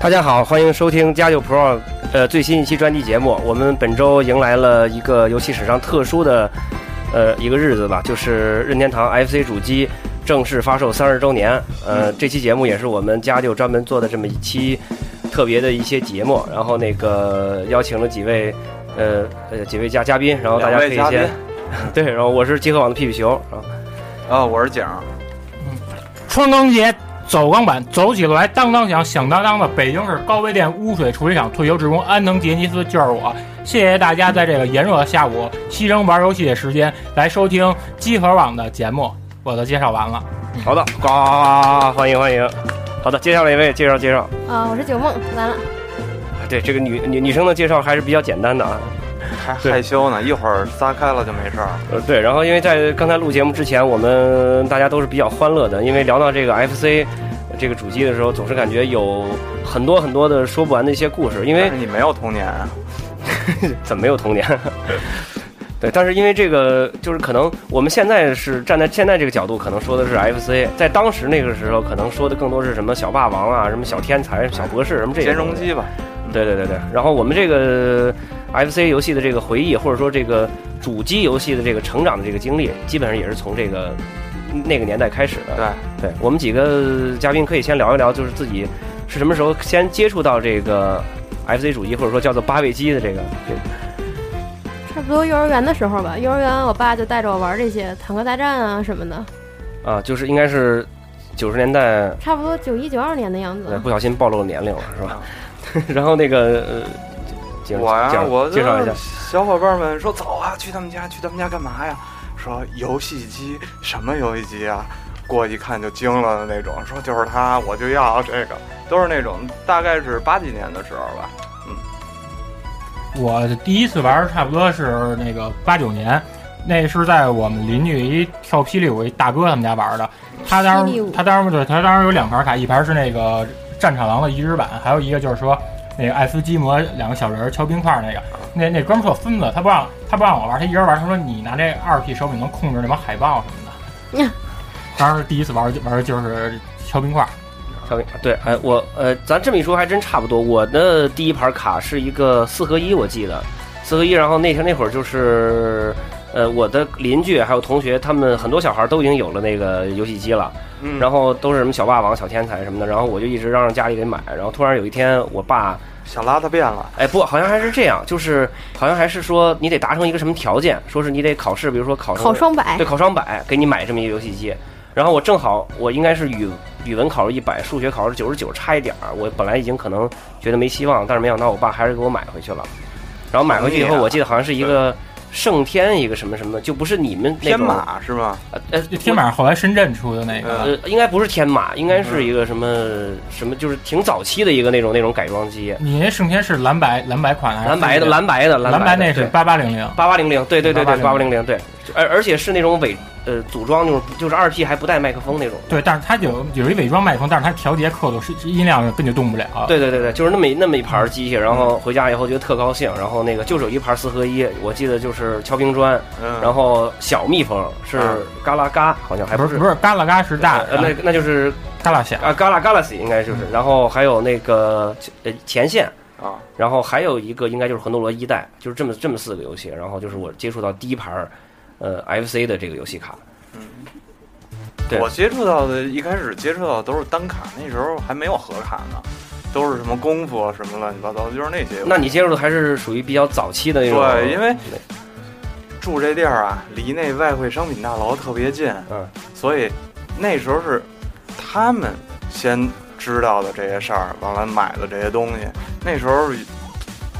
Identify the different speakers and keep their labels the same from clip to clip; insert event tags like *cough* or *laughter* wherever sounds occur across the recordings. Speaker 1: 大家好，欢迎收听家九 Pro 呃最新一期专辑节目。我们本周迎来了一个游戏史上特殊的呃一个日子吧，就是任天堂 FC 主机正式发售三十周年。呃，这期节目也是我们家九专门做的这么一期特别的一些节目，然后那个邀请了几位呃呃几位嘉嘉宾，然后大家可以
Speaker 2: 两位嘉
Speaker 1: 先
Speaker 2: 宾
Speaker 1: *laughs* 对，然后我是集合网的屁屁熊，然后
Speaker 2: 啊，我是蒋，
Speaker 3: 春耕节走钢板，走起路来当当响，响当当的。北京市高碑店污水处理厂退休职工安藤杰尼斯就是我。啊谢谢大家在这个炎热的下午牺牲玩游戏的时间来收听机核网的节目。我的介绍完了，
Speaker 1: 好的，呱，欢迎欢迎。好的，接下来一位介绍介绍。
Speaker 4: 啊，我是九梦，完了，
Speaker 1: 对这个女女女生的介绍还是比较简单的啊。
Speaker 2: 还
Speaker 1: 对
Speaker 2: 害羞呢，一会儿撒开了就没事儿。
Speaker 1: 呃，对，然后因为在刚才录节目之前，我们大家都是比较欢乐的，因为聊到这个 FC 这个主机的时候，总是感觉有很多很多的说不完的一些故事，因
Speaker 2: 但
Speaker 1: 为
Speaker 2: 是你没有童年啊，
Speaker 1: 怎么没有童年？对，但是因为这个，就是可能我们现在是站在现在这个角度，可能说的是 FC，在当时那个时候，可能说的更多是什么小霸王啊，什么小天才、小博士，什么这些
Speaker 2: 兼
Speaker 1: 东
Speaker 2: 容
Speaker 1: 西
Speaker 2: 机吧，
Speaker 1: 对对对对，然后我们这个 FC 游戏的这个回忆，或者说这个主机游戏的这个成长的这个经历，基本上也是从这个那个年代开始的。
Speaker 2: 对，
Speaker 1: 对，我们几个嘉宾可以先聊一聊，就是自己是什么时候先接触到这个 FC 主机，或者说叫做八位机的这个这
Speaker 4: 差不多幼儿园的时候吧。幼儿园，我爸就带着我玩这些坦克大战啊什么的，
Speaker 1: 个啊，就是应该是九十年代，
Speaker 4: 差不多九一九二年的样
Speaker 1: 呃，
Speaker 4: 子。
Speaker 1: 不小心暴露了年龄了，是吧？ *laughs* 然后那个呃，介
Speaker 2: 我呀、
Speaker 1: 介
Speaker 2: 我的
Speaker 1: 介绍一下，
Speaker 2: 小伙伴们说走啊，去他们家，去他们家干嘛呀？说游戏机，什么游戏机啊？过一看就惊了的那种，说就是它，我就要这个，都是那种大概是八几年的时候吧。
Speaker 3: 我第一次玩差不多是那个八九年，那是在我们邻居一跳霹雳舞一大哥他们家玩的。他当
Speaker 4: 霹雳
Speaker 3: 时
Speaker 4: 舞
Speaker 3: 他当时对他当时有两盘卡，一盘是那个战场狼的移植版，还有一个就是说那个艾斯基摩两个小人儿敲冰块那个。那那哥们儿是我孙子，他不让他不让我玩，他一人玩，他说你拿这二 P 手柄能控制那帮海豹什么的
Speaker 4: *laughs* 呀。
Speaker 3: 当时第一次玩玩就是敲冰块，
Speaker 1: 小米对，哎，我呃，咱这么一说还真差不多。我的第一盘卡是一个四合一，我记得四合一。然后那天那会儿就是，呃，我的邻居还有同学，他们很多小孩都已经有了那个游戏机了，
Speaker 2: 嗯，
Speaker 1: 然后都是什么小霸王、小天才什么的。然后我就一直嚷嚷家里给买。然后突然有一天，我爸，
Speaker 2: 小邋遢变了，
Speaker 1: 哎，不，好像还是这样，就是好像还是说你得达成一个什么条件，说是你得考试，比如说考上
Speaker 4: 考双百
Speaker 1: 对，，考双百给你买这么一个游戏机。然后我正好，我应该是语语文考了一百，数学考了九十九，差一点儿。我本来已经可能觉得没希望，但是没想到我爸还是给我买回去了。然后买回去以
Speaker 2: 好
Speaker 1: 后，
Speaker 2: 厉害
Speaker 1: 我记得好像是一个胜天一个什么什么，就不是你们那
Speaker 2: 天
Speaker 1: 种
Speaker 2: 马是吗？嗯
Speaker 1: 呃
Speaker 3: 天马是后来深圳出的那个。
Speaker 1: 呃，应该不是天马，应该是一个什么什么，就是挺早期的一个那种那种改装机，
Speaker 3: 你那圣天是蓝白蓝白款的还是
Speaker 1: 蓝白的蓝白的
Speaker 3: 哎蓝
Speaker 1: 白
Speaker 3: 白那是八八零零，
Speaker 1: 八八零零，对对对对，八八
Speaker 3: 8800
Speaker 1: 零零对，而而且是那种伪呃组装那种，就是二 P 还不带麦克风那种。
Speaker 3: 对，但是它有有一伪装麦克风，但是它调节刻度是是音量根本就动不了。
Speaker 1: 对对对对，就是那么一那么一盘机器，然后回家以后觉得特高兴，然后那个就是有一盘四合一，我记得就是敲冰砖，
Speaker 2: 嗯，
Speaker 1: 然后小蜜蜂是
Speaker 2: 啊
Speaker 1: 嘎啦嘎，好像还
Speaker 3: 不
Speaker 1: 是
Speaker 3: 是不是，嘎啦嘎是大，啊
Speaker 1: 呃那那就是
Speaker 3: 嘎啦响。
Speaker 1: 啊嘎啦嘎啦西应该就是，然后还有那个呃前线，
Speaker 2: 啊，
Speaker 1: 然后还有一个应该就是魂斗罗一代，就是这么这么四个游戏，然后就是我接触到第一盘呃 FC 的这个游戏卡，对
Speaker 2: 我接触到的，一开始接触到的都是单卡，那时候还没有合卡呢，都是什么功夫啊，什么乱七八糟，就是那些。
Speaker 1: 那你接触的还是属于比较早期的那种，
Speaker 2: 对，因为住这地儿啊，离那外汇商品大楼特别近，
Speaker 1: 嗯，
Speaker 2: 所以那时候是他们先知道的这些事儿，完了买的这些东西，那时候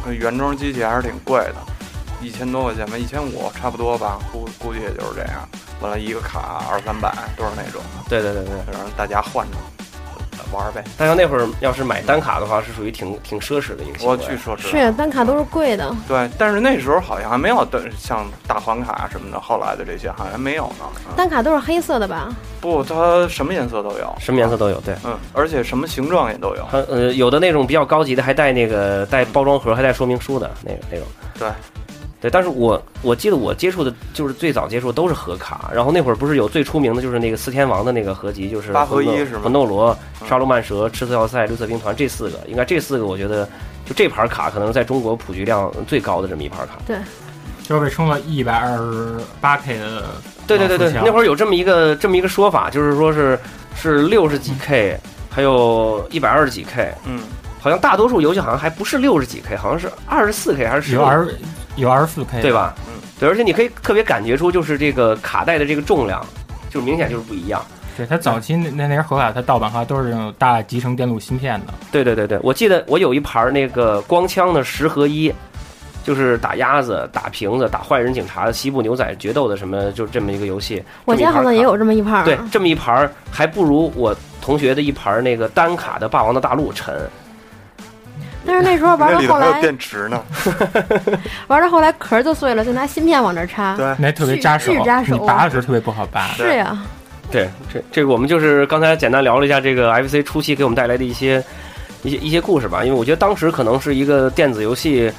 Speaker 2: 呃原装机器还是挺贵的，一千多块钱吧，一千五差不多吧，估估计也就是这样。完了一个卡二三百都是那种，
Speaker 1: 对对对对。
Speaker 2: 让大家换着玩儿呗。
Speaker 1: 但要那会儿要是买单卡的话，是属于挺挺奢侈的一个行为。
Speaker 2: 我去说实话
Speaker 4: 是单卡都是贵的，
Speaker 2: 对，但是那时候好像还没有的，像大黄卡什么的，后来的这些好像没有呢。嗯
Speaker 4: 单卡都是黑色的吧？
Speaker 2: 不，它什么颜色都有，
Speaker 1: 什么颜色？都有，对。
Speaker 2: 嗯，而且什么形状也都有。
Speaker 1: 它呃，有的那种比较高级的还带那个带包装盒，还带说明书的那个那种。
Speaker 2: 对，
Speaker 1: 对。但是我我记得我接触的就是最早接触的都是盒卡，然后那会儿不是有最出名的就是那个四天王的那个合集，就是
Speaker 2: 八合一
Speaker 1: 魂斗
Speaker 2: 是吗
Speaker 1: 魂斗罗、
Speaker 2: 嗯
Speaker 1: 沙罗曼蛇、赤色要塞、绿色兵团这四个，应该这四个我觉得就这盘卡可能是在中国普及量最高的这么一盘卡。
Speaker 3: 就是被称作一百二十八 K 的。
Speaker 1: 对对对对，那会
Speaker 3: 儿
Speaker 1: 儿有这么一个这么一个说法，就是说是是六十几 K，还有一百二十几 K，
Speaker 2: 嗯，
Speaker 1: 好像大多数游戏好像还不是六十几 K，好像是二十四 K 还是十
Speaker 3: 有二十有二十四 K，
Speaker 1: 对？吧？
Speaker 2: 嗯，
Speaker 1: 对，而且你可以特别感觉出就是这个卡带的这个重量，就是明显就是不一样。
Speaker 3: 对，它早期那那那些盒啊卡，它盗版盒都是那种大集成电路芯片的。
Speaker 1: 对对对对，我记得我有一盘儿那个光枪的十合一，就是打鸭子、打瓶子、打坏人警察、西部牛仔决斗的什么，就是这么一个游戏。
Speaker 4: 我家好像也有这么一盘儿。啊
Speaker 1: 对，这么一盘儿还不如我同学的一盘儿那个单卡的《霸王的大陆》沉。
Speaker 4: 但是那时候玩
Speaker 2: 那
Speaker 4: 到
Speaker 2: 里头
Speaker 4: 后
Speaker 2: 还有
Speaker 4: 来，
Speaker 2: 电池呢。
Speaker 4: 玩到后来壳儿就碎了，就拿芯片往这儿插。
Speaker 2: 对，
Speaker 3: 那特别扎手，
Speaker 4: 巨巨扎手
Speaker 3: 你拔的时候特别不好拔。
Speaker 4: 是呀，
Speaker 1: 对，这这个我们就是刚才简单聊了一下这个 FC 初期给我们带来的一些一些一些故事吧，因为我觉得当时可能是一个电子游戏。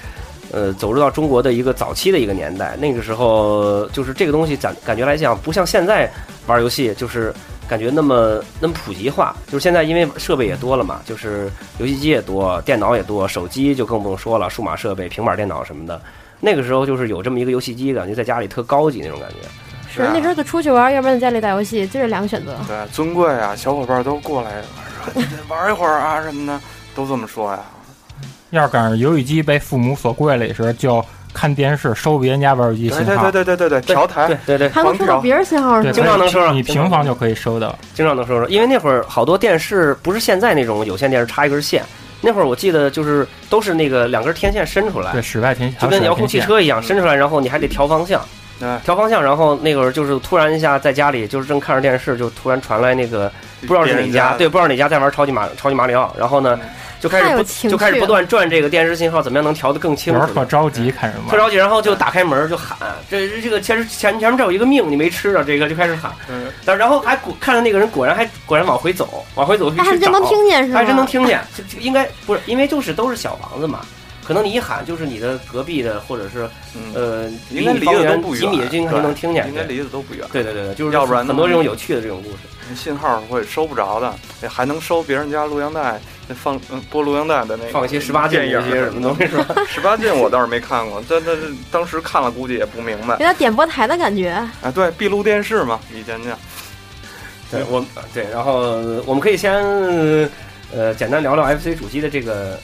Speaker 1: 呃，走入到中国的一个早期的一个年代，那个时候就是这个东西感感觉来讲，不像现在玩游戏，就是感觉那么那么普及化。就是现在因为设备也多了嘛，就是游戏机也多，电脑也多，手机就更不用说了，数码设备、平板电脑什么的。那个时候就是有这么一个游戏机，感觉在家里特高级那种感觉。
Speaker 4: 是那时候就出去玩，要不然在家里打游戏，就这两个选择。
Speaker 2: 对，尊贵啊，小伙伴都过来说你得玩一会儿 *laughs* 啊什么的，都这么说呀。
Speaker 3: 要是赶上游戏机被父母所跪了也是，就看电视收别人家玩游戏
Speaker 2: 对
Speaker 3: 信
Speaker 2: 对
Speaker 3: 号
Speaker 2: 对，对对对对，调台
Speaker 1: 对对对，
Speaker 4: 还能收到别人信号是
Speaker 3: 对，
Speaker 4: 吗？
Speaker 1: 经常能收到
Speaker 3: 你
Speaker 1: 经常
Speaker 3: 平房就可以收到。
Speaker 1: 经常能收着，因为那会儿好多电视不是现在那种有线电视插一根线，那会儿我记得就是都是那个两根天线伸出来
Speaker 3: 对，，室外天
Speaker 1: 就跟遥控汽车一样伸出来，然后你还得调方向，
Speaker 2: 对
Speaker 1: 调方向，然后那会儿就是突然一下在家里就是正看着电视，就突然传来那个不知道是哪家，对，不知道哪家在玩超级马超级马里奥，然后呢
Speaker 2: 嗯
Speaker 1: 就开始
Speaker 4: 太有
Speaker 1: 不
Speaker 4: 情
Speaker 1: 就开始
Speaker 4: 趣
Speaker 1: 不
Speaker 4: 了
Speaker 1: 断转这个电视信号，怎么样能调得更清
Speaker 3: 有时候
Speaker 1: 楚
Speaker 3: 特。着急看什么
Speaker 1: 嗯特。着急，然后就打开门就喊，这这个前前前面这有一个命你没吃啊，这个就开始喊，
Speaker 2: 嗯
Speaker 1: 但然后还果看着那个人果然还果然往回走，往回走去
Speaker 4: 他还
Speaker 1: 去
Speaker 4: 真
Speaker 1: 找，
Speaker 4: 能听见是吗？
Speaker 1: 还真能听见，这这应该不是，因为就是都是小房子嘛，可能你一喊就是你的隔壁的，或者是
Speaker 2: 嗯，
Speaker 1: 呃，
Speaker 2: 应该
Speaker 1: 离你
Speaker 2: 离
Speaker 1: 方
Speaker 2: 得都
Speaker 1: 圆
Speaker 2: 不
Speaker 1: 几
Speaker 2: 远，
Speaker 1: 米就应该
Speaker 2: 对
Speaker 1: 能听见
Speaker 2: 应。该离得都不远。
Speaker 1: 对对对对，就是
Speaker 2: 要不然呢
Speaker 1: 很多这种有趣的这种故事，
Speaker 2: 信号会收不着的，哎还能收别人家录像带，那放嗯播录像带的那个
Speaker 1: 放一些十八禁
Speaker 2: 电影
Speaker 1: 的
Speaker 2: 儿
Speaker 1: 一些什么东西是吧？
Speaker 2: 十八禁我倒是没看过，但但是当时看了估计也不明白
Speaker 4: 有。点点播台的感觉。
Speaker 2: 啊，对，闭路电视嘛，以前叫。
Speaker 1: 对，我们对，然后我们可以先呃简单聊聊 FC 主机的这个。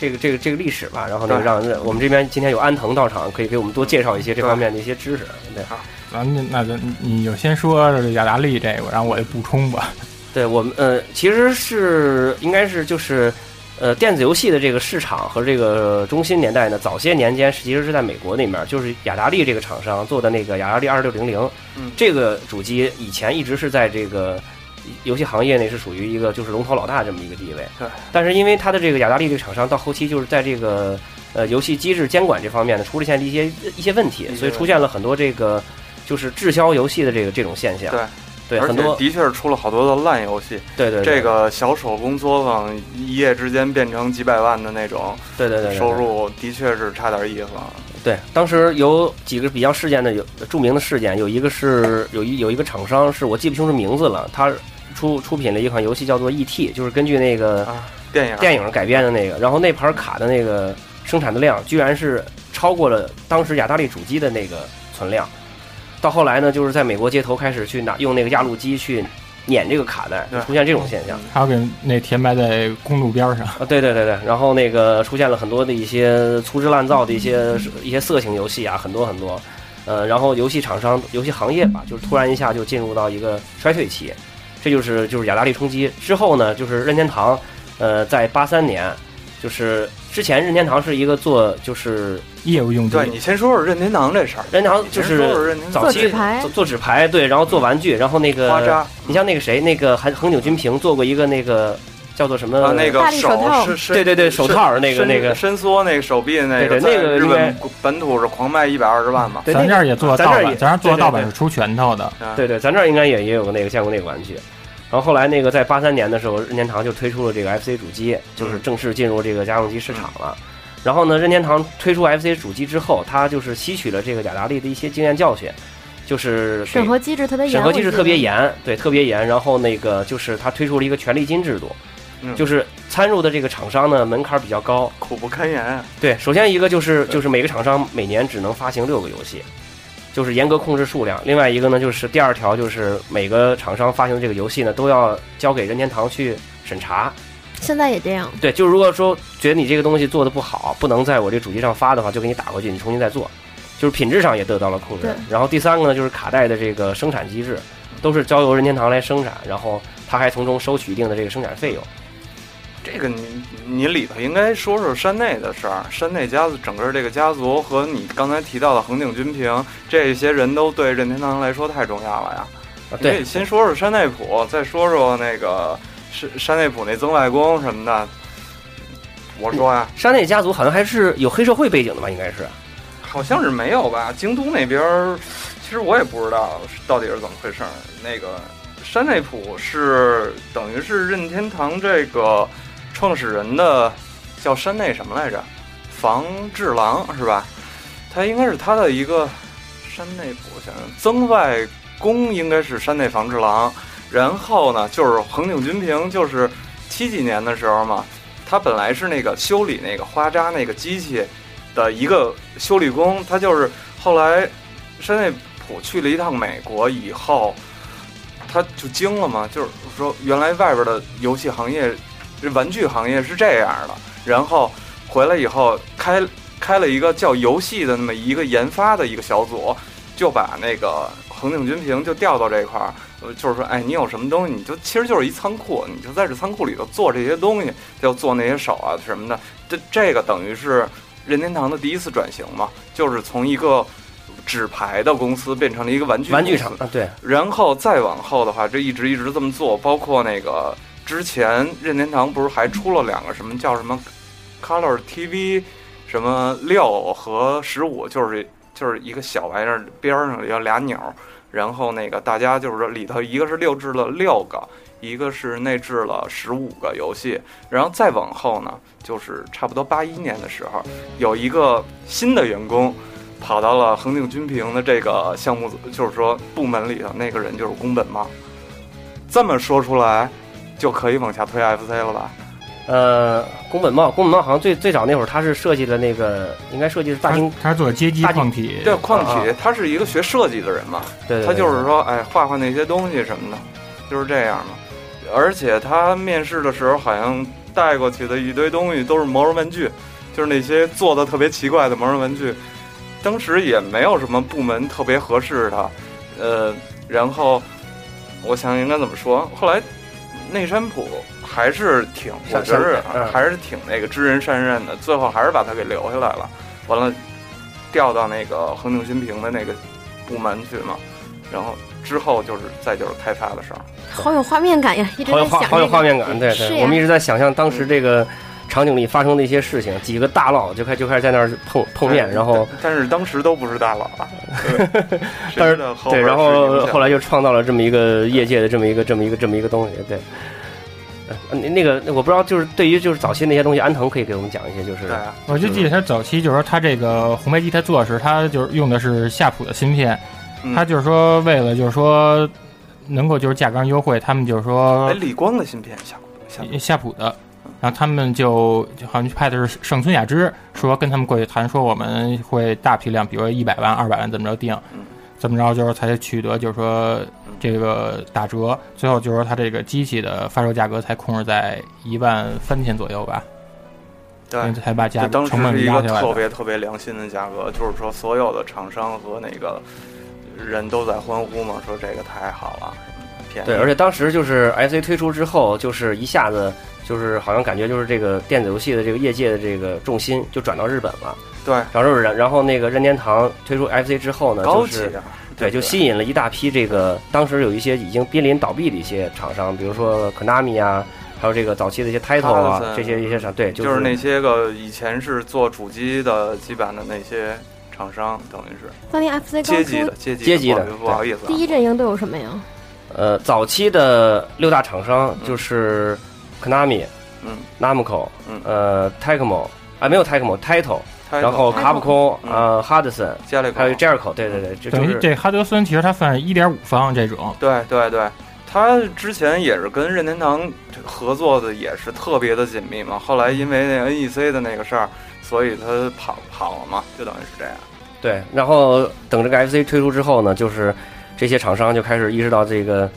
Speaker 1: 这个这个这个历史吧，然后那个
Speaker 2: 对
Speaker 1: 让我们这边今天有安藤到场，可以给我们多介绍一些这
Speaker 2: 对
Speaker 1: 方面的一些知识。对，
Speaker 3: 然后那那就你就先说这个雅达利这个，然后我就补充吧。
Speaker 1: 对我们呃，其实是应该是就是，呃，电子游戏的这个市场和这个中心年代呢，早些年间其实是在美国那面，就是雅达利这个厂商做的那个雅达利二六零零
Speaker 2: 嗯，
Speaker 1: 这个主机以前一直是在这个游戏行业内是属于一个就是龙头老大这么一个地位。
Speaker 2: 对。
Speaker 1: 但是因为它的这个雅达利这个厂商到后期就是在这个呃游戏机制监管这方面呢，出现了一些一些问题
Speaker 2: 一，些
Speaker 1: 所以
Speaker 2: 问
Speaker 1: 出现了很多这个就是滞销游戏的这个这种现象。
Speaker 2: 对。
Speaker 1: 对，
Speaker 2: 而
Speaker 1: 很
Speaker 2: 且
Speaker 1: 多
Speaker 2: 的确是出了好多的烂游戏，
Speaker 1: 对对对
Speaker 2: 这个小手工作坊一夜之间变成几百万的那种
Speaker 1: 对对对对对
Speaker 2: 收入，的确是差点意思啊。
Speaker 1: 对，当时有几个比较事件的有著名的事件，有一个是有一有一个厂商是我记不清楚名字了，他出出品了一款游戏叫做 E.T.，就是根据那个
Speaker 2: 电影，
Speaker 1: 电影改编的那个，然后那盘卡的那个生产的量居然是超过了当时雅达利主机的那个存量。到后来呢，就是在美国街头开始去拿用那个压路机去碾这个卡带，就
Speaker 2: 对
Speaker 1: 出现这种现象。
Speaker 3: 还有给那填埋在公路边上，
Speaker 1: 啊，对对对对，然后那个出现了很多的一些粗制滥造的一些一些色情游戏啊，很多很多，呃，然后游戏厂商、游戏行业吧，就是突然一下就进入到一个衰退期，这就是就是雅达利冲击之后呢，就是任天堂，呃，在八三年，就是之前任天堂是一个做就是
Speaker 3: 业务用机，
Speaker 2: 对你先说说任天堂这事儿，
Speaker 1: 任天堂
Speaker 2: 你
Speaker 1: 就
Speaker 2: 先说说
Speaker 1: 是
Speaker 2: 任天堂
Speaker 1: 早
Speaker 4: 做
Speaker 1: 期呃
Speaker 4: 纸牌
Speaker 1: 做，做纸牌，对，然后做玩具，然后那
Speaker 2: 花啊
Speaker 1: 个
Speaker 2: 渣
Speaker 1: 你像那个谁，那个还横井军平做过一个那个叫做什么
Speaker 2: 啊，那
Speaker 4: 大
Speaker 2: 个
Speaker 4: 力手套
Speaker 2: 是是，
Speaker 1: 呃对对对手套那个
Speaker 2: 伸
Speaker 1: 那个
Speaker 2: 伸缩那个手臂那
Speaker 1: 对对
Speaker 2: 个，在
Speaker 1: 那个
Speaker 2: 日
Speaker 1: 应该
Speaker 2: 本本土是狂卖一百二十万嘛，
Speaker 1: 对
Speaker 3: 咱
Speaker 1: 那
Speaker 3: 这
Speaker 1: 个啊
Speaker 3: 儿也做
Speaker 1: 咱
Speaker 3: 盗
Speaker 1: 这儿
Speaker 3: 版，
Speaker 1: 也
Speaker 3: 咱这儿做
Speaker 1: 对对
Speaker 3: 盗版
Speaker 1: 对
Speaker 3: 是出拳头的，
Speaker 1: 对对，咱这儿应该也也有那个见过那个玩具。然后后来那个在八三年的时候，任天堂就推出了这个 FC 主机，就是正式进入这个家用机市场了。然后呢，任天堂推出 FC 主机之后，它就是吸取了这个雅达利的一些经验教训，就是给
Speaker 4: 审核机制特别严，
Speaker 1: 审核机制
Speaker 4: 我记得
Speaker 1: 特别，严，对，特别严。然后那个就是它推出了一个权利金制度，
Speaker 2: 嗯
Speaker 1: 就是参入的这个厂商呢门槛比较高，
Speaker 2: 苦不堪言。
Speaker 1: 对，首先一个就是
Speaker 2: 对
Speaker 1: 就是每个厂商每年只能发行六个游戏，就是严格控制数量。另外一个呢，就是第二条就是每个厂商发行的这个游戏呢，都要交给任天堂去审查。
Speaker 4: 现在也这样。
Speaker 1: 对，就如果说觉得你这个东西做的不好，不能在我这主机上发的话，就给你打回去，你重新再做。就是品质上也得到了控制
Speaker 4: 对。
Speaker 1: 然后第三个呢，就是卡带的这个生产机制，都是交由任天堂来生产，然后他还从中收取一定的这个生产费用。
Speaker 2: 这个你你里头应该说说山内的事儿，山内家族整个这个家族和你刚才提到的横井军平这些人都对任天堂来说太重要了呀。
Speaker 1: 啊，
Speaker 2: 你可
Speaker 1: 对
Speaker 2: 以，先说说山内普，再说说那个山山内普那曾外公什么的。我说呀、
Speaker 1: 山内家族好像还是有黑社会背景的吧？应该是。
Speaker 2: 好像是没有吧？京都那边儿，其实我也不知道到底是怎么回事儿。那个山内溥是等于是任天堂这个创始人的叫山内什么来着？房治郎是吧？他应该是他的一个山内溥，我想想曾外公应该是山内房治郎。然后呢，就是横井军平，就是七几年的时候嘛，他本来是那个修理那个花渣那个机器的一个修理工，他就是后来山内溥去了一趟美国以后，他就惊了嘛，就是说原来外边的游戏行业、这玩具行业是这样的，然后回来以后开开了一个叫游戏的那么一个研发的一个小组，就把那个横井军平就调到这块儿。呃，就是说，哎，你有什么东西，你就其实就是一仓库，你就在这仓库里头做这些东西，就做那些手啊什么的。这这个等于是任天堂的第一次转型嘛，就是从一个纸牌的公司变成了一个玩具
Speaker 1: 玩具
Speaker 2: 公司
Speaker 1: 厂啊，对，
Speaker 2: 然后再往后的话，这一直一直这么做，包括那个之前任天堂不是还出了两个什么叫什么 Color TV，什么六和十五，就是就是一个小玩意儿，边儿上有俩钮儿，然后那个大家就是说里头一个是六制了六个，一个是内置了十五个游戏，然后再往后呢，就是差不多八一年的时候，有一个新的员工。跑到了恒定军平的这个项目组，就是说部门里头那个人就是宫本茂。这么说出来，就可以往下推 FC 了吧？
Speaker 1: 嗯呃，宫本茂，宫本茂好像最最早那会儿，他是设计的那个，应该设计的是大
Speaker 3: 他
Speaker 1: 金，
Speaker 3: 他是做街机
Speaker 1: 大金
Speaker 3: 矿体，
Speaker 2: 对，矿体
Speaker 1: 啊
Speaker 2: 他是一个学设计的人嘛，
Speaker 1: 对对对
Speaker 2: 他就是说，哎，画画那些东西什么的，就是这样嘛。而且他面试的时候，好像带过去的一堆东西都是毛绒玩具，就是那些做的特别奇怪的毛绒玩具。当时也没有什么部门特别合适他，呃，然后我想应该怎么说？后来内山普还是挺，我
Speaker 1: 善
Speaker 2: 觉得
Speaker 1: 善嗯
Speaker 2: 还是挺那个知人善任的，最后还是把他给留下来了。完了，调到那个恒定新平的那个部门去嘛，然后之后就是再就是开发的事儿。
Speaker 4: 好有画面感呀！一直
Speaker 1: 好有
Speaker 4: 在
Speaker 1: 画
Speaker 4: 想、
Speaker 1: 好有画，面感，对
Speaker 4: 是啊
Speaker 1: 对，
Speaker 4: 呀
Speaker 1: 我们一直在想象当时
Speaker 2: 嗯
Speaker 1: 这个场景里发生的一些事情，几个大佬就开就开始在那儿碰碰面，然后
Speaker 2: 但，但是当时都不是大佬
Speaker 1: *laughs*
Speaker 2: 啊，
Speaker 1: 但
Speaker 2: 谁
Speaker 1: 是
Speaker 2: 知道后
Speaker 1: 对，
Speaker 2: 边
Speaker 1: 然
Speaker 2: 是影
Speaker 1: 后
Speaker 2: 响
Speaker 1: 后来就创造了这么一个业界的这么一个这么一个这么一个东西，对。呃那那个我不知道，就是对于就是早期那些东西，安藤可以给我们讲一些，就是
Speaker 2: 对啊，
Speaker 3: 我就记得他早期就是说他这个红白机他做的是他就是用的是夏普的芯片，
Speaker 2: 嗯
Speaker 3: 他就是说为了就是说能够就是价格上优惠，他们就是
Speaker 2: 哎，
Speaker 3: 说
Speaker 2: 李光的芯片下下
Speaker 3: 呃夏普的，然后他们就就好像派的是盛村雅之，说跟他们过去谈说我们会大批量，比如一百万、二百万怎么着定
Speaker 2: 嗯，
Speaker 3: 怎么着就是才取得就是说
Speaker 2: 嗯
Speaker 3: 这个打折，最后就是说他这个机器的发售价格才控制在一万三千左右吧，
Speaker 2: 对。
Speaker 3: 才把价
Speaker 2: 就当时
Speaker 3: 成本
Speaker 2: 是一
Speaker 3: 压
Speaker 2: 个
Speaker 3: 下来
Speaker 2: 特
Speaker 3: 的。
Speaker 2: 别特别良心的价格，就是说所有的厂商和那个人都在欢呼嘛，说这个太好了，便宜。
Speaker 1: 对，而且当时就是 FC 推出之后，就是一下子就是好像感觉就是这个电子游戏的这个业界的这个重心就转到日本了。
Speaker 2: 对，
Speaker 1: 然后然然后那个任天堂推出 FC 之后呢，呃
Speaker 2: 高
Speaker 1: 就
Speaker 2: 级啊
Speaker 1: 是
Speaker 2: 点儿，
Speaker 1: 对，就吸引了一大批这个当时有一些已经濒临倒闭的一些厂商，比如说 Konami 啊，还有这个早期的一些 Title 啊
Speaker 2: Hudson，
Speaker 1: 这些一些厂，对，、
Speaker 2: 就是是那些个以前是做主机的基本的那些厂商，等于是
Speaker 4: 当年 FC
Speaker 2: 阶
Speaker 4: 刚
Speaker 2: 级
Speaker 4: 出
Speaker 2: 的阶级
Speaker 1: 阶级的
Speaker 2: 不好不好意思啊
Speaker 4: 第，一阵营都有什么呀？
Speaker 1: 呃早期的六大厂商就是 Konami、
Speaker 2: 嗯
Speaker 1: Namco、
Speaker 2: 嗯
Speaker 1: 呃 Tecmo 啊没有 Tecmo Title，
Speaker 2: Titan，
Speaker 1: 然后 Capcom
Speaker 2: 嗯
Speaker 1: 呃 Hudson
Speaker 2: 加里
Speaker 1: 还有
Speaker 2: 这，
Speaker 1: Jericho，对对对，这就
Speaker 3: 等于
Speaker 1: 是
Speaker 3: 这哈德森其实它算是一点五方这种，
Speaker 2: 对对对。他之前也是跟任天堂合作的，也是特别的紧密嘛。后来因为那 NEC 的那个事儿，所以他跑跑了嘛，就等于是这样。
Speaker 1: 对，然后等这个 FC 推出之后呢，就是这些厂商就开始意识到这个，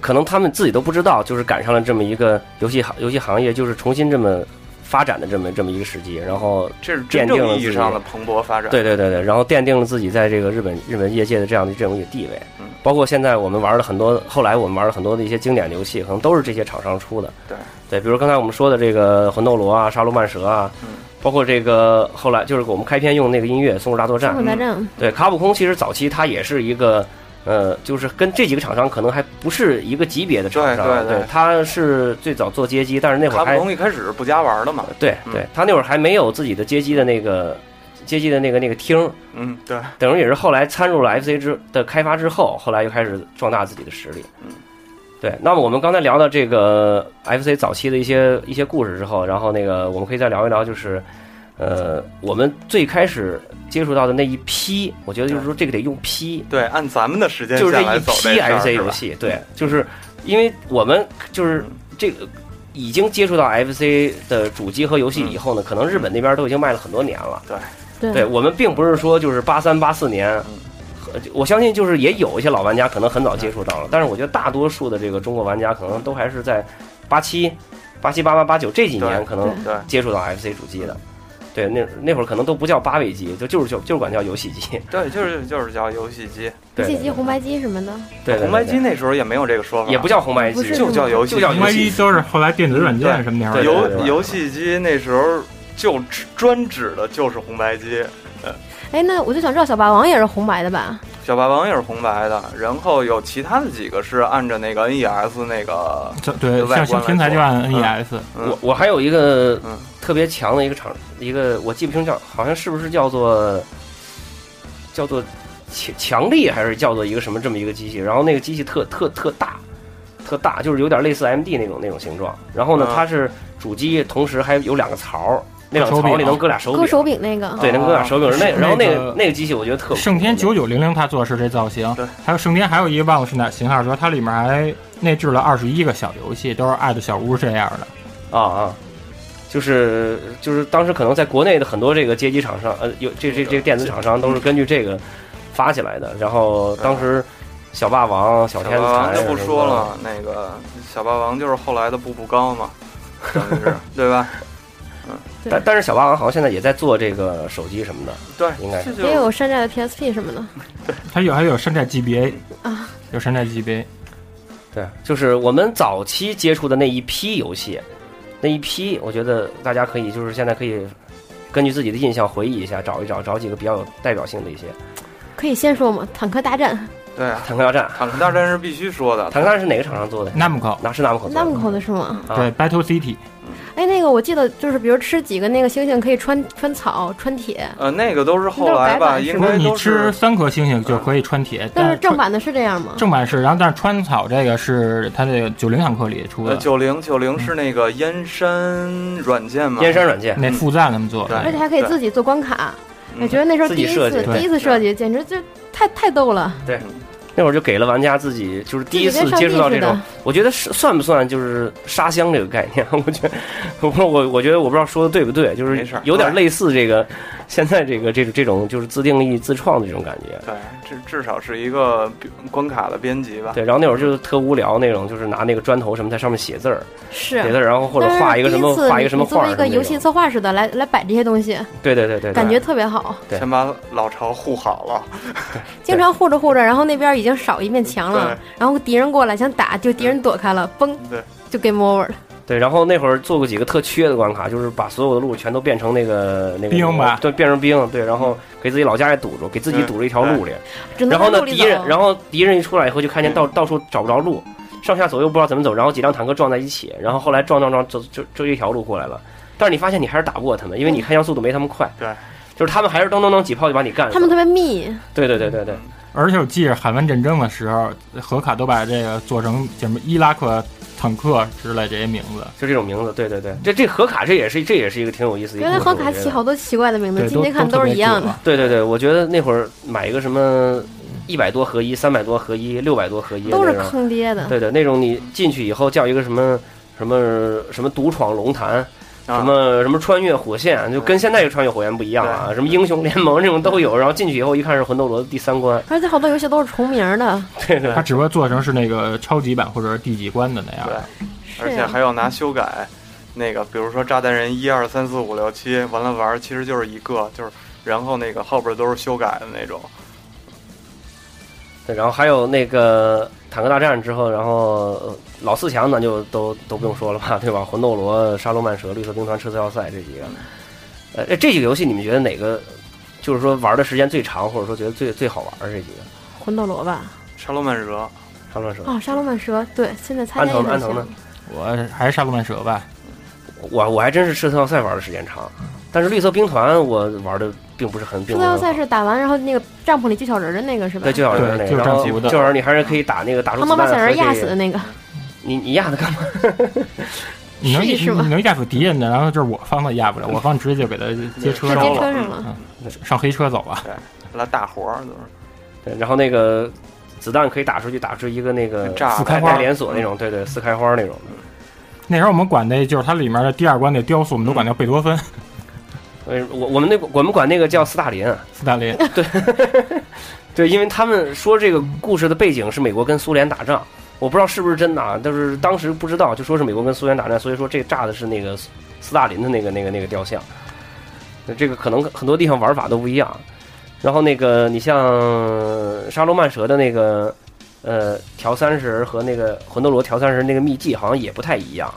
Speaker 1: 可能他们自己都不知道，就是赶上了这么一个游戏行游戏行业就是重新这么发展的这么这么一个时机，然后
Speaker 2: 这是真
Speaker 1: 奠定
Speaker 2: 正
Speaker 1: 了
Speaker 2: 意
Speaker 1: 自
Speaker 2: 义
Speaker 1: 己
Speaker 2: 上的蓬勃发展。
Speaker 1: 对对对对，然后奠定了自己在这个日本日本业界的这样的这种一个地位
Speaker 2: 嗯，
Speaker 1: 包括现在我们玩了很多，后来我们玩了很多的一些经典游戏，可能都是这些厂商出的。
Speaker 2: 对
Speaker 1: 对，比如刚才我们说的这个《魂斗罗》啊，《杀戮曼蛇》啊
Speaker 2: 嗯，
Speaker 1: 包括这个后来就是我们开篇用那个音乐《松鼠大作战》
Speaker 4: 星，
Speaker 2: 嗯
Speaker 4: 火大战，
Speaker 1: 对，卡普空其实早期它也是一个，呃，就是跟这几个厂商可能还不是一个级别的厂商，
Speaker 2: 对对对
Speaker 1: 它是最早做街机，但是那会
Speaker 2: 卡
Speaker 1: 儿
Speaker 2: 普
Speaker 1: 还
Speaker 2: 空一开始是不加玩的嘛，
Speaker 1: 对
Speaker 2: 嗯
Speaker 1: 对，它那会儿还没有自己的街机的那个街机的那个那个厅儿，
Speaker 2: 嗯，对，
Speaker 1: 等于也是后来参入了 FC 之的开发之后，后来又开始壮大自己的实力。
Speaker 2: 嗯，
Speaker 1: 对。那么我们刚才聊到这个 FC 早期的一些一些故事之后，然后那个我们可以再聊一聊，就是呃，我们最开始接触到的那一批，我觉得就是说这个得用批，
Speaker 2: 对，按咱们的时间
Speaker 1: 就是
Speaker 2: 线
Speaker 1: 这
Speaker 2: 来
Speaker 1: 一
Speaker 2: 走
Speaker 1: 批
Speaker 2: 事儿
Speaker 1: FC
Speaker 2: 是吧
Speaker 1: 游戏，对，就是因为我们就是这个。已经接触到 FC 的主机和游戏以后呢，可能日本那边都已经卖了很多年了。对，
Speaker 4: 嗯
Speaker 1: 我们并不是说就是八三八四年，呃我相信就是也有一些老玩家可能很早接触到
Speaker 4: 嗯
Speaker 1: 了，但是我觉得大多数的这个中国玩家可能都还是在八七、八七、八八、八九这几年
Speaker 2: 对
Speaker 1: 可能
Speaker 2: 对
Speaker 1: 接触到 FC 主机的。对，那那会儿可能都不叫八位机，就就是就就是管叫游戏机。
Speaker 2: 对，就是就是叫游戏机，
Speaker 4: 游
Speaker 1: 对
Speaker 4: 戏机、红白机什么的，
Speaker 1: 对对对
Speaker 2: 红白机那时候也没有这个说法，
Speaker 1: 也不叫红白机
Speaker 4: 不，是
Speaker 2: 就叫游戏，
Speaker 1: 就叫
Speaker 3: 因
Speaker 1: 游戏
Speaker 3: 为都是后来电子软件什么那会
Speaker 1: 对对
Speaker 3: 儿
Speaker 1: 对
Speaker 2: 游游戏机那时候就只专指的就是红白机，
Speaker 4: 哎，那我就想知道小霸王也是红白的吧？
Speaker 2: 小霸王也是红白的，然后有其他的几个是按照那个 NES 那个，
Speaker 3: 这对，
Speaker 2: 外观
Speaker 3: 像像
Speaker 2: 来
Speaker 3: 天才就
Speaker 2: 说
Speaker 3: 按 E
Speaker 2: 嗯
Speaker 3: NES，
Speaker 2: 嗯
Speaker 1: 我我还有一个
Speaker 2: 嗯
Speaker 1: 特别强的一个厂，一个我记不清叫，好像是不是叫做叫做强强力，还是叫做一个什么这么一个机器？然后那个机器特特特大，特大，就是有点类似 MD 那种那种形状。然后呢，
Speaker 2: 嗯
Speaker 1: 它是主机，同时还有两个槽儿，那两个槽儿里能搁俩手
Speaker 4: 割
Speaker 1: 柄，啊
Speaker 4: 手柄那个，
Speaker 1: 对，能搁俩手柄。那
Speaker 3: 是
Speaker 1: 然后那
Speaker 3: 那
Speaker 1: 个
Speaker 3: 个
Speaker 1: 那个机器我觉得特
Speaker 3: 盛天九九零零它做的是这造型
Speaker 2: 对，
Speaker 3: 还有盛天还有一个忘了是哪型号，就是它里面还内置了二十一个小游戏，都是爱的小屋这样的。
Speaker 1: 啊啊。就是就是当时可能在国内的很多这个街机厂商，呃，有这这这个电子厂商都是根据这个发起来的。然后当时小霸王、小
Speaker 2: 小
Speaker 1: 天
Speaker 2: 霸王
Speaker 1: 才
Speaker 2: 就不说，了，那个小霸王就是后来的步步高嘛，等于是
Speaker 1: *laughs*
Speaker 2: 对吧？
Speaker 1: 但但是小霸王好像现在也在做这个手机什么的，
Speaker 2: 对，
Speaker 1: 应该是
Speaker 2: 这就
Speaker 4: 也有山寨的 PSP 什么的。
Speaker 3: 它有还有山寨 GBA
Speaker 4: 啊，
Speaker 3: 有山寨 GBA，
Speaker 1: 对，就是我们早期接触的那一批游戏，那一批，我觉得大家可以就是现在可以根据自己的印象回忆一下，找一找，找几个比较有代表性的一些。
Speaker 4: 可以先说吗？坦克大战，
Speaker 2: 对啊，
Speaker 1: 坦克大战，
Speaker 2: 坦克大战是必须说的，
Speaker 1: 坦克大战是哪个厂商做的？
Speaker 3: n a m c o
Speaker 1: 那是纳姆口做
Speaker 4: 那
Speaker 1: 的
Speaker 4: 么口的是吗？
Speaker 1: 啊
Speaker 3: 对 Battle City，
Speaker 4: 哎，那个我记得就是，比如吃几个那个星星可以穿穿草、穿铁，
Speaker 2: 呃，那个都是后来吧，
Speaker 4: 那是
Speaker 2: 应
Speaker 4: 白板
Speaker 3: 不
Speaker 2: 该
Speaker 3: 是你
Speaker 2: 都
Speaker 3: 吃
Speaker 2: 是
Speaker 3: 三颗星星就可以穿铁，
Speaker 4: 但是
Speaker 3: 嗯穿
Speaker 4: 正版啊的是这样吗？
Speaker 3: 正版是，然后但是川草这个是它这个九零坦克里出
Speaker 2: 呃
Speaker 3: 的，
Speaker 2: 九零九零是那个燕山软件嘛，
Speaker 1: 燕山软件，
Speaker 3: 那副赞他们做
Speaker 2: 对
Speaker 3: 的
Speaker 4: 而。且还可以自己做关卡。
Speaker 2: 嗯
Speaker 4: 我觉得那时候
Speaker 1: 自
Speaker 4: 第
Speaker 1: 己
Speaker 4: 一
Speaker 1: 设
Speaker 4: 次
Speaker 1: 计
Speaker 3: 对
Speaker 4: 第一次设计，简直就太太逗了。
Speaker 1: 那会儿就给了玩家自己，就是第一
Speaker 4: 自己
Speaker 1: 次
Speaker 4: 跟上
Speaker 1: 接触到
Speaker 4: 帝
Speaker 1: 这
Speaker 4: 似
Speaker 1: 种
Speaker 4: 的，
Speaker 1: 我觉得是算不算就是沙箱 *laughs* 这个概念？我觉得，我不知道，我我觉得我不知道说的对不对，就
Speaker 2: 没
Speaker 1: 是
Speaker 2: 事儿
Speaker 1: 有点类似这个现在这个这种这种就是自定义自创的这种感觉。
Speaker 2: 对，至至少是一个关卡的编辑吧。
Speaker 1: 对，然后那会儿就是特无聊那种，就是拿那个砖头什么在上面写字儿，
Speaker 4: 是
Speaker 1: 写字儿，然后或者
Speaker 4: 但是
Speaker 1: 画一个什么
Speaker 4: 啊第次
Speaker 1: 画一个什么
Speaker 4: 你你作
Speaker 1: 画儿什
Speaker 4: 为一
Speaker 1: 么那
Speaker 4: 个游戏
Speaker 1: 种。
Speaker 4: 策划似的来来摆这些东西，
Speaker 1: 对对对对，对
Speaker 4: 感觉特别好。
Speaker 1: 对
Speaker 2: 先把老巢护好了，
Speaker 4: 经常护着护着，然后那边已经少一面墙了
Speaker 2: 对，
Speaker 4: 然后敌人过来想打，就敌人躲开了，嘣
Speaker 2: 对，
Speaker 4: 就 game over 了。
Speaker 1: 对。然后那会儿做过几个特缺的关卡，就是把所有的路全都变成那个那个
Speaker 3: 冰吧
Speaker 1: 对，变成冰，对，然后给自己老家也堵住，给自己堵了一条路里。
Speaker 4: 只
Speaker 1: 然
Speaker 4: 能
Speaker 1: 后
Speaker 4: 往
Speaker 1: 呢
Speaker 4: 路，里
Speaker 1: 敌人，
Speaker 4: 走。
Speaker 1: 然后敌人一出来以后，就看见到到处找不着路，上下左右不知道怎么走，然后几辆坦克撞在一起，然后后来撞撞撞，走就就一条路过来了。但是你发现你还是打不过他们，因为
Speaker 4: 嗯
Speaker 1: 你开枪速度没他们快。
Speaker 2: 对，
Speaker 1: 就是他们还是咚咚咚几炮就把你干死了。
Speaker 4: 他们特别密，
Speaker 1: 对对对对对，
Speaker 3: 而且我记着海湾战争的时候，何卡都把这个做成什么伊拉克坦克之类这些名字。
Speaker 1: 就这种名字。对对对，这这河卡这也是这也是一个挺有意思的一
Speaker 4: 原
Speaker 1: 个故事。
Speaker 4: 来黄卡
Speaker 1: 我觉
Speaker 4: 起
Speaker 1: 得
Speaker 4: 好多奇怪的名字，
Speaker 3: 对，
Speaker 4: 今
Speaker 3: 都
Speaker 4: 天看
Speaker 3: 都
Speaker 4: 都是一样的。
Speaker 1: 对对对，我觉得那会儿买一个什么一百多合一、三百多合一、六百多合一，
Speaker 4: 都是
Speaker 1: 那种
Speaker 4: 坑爹的。
Speaker 1: 对对，那种你进去以后叫一个什么什么什么独闯龙潭，
Speaker 2: 啊
Speaker 1: 什么什么穿越火线，就跟现在这个穿越火线不一样啊，什么英雄联盟这种都有。然后进去以后一看是魂斗罗的第三关，
Speaker 4: 而且好多游戏都是重名的，
Speaker 1: 对对
Speaker 3: 他只不过做成是那个超级版或者是第几关的那样。
Speaker 2: 对啊而
Speaker 4: 是
Speaker 2: 且
Speaker 4: 呀，
Speaker 2: 还要拿修改。那个，比如说炸弹人一二三四五六七，完了玩儿其实就是一个，就是然后那个后边都是修改的那种。
Speaker 1: 对。然后还有那个坦克大战之后，然后呃老四强咱就都都不用说了吧，对吧？魂斗罗、沙漏曼蛇、绿色兵团、赤色要塞这几个，呃，这几个游戏你们觉得哪个就是说玩的时间最长，或者说觉得最最好玩儿这几个？
Speaker 4: 魂斗罗吧？
Speaker 2: 沙罗曼蛇，
Speaker 1: 沙漏曼蛇，
Speaker 4: 哦，沙罗曼蛇，对，现在参
Speaker 1: 安
Speaker 4: 加也
Speaker 1: 藤呢
Speaker 4: 很
Speaker 1: 安藤呢
Speaker 4: 像。？
Speaker 3: 我还是沙鲁曼蛇吧。
Speaker 1: 我我还真是赤色要塞玩的时间长，但是绿色兵团我玩的并不是很。并
Speaker 4: 出
Speaker 1: 不是
Speaker 4: 道
Speaker 1: 很好
Speaker 4: 赛是打完，然后那个帐篷里救小人的那个是吧
Speaker 1: 对，？就小人儿那个，
Speaker 3: 对就是
Speaker 1: 然后
Speaker 3: 战俘的
Speaker 1: 就小人儿你还是可以打那个打出
Speaker 4: 他
Speaker 1: 子
Speaker 4: 们
Speaker 1: 弹，
Speaker 4: 把小人压
Speaker 1: 还可以
Speaker 4: 死的
Speaker 1: *laughs*
Speaker 4: 那个，
Speaker 1: 你你压他干嘛？
Speaker 3: 你能
Speaker 4: 试一试吧
Speaker 3: 你能压死敌人的，然后就是我方的压不了，我方直接就给他接车
Speaker 4: 他
Speaker 3: 上
Speaker 4: 接
Speaker 3: 了，
Speaker 4: 车上了。
Speaker 3: 上黑车走了。
Speaker 2: 来大活儿都是。
Speaker 1: 对，然后那个子弹可以打出去，打出一个那个
Speaker 2: 炸
Speaker 3: 四
Speaker 1: 带
Speaker 3: 开花
Speaker 1: 带连锁那种，对对，四开花那种。
Speaker 3: 那时候我们管那就是它里面的第二关那雕塑，我们都管叫贝多芬、
Speaker 1: 嗯呃，我我们那我们管那个叫斯大林，啊
Speaker 3: 斯大林。
Speaker 1: 对，因为他们说这个故事的背景是美国跟苏联打仗，我不知道是不是真的啊，但是当时不知道，就说是美国跟苏联打仗，所以说这炸的是那个斯斯大林的那个那个那个雕像。那这个可能很多地方玩法都不一样。然后那个你像沙罗曼蛇的那个呃调三十和那个魂斗罗调三十那个秘技好像也不太一样。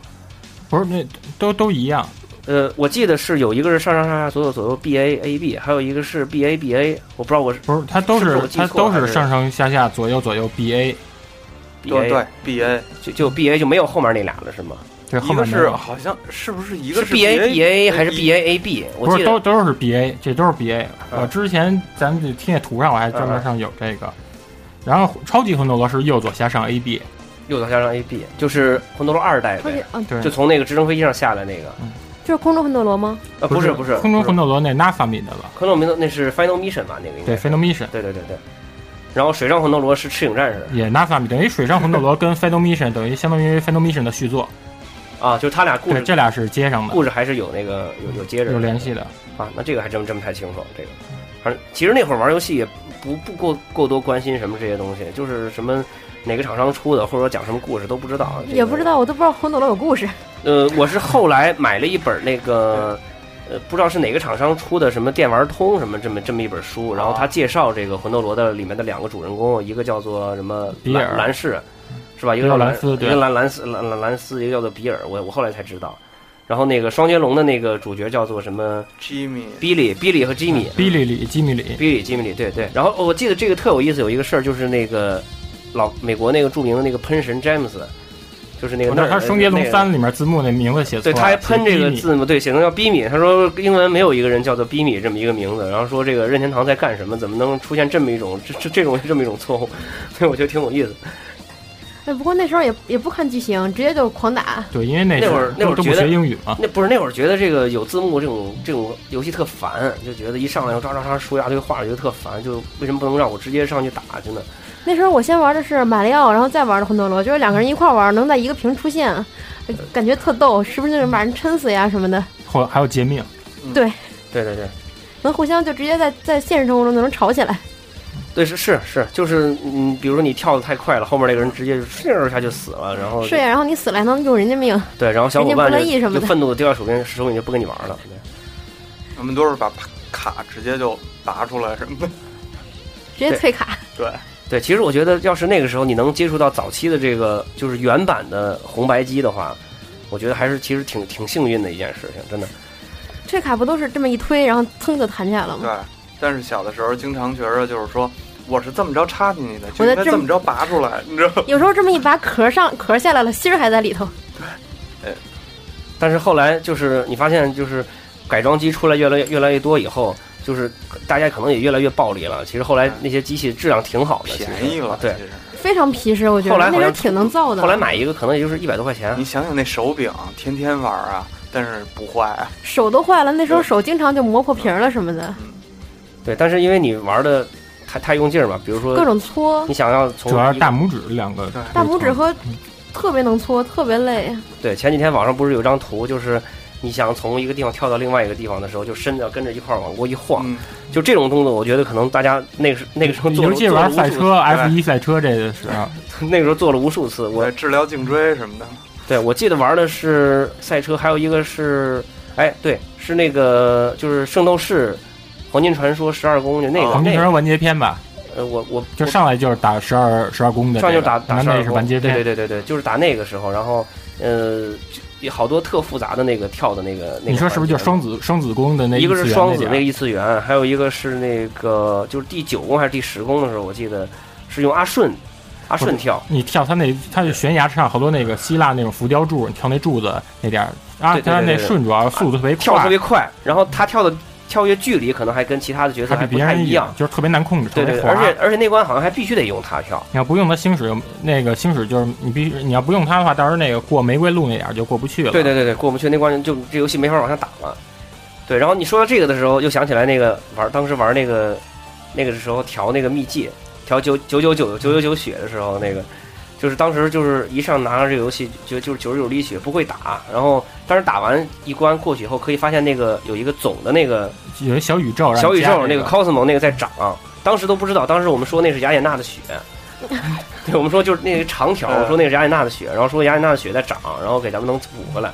Speaker 3: 不是那都都一样，
Speaker 1: 呃，我记得是有一个是上上上下左右左右 B A A B，还有一个是 B A B A，我不知道我是
Speaker 3: 不是它都
Speaker 1: 是不是
Speaker 3: 是
Speaker 1: 我记
Speaker 3: 它
Speaker 1: 错了
Speaker 3: 都
Speaker 1: 还
Speaker 3: 是
Speaker 1: 是
Speaker 3: 上上下下左右左右 B A，
Speaker 1: B
Speaker 2: 对
Speaker 1: A，
Speaker 2: 对，B A，
Speaker 1: 就就 B A 就没有后面那俩了是吗？
Speaker 3: 这后
Speaker 2: 一
Speaker 3: 面
Speaker 2: 个
Speaker 3: 没
Speaker 2: 是
Speaker 3: 有。
Speaker 2: 好像是不是一个
Speaker 1: 是 B A B A 还是 B A A B？
Speaker 3: 不
Speaker 1: 我记
Speaker 3: 是
Speaker 1: 得
Speaker 3: 都都是 B A，这都是 B A。我
Speaker 1: 嗯
Speaker 3: 之前咱们这贴那图上我还专门上有这个，然后超级魂斗罗是右左下上 A B，
Speaker 1: 右左下上 A B，就是魂斗罗二代
Speaker 4: 他就
Speaker 1: 呗，
Speaker 4: 嗯，
Speaker 3: 对
Speaker 1: 就，从那个直升飞机上下来那个。
Speaker 4: 就是空中魂斗罗吗？
Speaker 1: 呃，不是不是，
Speaker 3: 空中魂
Speaker 1: 斗，
Speaker 3: 斗罗那 NASA 米的了，
Speaker 1: 空中魂斗那是 Final Mission 吧？那个应该
Speaker 3: 对 p h e n o m i s s i o
Speaker 1: 对对对对。然后水上魂斗罗是赤影战士
Speaker 3: n 也 NASA 米等于水上魂斗
Speaker 1: *laughs*
Speaker 3: 罗跟 p h e n o m i s s i o n 等于相当于 p h e n o m i s s i o n 的续作，
Speaker 1: 啊，就是他俩故
Speaker 3: 对，
Speaker 1: 事
Speaker 3: 这俩是接上的，
Speaker 1: 故事还是有那个有有接着的
Speaker 3: 有联系的。
Speaker 1: 啊。那这个还真真不太清楚这个。反正其实那会儿玩游戏也不不过过多关心什么这些东西，就是什么哪个厂商出的，或者说讲什么故事都不知道，这个
Speaker 4: 也不知道，我都不知道魂斗罗有故事。 *laughs*
Speaker 1: 呃，我是后来买了一本那个，呃，不知道是哪个厂商出的什么电玩通什么这么这么一本书，然后
Speaker 3: 哦
Speaker 1: 他介绍这个魂斗罗的里面的两个主人公，一个叫做什么
Speaker 3: 比
Speaker 1: 兰
Speaker 3: 尔
Speaker 1: 兰士，是吧？一个
Speaker 3: 比
Speaker 1: 叫
Speaker 3: 尔
Speaker 1: 兰
Speaker 3: 兰斯
Speaker 1: 一
Speaker 3: 对
Speaker 1: 个兰兰斯兰兰兰斯，一个叫做比尔。我我后来才知道。然后那个双截龙的那个主角叫做什么
Speaker 2: Jimmy？
Speaker 1: 比利，比利和吉米，
Speaker 3: 比利里、基米里，
Speaker 1: 比利吉米里，对对。然后哦我记得这个特有意思，有一个事儿就是那个老美国那个著名的那个喷神詹姆斯，就是那个
Speaker 3: 我知道哦他《
Speaker 1: 那
Speaker 3: 双截龙
Speaker 1: 那个
Speaker 3: 三》里面字幕那名字写错啊
Speaker 1: 对，
Speaker 3: 了，
Speaker 1: 他还喷这个
Speaker 3: 写 Bini
Speaker 1: 字母，对，写成叫 “bimi”。他说英文没有一个人叫做 “bimi” 这么一个名字，然后说这个任天堂在干什么？怎么能出现这么一种这这这种这么一种错误？ *laughs* 所以我觉得挺有意思。
Speaker 4: 哎，不过那时候也也不看剧情，直接就狂打。
Speaker 3: 对，因为那
Speaker 1: 那会儿
Speaker 3: 是
Speaker 1: 那会儿
Speaker 3: 都
Speaker 1: 觉
Speaker 3: 不
Speaker 1: 得
Speaker 3: 学英语嘛，
Speaker 1: 那不是那会儿觉得这个有字幕这种这种游戏特烦，就觉得一上来就喳喳喳说一大堆话，觉得特烦。就为什么不能让我直接上去打？真的，
Speaker 4: 那时候我先玩的是马里奥，然后再玩的魂斗罗，就是两个人一块玩，能在一个屏出现，呃感觉特逗，是不是那种把人抻死呀什么的？
Speaker 1: 哦
Speaker 3: 或还有截命，
Speaker 4: 对，
Speaker 1: 对对对。
Speaker 4: 能互相就直接在在现实生活中就能吵起来。
Speaker 1: 哦对，是是是，就是嗯，比如说你跳的太快了，后面那个人直接就嗖一下就死了，然后
Speaker 4: 是呀，啊然后你死了还能用人家命，
Speaker 1: 对，然后小伙
Speaker 4: 人
Speaker 1: 伴
Speaker 4: 家不乐意
Speaker 1: 就
Speaker 4: 什么
Speaker 1: 就
Speaker 4: 的
Speaker 1: 愤怒的丢下手边手柄就不跟你玩了。对
Speaker 2: 他们都是把卡直接就拔出来什么的。
Speaker 4: 直接退卡。
Speaker 2: 对，
Speaker 1: 对，其实我觉得，要是那个时候你能接触到早期的这个就是原版的红白机的话，我觉得还是其实挺挺幸运的一件事情，真的。
Speaker 4: 退卡不都是这么一推，然后噌就弹起来了吗？
Speaker 2: 对，但是小的时候经常觉着就是说，我是这么着插进去的，就
Speaker 4: 我在
Speaker 2: 应该
Speaker 4: 这
Speaker 2: 这
Speaker 4: 么
Speaker 2: 么着拔出来，你知道吗？
Speaker 4: 有时候这么一拔壳上壳下来了，芯儿还在里头。
Speaker 1: 但是后来就是你发现，就是改装机出来越来越越来越多以后，就是大家可能也越来越暴力了。其实后来那些机器质量挺好的，其实
Speaker 2: 便宜了，
Speaker 1: 对
Speaker 2: 其，实
Speaker 4: 非常皮实，我觉得
Speaker 1: 后来
Speaker 4: 那
Speaker 1: 好
Speaker 4: 时候
Speaker 1: 像
Speaker 4: 挺能造的。
Speaker 1: 后来买一个可能也就是一百多块钱
Speaker 2: 你，想想那手柄，天天玩啊，但是不坏啊。
Speaker 4: 手都坏了，那时候手经常就磨破皮儿了什么的，
Speaker 1: 对。但是因为你玩的太太用劲儿嘛，比如
Speaker 4: 各
Speaker 1: 说
Speaker 4: 种搓
Speaker 1: 你，想要从
Speaker 3: 主要是大拇指两个
Speaker 2: 对，
Speaker 4: 大拇指和特别能搓，特别累。
Speaker 1: 对，前几天网上不是有张图，就是你想从一个地方跳到另外一个地方的时候，就身子要跟着一块儿往过一晃，
Speaker 2: 嗯，
Speaker 1: 就这种动作，我觉得可能大家那个时 *laughs* 那个时候做
Speaker 3: 尤
Speaker 1: 了
Speaker 3: 其是
Speaker 1: 做了
Speaker 3: 玩
Speaker 1: 无
Speaker 3: 赛
Speaker 1: 数
Speaker 3: 车啊 F 一赛车这个啊时候，
Speaker 1: 次， *laughs* 那个时候做了无数次。我
Speaker 2: 对，治疗颈椎什么的。
Speaker 1: 对我记得玩的是赛车，还有一个是，哎，对，是那个就是圣斗士。黄金传说十二宫就那个
Speaker 2: 哦
Speaker 3: 黄金
Speaker 1: 那
Speaker 3: 城
Speaker 1: 个，
Speaker 3: 文杰篇吧，
Speaker 1: 呃，我我
Speaker 3: 就上来就是打十二十二宫的这
Speaker 1: 上
Speaker 3: 个，
Speaker 1: 就打打
Speaker 3: 那
Speaker 1: 十
Speaker 3: 那
Speaker 1: 二
Speaker 3: 是
Speaker 1: 宫
Speaker 3: 完结
Speaker 1: 对对
Speaker 3: 篇，
Speaker 1: 对对对，就是打那个时候，然后呃，就有好多特复杂的那个跳的那个那个环节。
Speaker 3: 你说是不是就双子双子宫的那
Speaker 1: 一个
Speaker 3: 次啊
Speaker 1: 是
Speaker 3: 元
Speaker 1: 双子
Speaker 3: 点
Speaker 1: 那个异次元，还有一个是那个就是第九宫还是第十宫的时候，我记得是用阿顺，阿
Speaker 3: 哦
Speaker 1: 顺跳。
Speaker 3: 你跳它那，它是悬崖上好多那个希腊那种浮雕柱，你跳那柱子那点儿啊
Speaker 1: 对对，对
Speaker 3: 它那
Speaker 1: 对对
Speaker 3: 顺主要速度特别快，
Speaker 1: 跳得特别快，然后他跳的跳跃距离可能还跟其他的角色
Speaker 3: 它
Speaker 1: 还
Speaker 3: 比
Speaker 1: 不
Speaker 3: 别
Speaker 1: 太
Speaker 3: 人
Speaker 1: 一样。
Speaker 3: 就是特别难控制，特
Speaker 1: 对对，
Speaker 3: 别
Speaker 1: 对
Speaker 3: 滑
Speaker 1: 而。且而且那关好像还必须得用他跳。
Speaker 3: 你要不用它星矢，那个星矢就是你必须你要不用它的话，到时候那个过玫瑰路那点儿就过不去了。
Speaker 1: 对对对对，过不去那关就这游戏没法往下打了。对，然后你说到这个的时候，又想起来那个玩当时玩那个那个时候调那个秘技，调九九九九九九九血的时候，那个就是当时就是一上拿着这个游戏就就是九十九滴血不会打，然后但是打完一关过去以后，可以发现那个有一个总的那个
Speaker 3: 有一小宇宙，然后
Speaker 1: 小宇
Speaker 3: 加
Speaker 1: 宙那个 Cosmo 那个在涨，当时都不知道，当时我们说那是雅典娜的血，对，我们说就是那个长条，
Speaker 2: 嗯
Speaker 1: 我说那是雅典娜的血，然后说雅典娜的血在涨，然后给咱们能补回来。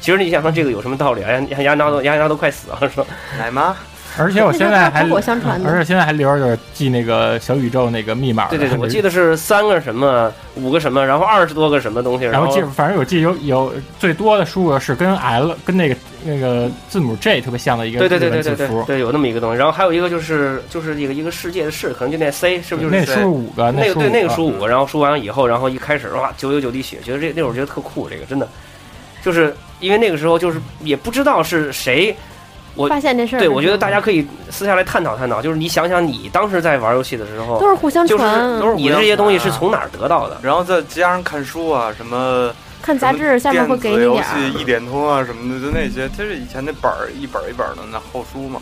Speaker 1: 其实你想说这个有什么道理？啊雅雅典娜都雅典娜都快死了，说
Speaker 2: 奶妈，
Speaker 3: 而且我现在还
Speaker 4: 那时候大家。口口相传
Speaker 3: 而
Speaker 4: 的，
Speaker 3: 且现在还留着就是记那个小宇宙那个密码的，
Speaker 1: 对 *laughs* 对对，我记
Speaker 3: 得。
Speaker 1: 得是三个什么，五个什么，然后二十多个什么东西，
Speaker 3: 然
Speaker 1: 然
Speaker 3: 后
Speaker 1: 后
Speaker 3: 记，反正我记得有有最多的输入是跟 L 跟那个那个字母 J 特别像的一个
Speaker 1: 对对对
Speaker 3: 日
Speaker 1: 对
Speaker 3: 文
Speaker 1: 对
Speaker 3: 字
Speaker 1: 对
Speaker 3: 符，
Speaker 1: 对，有那么一个东西。然后还有一个就是就是一个一个世界的世，可能就那 C 是不是就
Speaker 3: 那
Speaker 1: 是
Speaker 3: 输入五个，
Speaker 1: 那个
Speaker 3: 输
Speaker 1: 对那个
Speaker 2: 啊
Speaker 3: 五
Speaker 1: 输五
Speaker 2: 嗯
Speaker 1: 个，然后输完以后，然后一开始哇九九九滴血，觉得这那会儿觉得特酷，这个真的，就是因为那个时候就是也不知道是谁，我
Speaker 4: 发现这事儿。
Speaker 1: 对我觉得大家可以私下来探讨探讨，就是你想想你当时在玩游戏的时
Speaker 3: 哦
Speaker 1: 候
Speaker 4: 都，是互相
Speaker 1: 就是
Speaker 4: 传，
Speaker 2: 都是
Speaker 1: 你的这些东西
Speaker 2: 嗯
Speaker 1: 是从哪儿得到的？
Speaker 2: 然后再加上看书啊，什么
Speaker 4: 看杂志下面会给你
Speaker 2: 电
Speaker 4: 点
Speaker 2: 子游
Speaker 4: 儿。
Speaker 2: 戏一点通啊什么的，就那些，就是以前那本儿一本儿一本儿的那厚书嘛，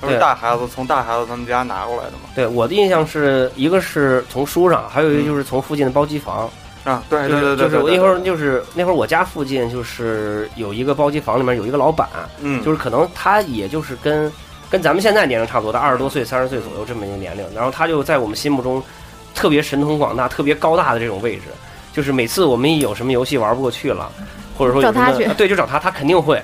Speaker 2: 都是
Speaker 1: 对
Speaker 2: 大孩子从大孩子他们家拿过来的嘛。
Speaker 1: 对我的印象是一个是从书上，还有一个就是从附近的包机房，
Speaker 2: 啊，对
Speaker 1: 就
Speaker 2: 对
Speaker 1: 是就
Speaker 2: 对对
Speaker 1: 是
Speaker 2: 对，
Speaker 1: 我
Speaker 2: 对
Speaker 1: 那会儿就是那会儿我家附近就是有一个包机房里面有一个老板，
Speaker 2: 嗯，
Speaker 1: 就是可能他也就是跟跟咱们现在年龄差不多，他二十多岁、三十岁左右这么一个年龄，然后他就在我们心目中特别神通广大、特别高大的这种位置，就是每次我们一有什么游戏玩不过去了，或者说有
Speaker 4: 找他
Speaker 1: 什么
Speaker 4: 去嗯
Speaker 1: 对，就找他，他肯定会，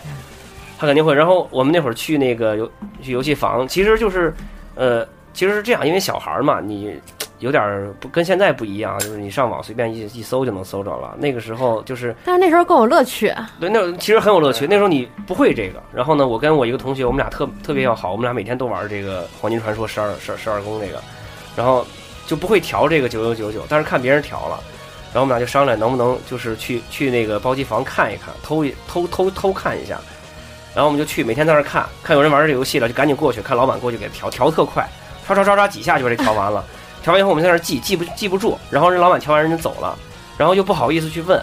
Speaker 1: 他肯定会。然后我们那会儿去那个游去游戏房，其实就是呃，其实是这样，因为小孩儿嘛，你。有点儿不跟现在不一样，就是你上网随便一一搜就能搜着了。那个时候就是
Speaker 4: 但是那时候更有乐趣，
Speaker 1: 对，那其实很有乐趣。那时候你不会这个，然后呢，我跟我一个同学，我们俩特特别要好，我们俩每天都玩这个《黄金传说》十二十十二宫这个，然后就不会调这个九九九九，但是看别人调了，然后我们俩就商量能不能就是去去那个包机房看一看，偷一偷偷偷看一下，然后我们就去每天在那儿看看有人玩这游戏了，就赶紧过去看老板过去给他调调特快，刷刷刷刷几下就把这调完了，调完以后我们在那儿记记不记不住，然后人老板调完人就走了，然后又不好意思去问。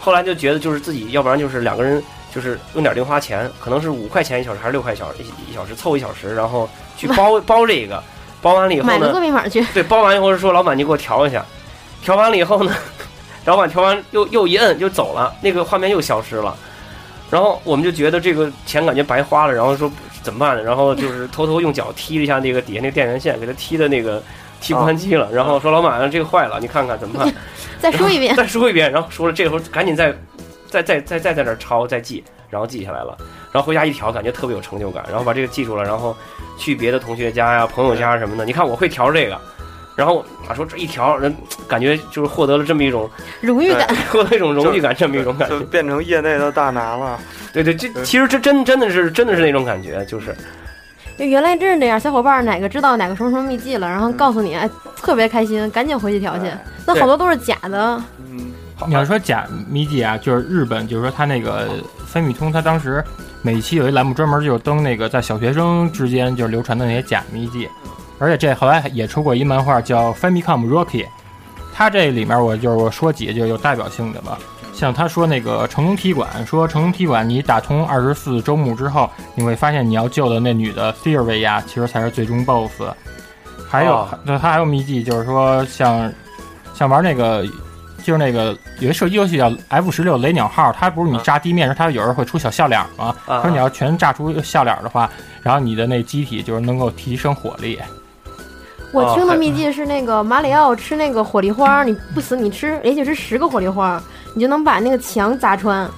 Speaker 1: 后来就觉得就是自己，要不然就是两个人就是用点零花钱，可能是五块钱一小时还是六块一小时一一小时凑一小时，然后去包 *laughs* 包这个，包完了以后
Speaker 4: 买了
Speaker 1: 呢
Speaker 4: 个，密码
Speaker 1: *laughs*
Speaker 4: 去，
Speaker 1: 对，包完以后说老板你给我调一下，调完了以后呢， *laughs* 老板调完又又一摁就走了，那个画面又消失了，然后我们就觉得这个钱感觉白花了，然后说怎么办？然后就是偷偷用脚踢了一下那个底下那个电源线，给它踢的那个踢关机了。然后说老马，这个坏了，你看看怎么办？
Speaker 4: 再说一遍，
Speaker 1: *laughs* 再说一遍，然后说了这时候赶紧再再再再再在那儿抄再记，然后记下来了，然后回家一调，感觉特别有成就感，然后把这个记住了，然后去别的同学家呀、朋友家什么的，你看我会调这个。然后啊，说这一调，人感觉就是获得了这么一种
Speaker 4: 荣誉感。
Speaker 1: 获得一种荣誉感，这么一种感觉
Speaker 2: 就。变成业内的大拿了。
Speaker 1: 对对，这其实这真真的是真的是那种感觉，就是
Speaker 4: 原来真是这样，小伙伴儿哪个知道哪个什么什么秘籍了，然后告诉你，哎，特别开心，赶紧回去调去
Speaker 2: 哎。
Speaker 4: 那
Speaker 1: 嗯对
Speaker 4: 好多都是假的，
Speaker 2: 嗯，
Speaker 1: 好
Speaker 3: 你要说假谜底啊，就是日本，就是说他那个飞米通，他当时每期有一栏目专门就登那个在小学生之间就是流传的那些假谜底，而且这后来也出过一漫画叫《Famicom Rocky》，他这里面我就是我说几个就有代表性的吧，像他说那个成龙踢馆，说成龙踢馆你打通二十四周目之后，你会发现你要救的那女的 t h e r y 啊，其实才是最终 BOSS。还有
Speaker 1: 哦，
Speaker 3: 那、他还有秘籍，就是说像像玩那个就是那个有一射击游戏叫 F 十六雷鸟号，它不是你炸地面时，它有时候会出小笑脸吗？
Speaker 1: 啊
Speaker 3: 它嗯说你要全炸出笑脸的话，然后你的那机体就是能够提升火力。
Speaker 4: 我听的
Speaker 1: 还
Speaker 4: 秘籍是那个马里奥吃那个火力花儿，你不死你吃，连续吃十个火力花儿，你就能把那个墙砸穿。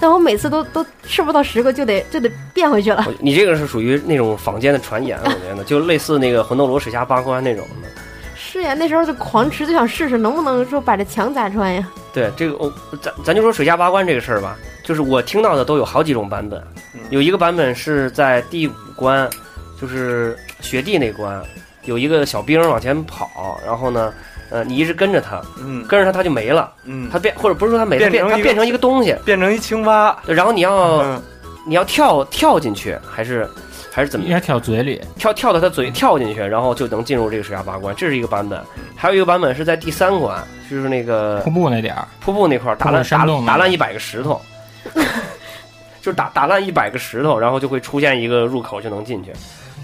Speaker 4: 但我每次都都吃不到十个，就得就得变回去了。
Speaker 1: 我你这个是属于那种坊间的传言，我觉得就类似那个魂斗罗水下八关那种的。
Speaker 4: 是呀，那时候就狂吃，就想试试能不能说把这墙砸穿呀。
Speaker 1: 对这个，我咱咱就说水下八关这个事儿吧，就是我听到的都有好几种版本
Speaker 2: 嗯，
Speaker 1: 有一个版本是在第五关，就是雪地那关，有一个小兵往前跑，然后呢，呃，你一直跟着他，
Speaker 2: 嗯
Speaker 1: 跟着他他就没了，
Speaker 2: 嗯，
Speaker 1: 他变或者不是说他没了，
Speaker 2: 变
Speaker 1: 变
Speaker 2: 成
Speaker 1: 他
Speaker 2: 一个
Speaker 1: 变成一个东西，
Speaker 2: 变成一青蛙。
Speaker 1: 然后你要
Speaker 2: 嗯，
Speaker 1: 你要跳跳进去还是还是怎么
Speaker 3: 应？该跳嘴里，
Speaker 1: 跳跳到他嘴跳进去，然后就能进入这个水下八关，这是一个版本。还有一个版本是在第三关，就是那个
Speaker 3: 瀑布那点儿，
Speaker 1: 瀑布那块儿打
Speaker 3: 瀑
Speaker 1: 烂
Speaker 3: 布
Speaker 1: 打
Speaker 3: 山洞那
Speaker 1: 打烂
Speaker 3: 个
Speaker 1: 一百个石头， *laughs* 就是打打烂一百个石头，然后就会出现一个入口就能进去。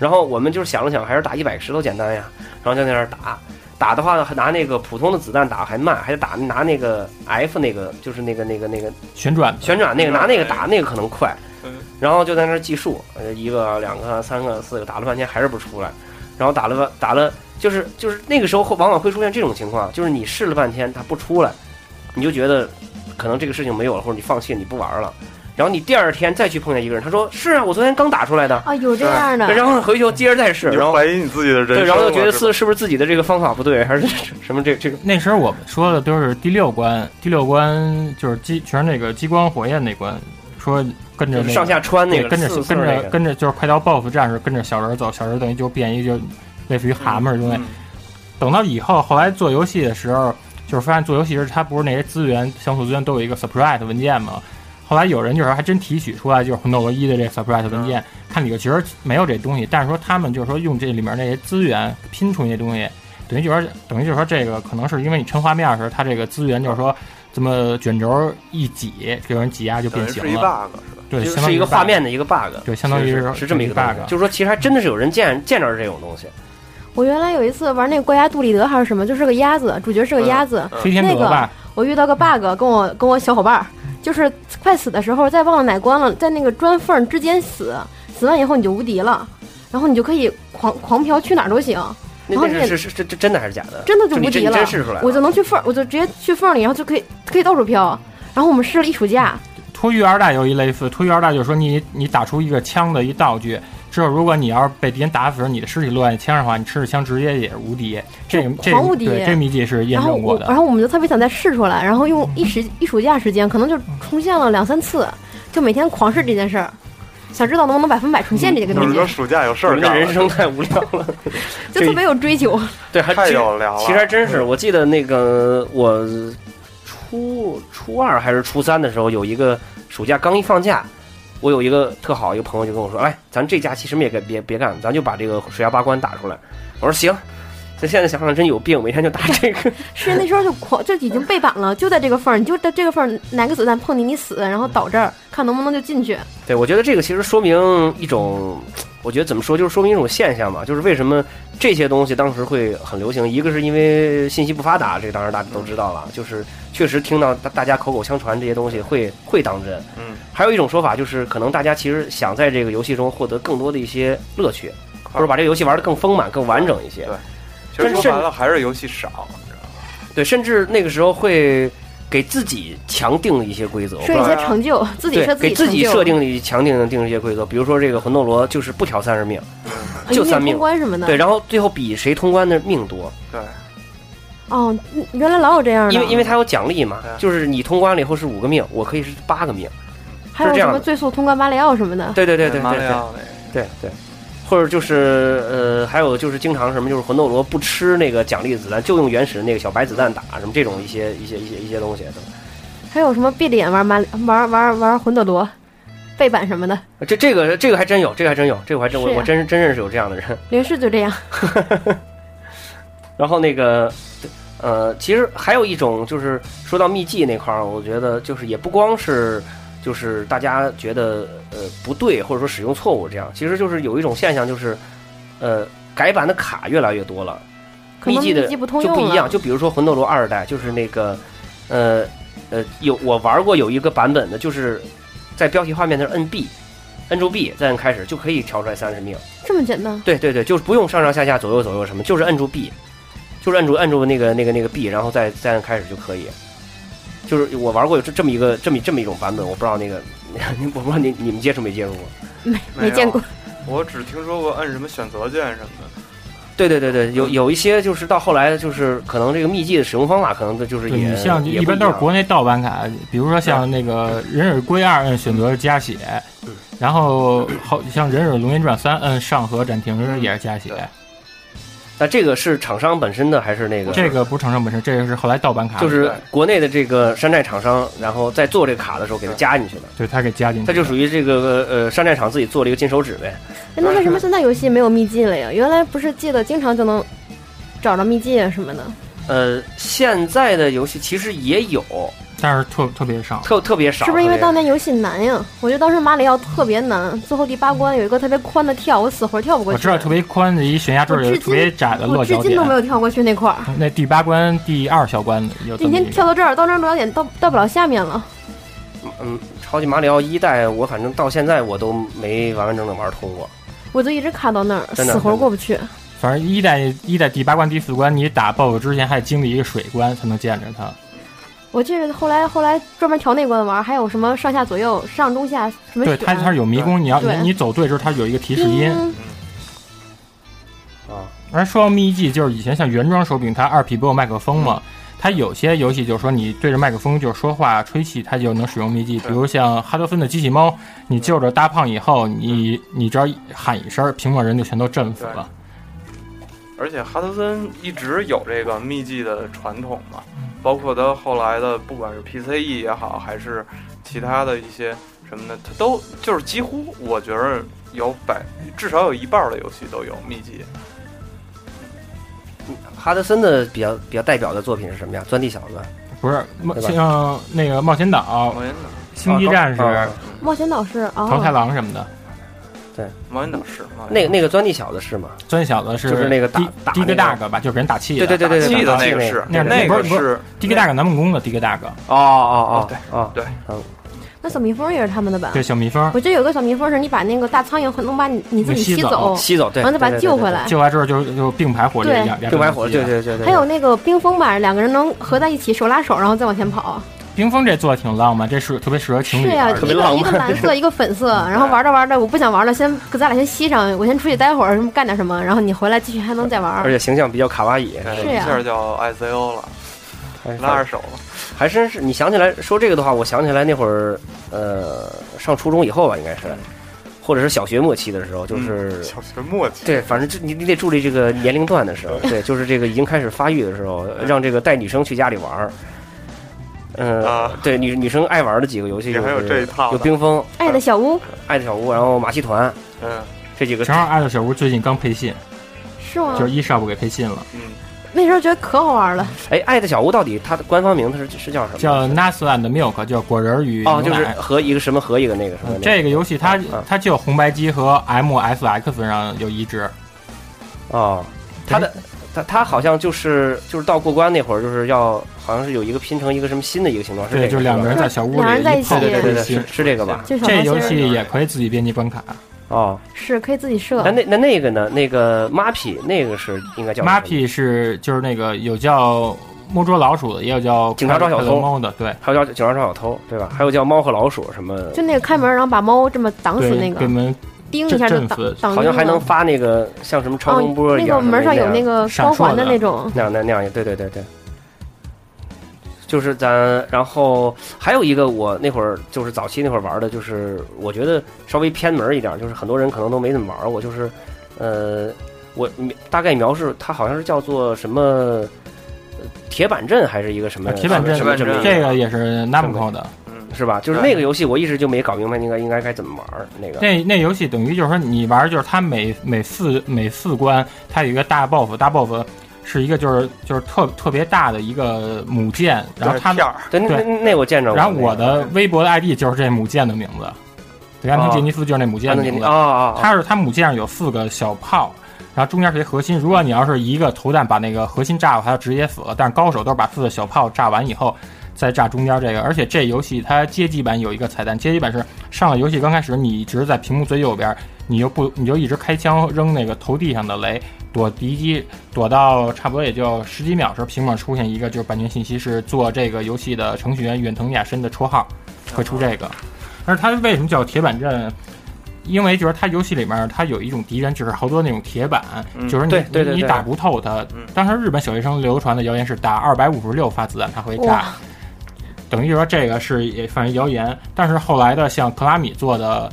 Speaker 1: 然后我们就是想了想，还是打一百个石头简单呀，然后就在那儿打。打的话，拿那个普通的子弹打还慢，还得打拿那个 F 那个，就是那个那个那个
Speaker 3: 旋转的。
Speaker 1: 旋转那个拿那个打那个可能快
Speaker 2: 嗯，
Speaker 1: 然后就在那儿计数，呃一个、两个、三个、四个，打了半天还是不出来，然后打了个打了，就是就是那个时候会往往会出现这种情况，就是你试了半天它不出来，你就觉得可能这个事情没有了，或者你放弃了你不玩了，然后你第二天再去碰见一个人，他说是啊，我昨天刚打出来的，
Speaker 4: 啊，有这样
Speaker 3: 嗯
Speaker 4: 的。
Speaker 1: 然后回去又接着再试，
Speaker 2: 你
Speaker 1: 然
Speaker 2: 就
Speaker 1: 后
Speaker 2: 怀疑你自己的人
Speaker 1: 对，
Speaker 2: 生了，
Speaker 1: 然后又觉得
Speaker 2: 是吧
Speaker 1: 是是不是自己的这个方法不对，还是什么这这种
Speaker 3: 那时候我们说的都是第六关，第六关就是激全是那个激光火焰那关，说跟着
Speaker 1: 就
Speaker 3: 那
Speaker 1: 是
Speaker 3: 个
Speaker 1: 上下穿那
Speaker 3: 对
Speaker 1: 个
Speaker 3: 跟着
Speaker 1: 四四
Speaker 3: 跟
Speaker 1: 那
Speaker 3: 着
Speaker 1: 个
Speaker 3: 跟着就是快到 BOSS 战士跟着小人儿走，小人儿等于就变一个就类似于蛤蟆儿的东西。
Speaker 2: 嗯
Speaker 3: 等到以后后来做游戏的时候，就是发现做游戏时它不是那些资源像素资源都有一个 surprise 文件嘛。后来有人就是还真提取出来，就是魂斗罗一的这 surprise 文
Speaker 1: 嗯
Speaker 3: 件，看里头其实没有这东西，但是说他们就是说用这里面那些资源拼出那些东西，等于就是说等于就是说这个可能是因为你抻画面的时候，它这个资源就是说这么卷轴一挤，给人挤压就
Speaker 2: 等
Speaker 3: 变
Speaker 2: 于
Speaker 3: 形
Speaker 2: 是一
Speaker 3: 了，
Speaker 2: bug 是吧？
Speaker 3: 对，
Speaker 1: 就
Speaker 3: 相当
Speaker 1: 是
Speaker 3: 于
Speaker 1: 一个
Speaker 3: bug
Speaker 1: 画面的一个 bug，
Speaker 3: 对相当于
Speaker 1: 是
Speaker 3: 是
Speaker 1: 是这么一个
Speaker 3: bug
Speaker 1: 就是说其实还真的是有人见见着这种东西，
Speaker 4: 我原来有一次玩那个怪侠杜立德还是什么，就是个鸭子，主角是个鸭子。
Speaker 3: 飞天
Speaker 4: 那
Speaker 3: 德
Speaker 4: 个
Speaker 3: 吧，
Speaker 4: 我遇到个 bug，跟我跟我小伙伴儿，就是快死的时候，再忘了哪关了，在那个砖缝之间死，死完以后你就无敌了，然后你就可以狂狂飘去哪儿都行，
Speaker 1: 那
Speaker 4: 然后
Speaker 1: 那
Speaker 4: 啊那
Speaker 1: 是是是这真的还是假的？
Speaker 4: 真的就
Speaker 1: 你
Speaker 4: 无
Speaker 1: 真你
Speaker 4: 敌了
Speaker 1: 真，试出来了
Speaker 4: 我就能去缝儿，我就直接去缝儿里，然后就可以可以到处飘。然后我们试了一暑假，
Speaker 3: 脱玉二代有一类似，脱玉二代就是说你你打出一个枪的一道具之后，如果你要是被敌人打死时，你的尸体落在枪上的话，你吃着枪直接也是无敌。这个这
Speaker 4: 狂无
Speaker 3: 个
Speaker 4: 敌
Speaker 3: 对这秘籍是验
Speaker 4: 然后
Speaker 3: 证过
Speaker 4: 我啊然
Speaker 3: 的。
Speaker 4: 后我们就特别想再试出来，然后用一时一暑假时间，可能就重现了两三次，就每天狂试这件事儿，想知道能不能百分百
Speaker 1: 嗯
Speaker 4: 重现这个
Speaker 2: 就
Speaker 4: 东
Speaker 2: 是
Speaker 4: 西
Speaker 2: 说，暑假有事
Speaker 1: 你们
Speaker 2: 儿
Speaker 1: 的
Speaker 2: 干
Speaker 1: 人
Speaker 2: 了，
Speaker 1: 生太无聊 *laughs* 了，
Speaker 4: 就特别有追求。
Speaker 1: 对，还
Speaker 2: 太
Speaker 1: 其实
Speaker 2: 有聊了。
Speaker 1: 其实还真是，我记得那个我初初二还是初三的时候，有一个暑假刚一放假，我有一个特好一个朋友就跟我说：“哎，咱这假期什么也别别别干，咱就把这个水下八关打出来。”我说：“行。”这现在想想真有病，每天就打这个。
Speaker 4: 是那时候就狂，就已经背板了，就在这个缝儿，你就在这个缝儿，哪个子弹碰你，你死，然后倒这儿，看能不能就进去。
Speaker 1: 对，我觉得这个其实说明一种我觉得怎么说，就是说明一种现象嘛，就是为什么这些东西当时会很流行，一个是因为信息不发达，这个当然大家都知道了，就是确实听到大大家口口相传这些东西会会当真。
Speaker 2: 嗯，
Speaker 1: 还有一种说法就是，可能大家其实想在这个游戏中获得更多的一些乐趣，或者把这个游戏玩得更丰满、更完整一些。
Speaker 2: 对其实
Speaker 1: 但是
Speaker 2: 说白了还是游戏少，你知道吗？
Speaker 1: 对，甚至那个时候会给自己强定一些规则，我不
Speaker 4: 说
Speaker 1: 知
Speaker 4: 一
Speaker 1: 道
Speaker 4: 些成就，自己
Speaker 1: 啊对
Speaker 4: 设
Speaker 1: 给
Speaker 4: 自
Speaker 1: 自己
Speaker 4: 己成就
Speaker 1: 设定的强定定一些规则，比如说这个魂斗罗就是不挑三十命，*laughs*
Speaker 4: 哎
Speaker 1: 就
Speaker 4: 你
Speaker 1: 三
Speaker 4: 通
Speaker 1: 命
Speaker 4: 关什么的。
Speaker 1: 对，然后最后比谁通关的命多，
Speaker 2: 对，
Speaker 4: 哦，嗯原来老有这样的。
Speaker 1: 因为因为它有奖励嘛
Speaker 2: 对，
Speaker 1: 就是你通关了以后是五个命，我可以是八个命，
Speaker 4: 还有
Speaker 1: 是这
Speaker 4: 什
Speaker 1: 样
Speaker 4: 么
Speaker 1: 的
Speaker 4: 最速通关马里奥什么的。
Speaker 1: 对对对对
Speaker 2: 马
Speaker 1: 嗯对
Speaker 2: 里
Speaker 1: 对
Speaker 2: 奥那个
Speaker 1: 对对，或者就是呃，还有就是经常什么就是魂斗罗不吃那个奖励子弹，就用原始那个小白子弹打什么这种一些一些一些一些东西，
Speaker 4: 还有什么闭着眼玩马里玩玩玩魂斗罗，背板什么的，
Speaker 1: 这这个这个还真有，这个还真有，这个我还真我
Speaker 4: 是啊
Speaker 1: 我真真认识有这样的人。
Speaker 4: 林氏就这样。
Speaker 1: 然后那个，呃，其实还有一种就是说到秘技那块儿，我觉得就是也不光是就是大家觉得呃不对或者说使用错误这样，其实就是有一种现象就是，呃，改版的卡越来越多了，
Speaker 4: 可
Speaker 1: 秘
Speaker 4: 能
Speaker 1: 技的
Speaker 4: 秘技不通
Speaker 1: 就
Speaker 4: 用
Speaker 1: 不一样，
Speaker 4: 了。
Speaker 1: 就比如说魂斗罗二代，就是那个，呃呃，有我玩过有一个版本的，就是在标题画面那儿摁 B。摁住 B 再摁开始就可以调出来三十命，
Speaker 4: 这么简单，
Speaker 1: 对对对，就是不用上上下下左右左右什么，就是摁住 B，就是摁住摁住那个那个那个 B，然后再再按开始就可以。就是我玩过有这这么一个这么这么一种版本，我不知道那个， *laughs* 我不知道你你们接触没接触过？
Speaker 4: 没
Speaker 2: 没有
Speaker 4: 见过。
Speaker 2: 我只听说过摁什么选择键什么的，
Speaker 1: 对对对对，
Speaker 3: 嗯
Speaker 1: 有有一些就是到后来就是可能这个秘技的使用方法可能就是
Speaker 3: 对
Speaker 1: 也
Speaker 3: 你像
Speaker 1: 也
Speaker 3: 一般
Speaker 1: 不
Speaker 3: 都
Speaker 1: 样
Speaker 3: 是国内盗版卡，比如说像那个《忍者龟二》摁选择是加血，然后好像《忍者龙吟传三》摁上合暂停是也是加血，
Speaker 1: 那这个是厂商本身的还是那个？
Speaker 3: 这个不是厂商本身，这个是后来盗版卡，
Speaker 1: 就是国内的这个山寨厂商，然后在做这个卡的时
Speaker 3: 嗯
Speaker 1: 候给它
Speaker 2: 对
Speaker 1: 加进去的，
Speaker 3: 对他给加进去
Speaker 1: 它
Speaker 3: 的，
Speaker 1: 就属于这个呃山寨厂自己做了一个金手指呗。
Speaker 4: 哎那为什么现在游戏没有秘技了呀？原来不是记得经常就能找着秘技啊什么的。
Speaker 1: 呃，现在的游戏其实也有，
Speaker 3: 但是特特别少。
Speaker 1: 特特别少，
Speaker 4: 是不是因为
Speaker 1: 特别
Speaker 4: 当年游戏难呀？我觉得当时马里奥特别难，最后第八关有一个特别宽的跳，我死活跳不过
Speaker 3: 我
Speaker 4: 去。
Speaker 3: 知道特别宽的一悬崖坠儿有特别窄的落
Speaker 4: 我至
Speaker 3: 脚
Speaker 4: 今
Speaker 3: 点
Speaker 4: 都，没有跳过去那块儿。
Speaker 3: 啊那第八关第二小关有这
Speaker 4: 今
Speaker 3: 么
Speaker 4: 天
Speaker 3: 一
Speaker 4: 跳
Speaker 3: 个。
Speaker 4: 到这儿，到这儿落脚点到到不了下面了。
Speaker 1: 嗯，超级马里奥一代，我反正到现在我都没完完整整玩通过。
Speaker 4: 我就一直卡到那儿，
Speaker 1: 真的
Speaker 4: 死活过不去。
Speaker 3: 反正一代一代第八关第四关，你打 BOSS 之前还经历一个水关才能见着它。
Speaker 4: 我记得后来后来专门调那关玩，还有什么上下左右、上中下什么
Speaker 3: 对，
Speaker 4: 选。
Speaker 3: 它它是有迷宫，你要你
Speaker 4: 对
Speaker 3: 你走对之后，它有一个提示音。
Speaker 4: 嗯
Speaker 1: 啊，
Speaker 3: 而说到秘技，就是以前像原装手柄，它二匹不有麦克风嘛，
Speaker 4: 嗯
Speaker 3: 它有些游戏就是说你对着麦克风就是说话吹气，它就能使用秘技。比如像哈德芬的机器猫，你救着大胖以后，
Speaker 1: 嗯
Speaker 3: 你你只要喊一声，屏幕人就全都震死了。
Speaker 2: 而且哈德森一直有这个秘技的传统嘛，
Speaker 1: 嗯
Speaker 2: 包括他后来的不管是 PCE 也好，还是其他的一些什么的，他都就是几乎我觉得有百至少有一半儿的游戏都有秘技。
Speaker 1: 嗯哈德森的比较比较代表的作品是什么呀？钻地小子，
Speaker 3: 不是，冒
Speaker 1: 对吧
Speaker 3: 像那个冒险岛、
Speaker 1: 哦
Speaker 2: 冒险岛，
Speaker 3: 星际战士、
Speaker 1: 啊
Speaker 4: 冒险岛是
Speaker 3: 桃太
Speaker 4: 哦，
Speaker 3: 郎什么的。
Speaker 2: 冒险岛是吗？
Speaker 1: 那那个钻地小子是吗？
Speaker 3: 钻小子是
Speaker 1: 就是那个打
Speaker 3: 第
Speaker 1: 打
Speaker 3: 第一个
Speaker 1: 那个
Speaker 3: 大个吧，就给人打气的。
Speaker 1: 对对对对对，
Speaker 2: 记得
Speaker 1: 打
Speaker 2: 那
Speaker 1: 气
Speaker 2: 个是
Speaker 3: 那个
Speaker 2: 那
Speaker 3: 不
Speaker 2: 个
Speaker 3: 是不
Speaker 2: 是
Speaker 3: 第一个大个南梦宫的第一个大个，
Speaker 1: 哦哦
Speaker 2: 哦
Speaker 1: 哦哦，
Speaker 2: 对
Speaker 4: 那小蜜蜂也是他们的吧？
Speaker 3: 对小蜜蜂
Speaker 4: 我记得有个小蜜蜂是你把那个大苍蝇能把你你自己
Speaker 3: 给吸
Speaker 4: 吸
Speaker 3: 走
Speaker 4: 走，
Speaker 1: 吸走对，
Speaker 4: 然后再把它
Speaker 1: 对
Speaker 4: 救回，来。
Speaker 3: 救来之后就就并排火力
Speaker 4: 对
Speaker 3: 两
Speaker 1: 对对对并
Speaker 3: 两啊种
Speaker 1: 排火，
Speaker 3: 技
Speaker 1: 对
Speaker 3: 能
Speaker 1: 对对对。
Speaker 4: 还有那个冰封吧，两个人能合在一起，手拉手，然后再往前跑。
Speaker 3: 冰封这做的挺浪漫，这是特别适合情侣
Speaker 4: 是啊呀、
Speaker 3: 玩
Speaker 4: 一
Speaker 3: 的。
Speaker 1: 别
Speaker 4: 个
Speaker 1: 浪漫
Speaker 4: 一个蓝色，一个粉色，然后玩着玩着，我不想玩了，先咱俩先吸上，我先出去待会儿，什么干点什么，然后你回来继续还能再
Speaker 1: 而
Speaker 4: 玩。
Speaker 1: 且形象比较卡哇伊，哎
Speaker 4: 是呀
Speaker 2: 一下叫 ICO 了，
Speaker 1: 还是
Speaker 2: 拉着手了。
Speaker 1: 还真是。你想起来说这个的话，我想起来那会儿，呃，上初中以后吧，应该是，或者是小学末期的时候，就是
Speaker 2: 嗯小学默契，
Speaker 1: 对，反正就你你得注意这个年龄段的时
Speaker 2: 嗯
Speaker 1: 候，对，就是这个已经开始发育的时候，让这个带女生去家里玩儿。嗯、
Speaker 2: 啊
Speaker 1: 对，女女生爱玩的几个游戏、就是，
Speaker 2: 也还有这一套的
Speaker 1: 有冰封、
Speaker 4: 爱的小屋
Speaker 1: 爱的小屋，然后马戏团
Speaker 2: 嗯
Speaker 1: 这几个
Speaker 3: 正好爱豆小屋最近刚配信，
Speaker 4: 是吗嗯
Speaker 3: 就？是一 shop 给配信了。
Speaker 2: 嗯，
Speaker 4: 那时候觉得可好玩了。
Speaker 1: 哎，爱的小屋到底它的官方名它是是叫什么？
Speaker 3: 叫 Nuts and Milk，叫果仁儿与牛奶。
Speaker 1: 哦，就是和一个什么和一个那个什么
Speaker 3: 嗯
Speaker 1: 那个。
Speaker 3: 这个游戏它
Speaker 1: 嗯
Speaker 3: 它就有红白机和 MSX 上有移植，
Speaker 1: 哦，它的它它好像就是就是到过关那会儿，就是要好像是有一个拼成一个什么新的一个形状，是这
Speaker 3: 对，
Speaker 1: 个
Speaker 3: 就是两个人在小屋
Speaker 4: 两
Speaker 3: 里
Speaker 4: 人在一
Speaker 3: 一
Speaker 4: 起
Speaker 3: 碰
Speaker 1: 对对对对，
Speaker 3: 一起
Speaker 1: 是是这个吧？
Speaker 4: 就小
Speaker 3: 这
Speaker 4: 桃心
Speaker 3: 游
Speaker 4: 儿
Speaker 3: 戏也可以自己编辑关卡。
Speaker 1: 哦，
Speaker 4: 是可以自己设
Speaker 1: 那，那那那个呢？那个 Mappy 那个是应该叫什么
Speaker 3: Mappy 是就是那个有叫摸捉老鼠的，也有叫
Speaker 1: 警察抓小偷
Speaker 3: 快乐猫的，对
Speaker 1: 还有叫警察抓小偷，对吧？还有叫猫和老鼠什么，
Speaker 4: 就那个开门然后把猫这么挡死
Speaker 3: 对，
Speaker 4: 那
Speaker 3: 给我
Speaker 4: 个，
Speaker 3: 们
Speaker 4: 叮一下就
Speaker 3: 镇
Speaker 4: 挡
Speaker 3: 死
Speaker 4: 挡住
Speaker 1: 好像还能
Speaker 4: 了。
Speaker 1: 发那个像什么超声波
Speaker 4: 哦，
Speaker 1: 一
Speaker 4: 那
Speaker 1: 样
Speaker 4: 个
Speaker 1: 什么
Speaker 4: 门上有那个
Speaker 3: 闪
Speaker 4: 光
Speaker 3: 烁
Speaker 4: 环的
Speaker 3: 的
Speaker 4: 那种，
Speaker 1: 那样那那样，对对对对。就是咱，然后还有一个我那会儿就是早期那会儿玩的，就是我觉得稍微偏门一点，就是很多人可能都没怎么玩过，就是，呃，我大概描述它好像是叫做什么呃铁板阵还是一个什么
Speaker 3: 啊铁板阵
Speaker 1: 什么什么
Speaker 3: 这个也是 Namco 的。
Speaker 2: 嗯，
Speaker 1: 是吧？就是那个游戏我一直就没搞明白应该应该该怎么玩儿那个。
Speaker 3: 那那游戏等于就是说你玩儿就是它每每四每四关它有一个大 BOSS，大 BOSS 是一个就是就是特特别大的一个母舰，然后它
Speaker 2: 片儿，
Speaker 1: 对，那那那我见着过那
Speaker 3: 然
Speaker 1: 个。
Speaker 3: 后我的微博的 ID 就是这母舰的名字，对，安藤杰尼斯就是那母舰
Speaker 1: 哦安德
Speaker 3: 的
Speaker 1: 烈
Speaker 3: 名字
Speaker 1: 啊。啊啊！
Speaker 3: 它是它母舰上有四个小炮，然后中间是一核心。如果你要是一个投弹把那个核心炸了，它就直接死了。但是高手都是把四个小炮炸完以后再炸中间这个。而且这游戏它街机版有一个彩蛋，街机版是上了游戏刚开始，你只是在屏幕最右边，你就不你就一直开枪扔那个投地上的雷。躲敌机，躲到差不多也就十几秒时候，屏幕上出现一个就是版权信息，是做这个游戏的程序员远藤雅伸的绰号，会出这个。但是它为什么叫铁板阵？因为就是它游戏里面它有一种敌人，就是好多那种铁板，
Speaker 2: 嗯
Speaker 3: 就是你
Speaker 1: 对对对
Speaker 3: 你
Speaker 1: 对
Speaker 3: 打不透它
Speaker 2: 嗯。
Speaker 3: 当时日本小学生流传的谣言是打二百五十六发子弹它会炸
Speaker 4: 哇，
Speaker 3: 等于说这个是也反正谣言。但是后来的像克拉米做的。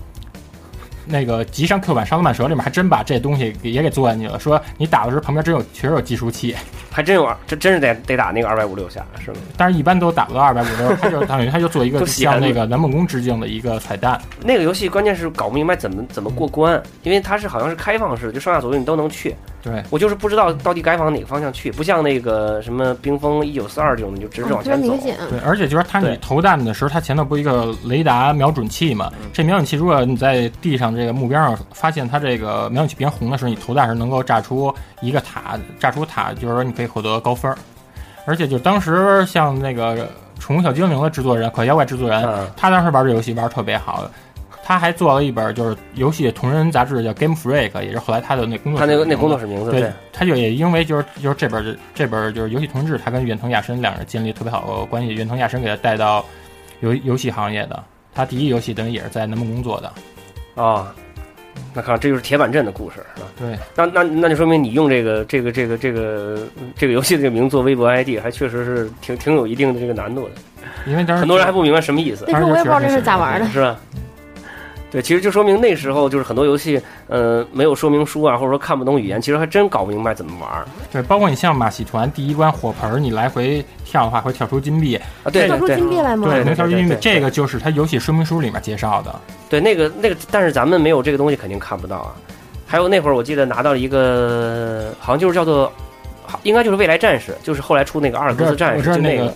Speaker 3: 那个极上 Q 版《沙罗曼蛇》里面还真把这东西给也给做进去了，说你打的时候旁边真有确实有计
Speaker 1: *laughs*
Speaker 3: 数器，
Speaker 1: 还真有，这真是得得打那个二百五六下，是吗？
Speaker 3: 但是一般都打不到二百五十六，他就等于他就做
Speaker 1: *laughs*
Speaker 3: 一
Speaker 1: 都
Speaker 3: 个
Speaker 1: 闲了
Speaker 3: 向那个南梦宫致敬的一个
Speaker 1: *laughs*
Speaker 3: 彩蛋。
Speaker 1: 那个游戏关键是搞不明白怎么怎么过关，因为它是好像是开放式的，就上下左右你都能去。
Speaker 3: 对，
Speaker 1: 我就是不知道到底该往哪个方向去，不像那个什么冰封一九四二这 *laughs* 种，你就直
Speaker 4: 啊
Speaker 1: 直往
Speaker 4: 非常
Speaker 1: 前走
Speaker 4: 明。显。
Speaker 3: 对，而且就是它
Speaker 1: 对
Speaker 3: 你投弹的时候，它前头不是一个雷达瞄准器嘛？
Speaker 1: 嗯
Speaker 3: 这瞄准器如果你在地上这个目标上发现它这个瞄准器变红的时候，你投弹是能够炸出一个塔，炸出塔就是说你可以获得高分儿。而且就当时像那个《宠物小精灵》的制作人，可妖怪制作人，
Speaker 1: 嗯
Speaker 3: 他当时玩这游戏玩得特别好。他还做了一本就是游戏同人杂志，叫《Game Freak》，也是后来他的那工作
Speaker 1: 他
Speaker 3: 室
Speaker 1: 那个
Speaker 3: 名字。
Speaker 1: 那工作室名字
Speaker 3: 对，他就也因为就是就是这本儿这本儿就是游戏同志，他跟远藤亚生两人建立特别好的关系，远藤亚生给他带到游游戏行业的。他第一游戏等于也是在南梦工作的，
Speaker 1: 啊。那看，这就是铁板阵的故事啊。
Speaker 3: 对，
Speaker 1: 那那那就说明你用这个这个这个这个这个游戏这个名做微博 ID，还确实是挺挺有一定的这个难度的。
Speaker 3: 因为当时
Speaker 1: 很多人还不明白什么意思。
Speaker 4: 那时候我也不知道这是咋玩的，
Speaker 1: 是吧？对，其实就说明那时候就是很多游戏，呃，没有说明书啊，或者说看不懂语言，其实还真搞不明白怎么玩儿
Speaker 3: 对，包括你像马戏团第一关火盆儿，你来回跳的话会跳出金币，
Speaker 1: 啊。对
Speaker 4: 跳
Speaker 1: 对
Speaker 4: 出
Speaker 1: 对
Speaker 4: 金币来吗？
Speaker 1: 对
Speaker 3: 能跳出金币
Speaker 1: 对，
Speaker 3: 这个就是它游戏说明书里面介绍的。
Speaker 1: 对，那个那个，但是咱们没有这个东西，肯定看不到啊。还有那会儿，我记得拿到了一个，好像就是叫做，好应该就是未来战士，就是后来出那个阿尔戈斯战
Speaker 3: 我
Speaker 1: 士，
Speaker 3: 知道
Speaker 1: 就那
Speaker 3: 个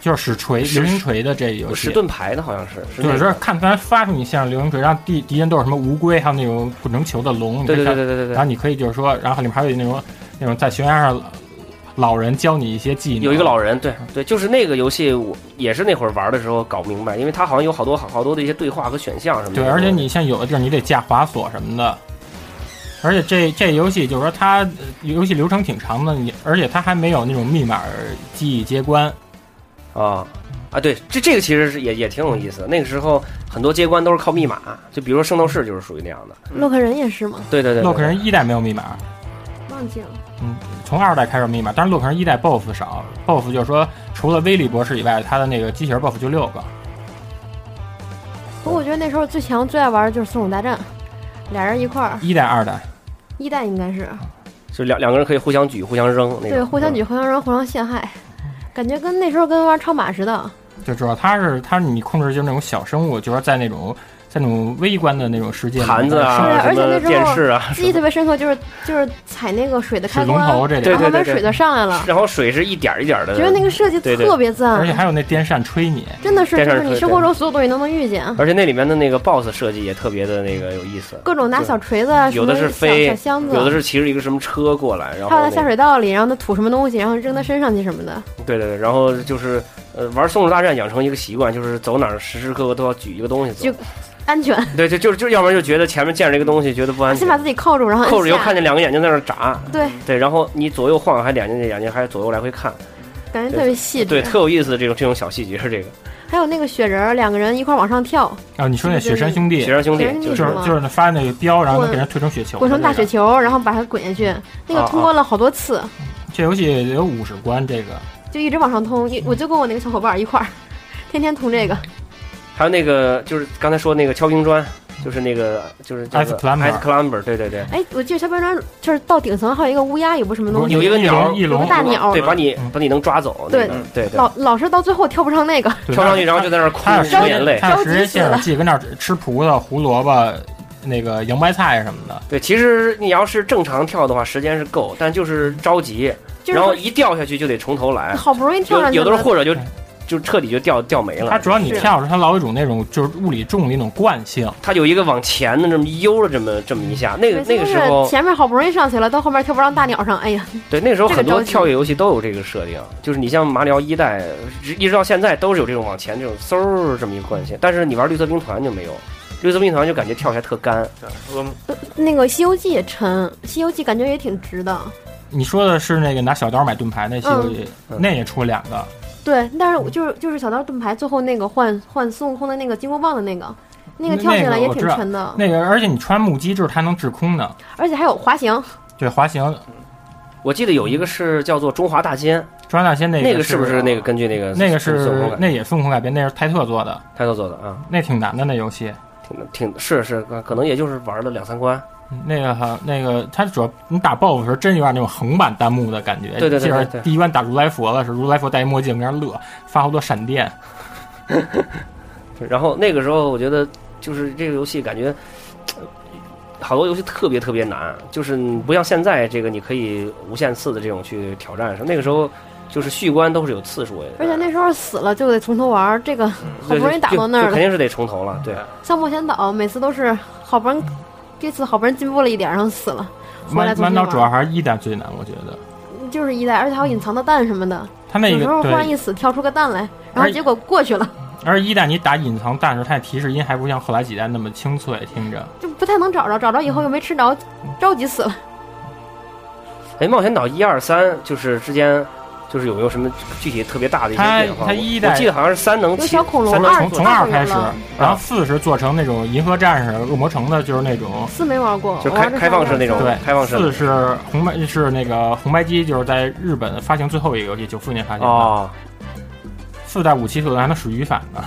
Speaker 3: 就是使锤
Speaker 1: 是
Speaker 3: 流星锤的这游
Speaker 1: 石
Speaker 3: 戏。
Speaker 1: 盾牌的，好像是是
Speaker 3: 对，
Speaker 1: 那
Speaker 3: 就是
Speaker 1: 个。
Speaker 3: 看它发出你像流星锤，然后敌敌人都是什么乌龟，还有那种滚成球的龙，你
Speaker 1: 对
Speaker 3: 可以
Speaker 1: 对
Speaker 3: 看
Speaker 1: 对对对对
Speaker 3: 然后你可以就是说，然后里面还有那种那种在悬崖上老人教你一些技能，
Speaker 1: 有一个老人，对
Speaker 3: 嗯
Speaker 1: 对，就是那个游戏，我也是那会儿玩的时候搞不明白，因为它好像有好多好好多的一些对话和选项什么的。
Speaker 3: 对，而且你像有的地儿你得架滑索什么的，而且这这游戏就是说它呃游戏流程挺长的，你而且它还没有那种密码记忆接关，
Speaker 1: 啊啊，对，这这个其实是也也挺有意思的。那个时候很多接关都是靠密码，就比如说《圣斗士》就是属于那样的。
Speaker 4: 洛克人也是吗？
Speaker 1: 对对对，对
Speaker 3: 洛克人一代没有密码，
Speaker 4: 忘记了。
Speaker 3: 从二代开始有密码，但是洛克人一代 BOSS 少，BOSS 就是说除了威利博士以外，他的那个机器人 BOSS 就六个，
Speaker 4: 不过我觉得那时候最强、最爱玩的就是松鼠大战，俩人一块儿，
Speaker 3: 一代二代，
Speaker 4: 一代应该是
Speaker 1: 就两两个人可以互相举、互相扔那嗯
Speaker 4: 对，
Speaker 1: 种。
Speaker 4: 互相举、互相扔、互相陷害，感觉跟那时候跟玩超马似的。
Speaker 3: 就主要它是它是你控制就是那种小生物，就是在那种在那种微观的那种世界里面
Speaker 1: 盘子
Speaker 3: 生活
Speaker 4: 是
Speaker 1: 啊，
Speaker 4: 而
Speaker 1: 什
Speaker 4: 且那
Speaker 1: 么
Speaker 4: 时候
Speaker 1: 电视啊，
Speaker 4: 记忆特别深刻，就是就是踩那个水的
Speaker 3: 水
Speaker 4: 开
Speaker 3: 龙
Speaker 4: 关，
Speaker 3: 头这
Speaker 1: 对
Speaker 3: 里
Speaker 4: 然，后慢慢水就上来了，
Speaker 1: 然后水是一点儿一点儿的，
Speaker 4: 觉得啊那个设计
Speaker 1: 对对
Speaker 4: 特别赞，
Speaker 3: 而且还有那电扇吹你，
Speaker 4: 真的是
Speaker 1: 电
Speaker 4: 就
Speaker 1: 视
Speaker 4: 是你生活中所有东西都能遇见，啊
Speaker 1: 而且那里面的那个 BOSS 设计也特别的那个有意思，
Speaker 4: 各种拿小锤子啊，什
Speaker 1: 有
Speaker 4: 么
Speaker 1: 的是飞
Speaker 4: 小小箱子，
Speaker 1: 有的是骑着一个什么车过来，然后
Speaker 4: 还有在
Speaker 1: 那
Speaker 4: 下水道里，然后他吐什么东西，然后扔他身上去什么的，
Speaker 1: 对对对，然后就是呃玩《松鼠大战》养成一个习惯，就是走哪儿时时刻刻都要举一个东西走
Speaker 4: 就，安全，
Speaker 1: 对，就就是就要不然就觉得前面见着一个东西觉得不安
Speaker 4: 先
Speaker 1: 全
Speaker 4: 把，自己扣住，然后
Speaker 1: *laughs*
Speaker 4: 按
Speaker 1: 扣着又
Speaker 4: 下
Speaker 1: 看见两个眼睛在那儿眨，
Speaker 4: *laughs* 对，
Speaker 1: 对，然后你左右晃还两睛眼睛还左右来回看，
Speaker 4: 感觉特别细致。
Speaker 1: 对，特有意思的这种这种小细节是这个
Speaker 4: 还有那个雪人儿，两个人一块儿往上跳，
Speaker 3: 然后哦你说那雪山兄
Speaker 1: 《
Speaker 3: 弟
Speaker 1: 雪，山兄弟
Speaker 4: 雪山》，
Speaker 1: 就
Speaker 3: 就是是
Speaker 4: 什么
Speaker 3: 就是那发那个标，然后能给人推成雪球，
Speaker 4: 滚成大雪。球，然后把它滚下去，那
Speaker 1: 啊
Speaker 4: 个通关了好多次，
Speaker 3: 这游戏有五十关，这个
Speaker 4: 就一直往上通。一我就跟我那个小伙伴儿一块儿，天天通这个。
Speaker 1: 还有那个就是刚才说那个敲冰砖，就是那个就是叫
Speaker 3: Ice Climber
Speaker 1: Ice Climber，对对对。
Speaker 4: 哎，我记得小冰砖就是到顶层还有一个乌鸦，也不是什么东西，
Speaker 1: 有一个鸟
Speaker 3: 翼
Speaker 4: 有
Speaker 3: 龙
Speaker 4: 个，大鸟，
Speaker 1: 对，把你
Speaker 3: 嗯
Speaker 1: 把你能抓走，那
Speaker 4: 哦对哦
Speaker 1: 个对对，
Speaker 4: 老老是到最后跳不上那个，
Speaker 3: 对
Speaker 1: 跳上去然后就在那儿哭
Speaker 3: 他要
Speaker 1: 流眼泪。
Speaker 3: 他要时间线上记跟那儿吃葡萄、胡萝卜、那个洋白菜什么的，
Speaker 1: 对，其实你要是正常跳的话，时间是够，但就是着急，
Speaker 4: 就
Speaker 1: 然后
Speaker 4: 是
Speaker 1: 一掉下去就得从头来，
Speaker 4: 好不容易跳
Speaker 1: 有
Speaker 4: 上去
Speaker 1: 有的人
Speaker 4: 了，
Speaker 1: 或者就就彻底就掉掉没
Speaker 3: 它
Speaker 1: 了。
Speaker 3: 嗯主要你
Speaker 4: 是
Speaker 3: 跳的时候，它老有一种那种就是物理重力那种惯性，
Speaker 1: 他有一个往前的这么一悠了这么这么一下，那个
Speaker 4: 每次
Speaker 1: 那个
Speaker 4: 都
Speaker 1: 时
Speaker 4: 是
Speaker 1: 候，
Speaker 4: 前面好不容易上去了，到后面跳不上大鸟上，哎呀，
Speaker 1: 对那个时候
Speaker 4: 这个
Speaker 1: 很多
Speaker 4: 着急
Speaker 1: 跳跃游戏都有这个设定，就是你像马里奥一代，直一直到现在都是有这种往前这种嗖儿这么一个惯性，但是你玩绿色兵团就没有，绿色兵团就感觉跳起来特干，
Speaker 2: 我们
Speaker 4: 那个《西游记》也沉，《西游记》感觉也挺值的。
Speaker 3: 你说的是那个拿小刀买盾牌那西游记，
Speaker 1: 嗯
Speaker 3: 那也出了两个，
Speaker 4: 对，但是我就是就是小刀盾牌最后那个换换孙悟空的那个金箍棒的那个，那个
Speaker 3: 那
Speaker 4: 跳起来
Speaker 3: 那个
Speaker 4: 也
Speaker 3: 我
Speaker 4: 挺
Speaker 3: 知道
Speaker 4: 沉的，
Speaker 3: 那个而且你穿木屐制它能制空的，
Speaker 4: 而且还有滑行，
Speaker 3: 对滑行。
Speaker 1: 我记得有一个是叫做《中华大仙》，
Speaker 3: 抓大仙那
Speaker 1: 那
Speaker 3: 个
Speaker 1: 个是不是那个根据那个
Speaker 3: 那个
Speaker 1: 孙孙悟
Speaker 3: 是
Speaker 1: 空
Speaker 3: 那也孙悟空改编，那是泰特做的，
Speaker 1: 他都做的啊，
Speaker 3: 那挺难的那游戏。
Speaker 1: 挺挺是是，可能也就是玩了两三关。
Speaker 3: 嗯那个哈，那个它主要你打 BOSS 的时候，真有点那种横版弹幕的感觉。
Speaker 1: 对对对对
Speaker 3: 就是
Speaker 1: 对
Speaker 3: 第一关打如来佛的时候，如来佛戴一墨镜跟那儿乐，发好多闪电。
Speaker 1: 然后那个时候我觉得就是这个游戏感觉。呃好多游戏特别特别难，就是你不像现在这个你可以无限次的这种去挑战什么。那个时候就是续关都是有次数的，
Speaker 4: 而且那时候死了就得从头玩儿，这个哎好不
Speaker 1: 对
Speaker 4: 容易打到那
Speaker 1: 嗯就
Speaker 4: 儿
Speaker 1: 就
Speaker 4: 了
Speaker 1: 肯，定是得重头了。对，
Speaker 3: 嗯
Speaker 4: 像冒险岛每次都是好不容易，这次好不容易进步了一点儿，然后死了，回来
Speaker 3: 满
Speaker 4: 重
Speaker 3: 满
Speaker 4: 新
Speaker 3: 岛
Speaker 4: 玩
Speaker 3: 主要还是一代最难，我觉得。
Speaker 4: 就是一代，而且还有隐藏的蛋什么的，
Speaker 3: 它那
Speaker 4: 有
Speaker 3: 个
Speaker 4: 时候忽然
Speaker 3: 对，
Speaker 4: 一死跳出个蛋来，然后
Speaker 3: 而
Speaker 4: 结果过去了，
Speaker 3: 而一代你打隐藏弹时，它的提示音还不像后来几代那么清脆，听着。
Speaker 4: 就不太能找着，找着以后又没吃着，
Speaker 3: 嗯
Speaker 4: 着急死了。
Speaker 1: 哎，冒险岛一二三就是之间就是有没有什么具体特别大的一些
Speaker 3: 它
Speaker 1: 变化？
Speaker 3: 它
Speaker 1: 我
Speaker 3: 一
Speaker 1: 我
Speaker 3: 代
Speaker 1: 记得好像是三能
Speaker 4: 有
Speaker 1: 骑
Speaker 4: 小恐龙
Speaker 1: 三能
Speaker 4: 二
Speaker 3: 从
Speaker 1: 骑
Speaker 3: 从二开始
Speaker 4: 啊，
Speaker 3: 然后四是做成那种银河战士、恶魔城的，就是那种
Speaker 4: 四没玩过，
Speaker 1: 就
Speaker 4: 我
Speaker 1: 开
Speaker 4: 玩的
Speaker 1: 开放式
Speaker 4: 是
Speaker 1: 那种
Speaker 3: 对，
Speaker 1: 哦开放式
Speaker 3: 四是红白是那个红白机，就是在日本发行最后一个游戏，九四年发行的。
Speaker 1: 哦，
Speaker 3: 四代武器可能还能使雨伞呢，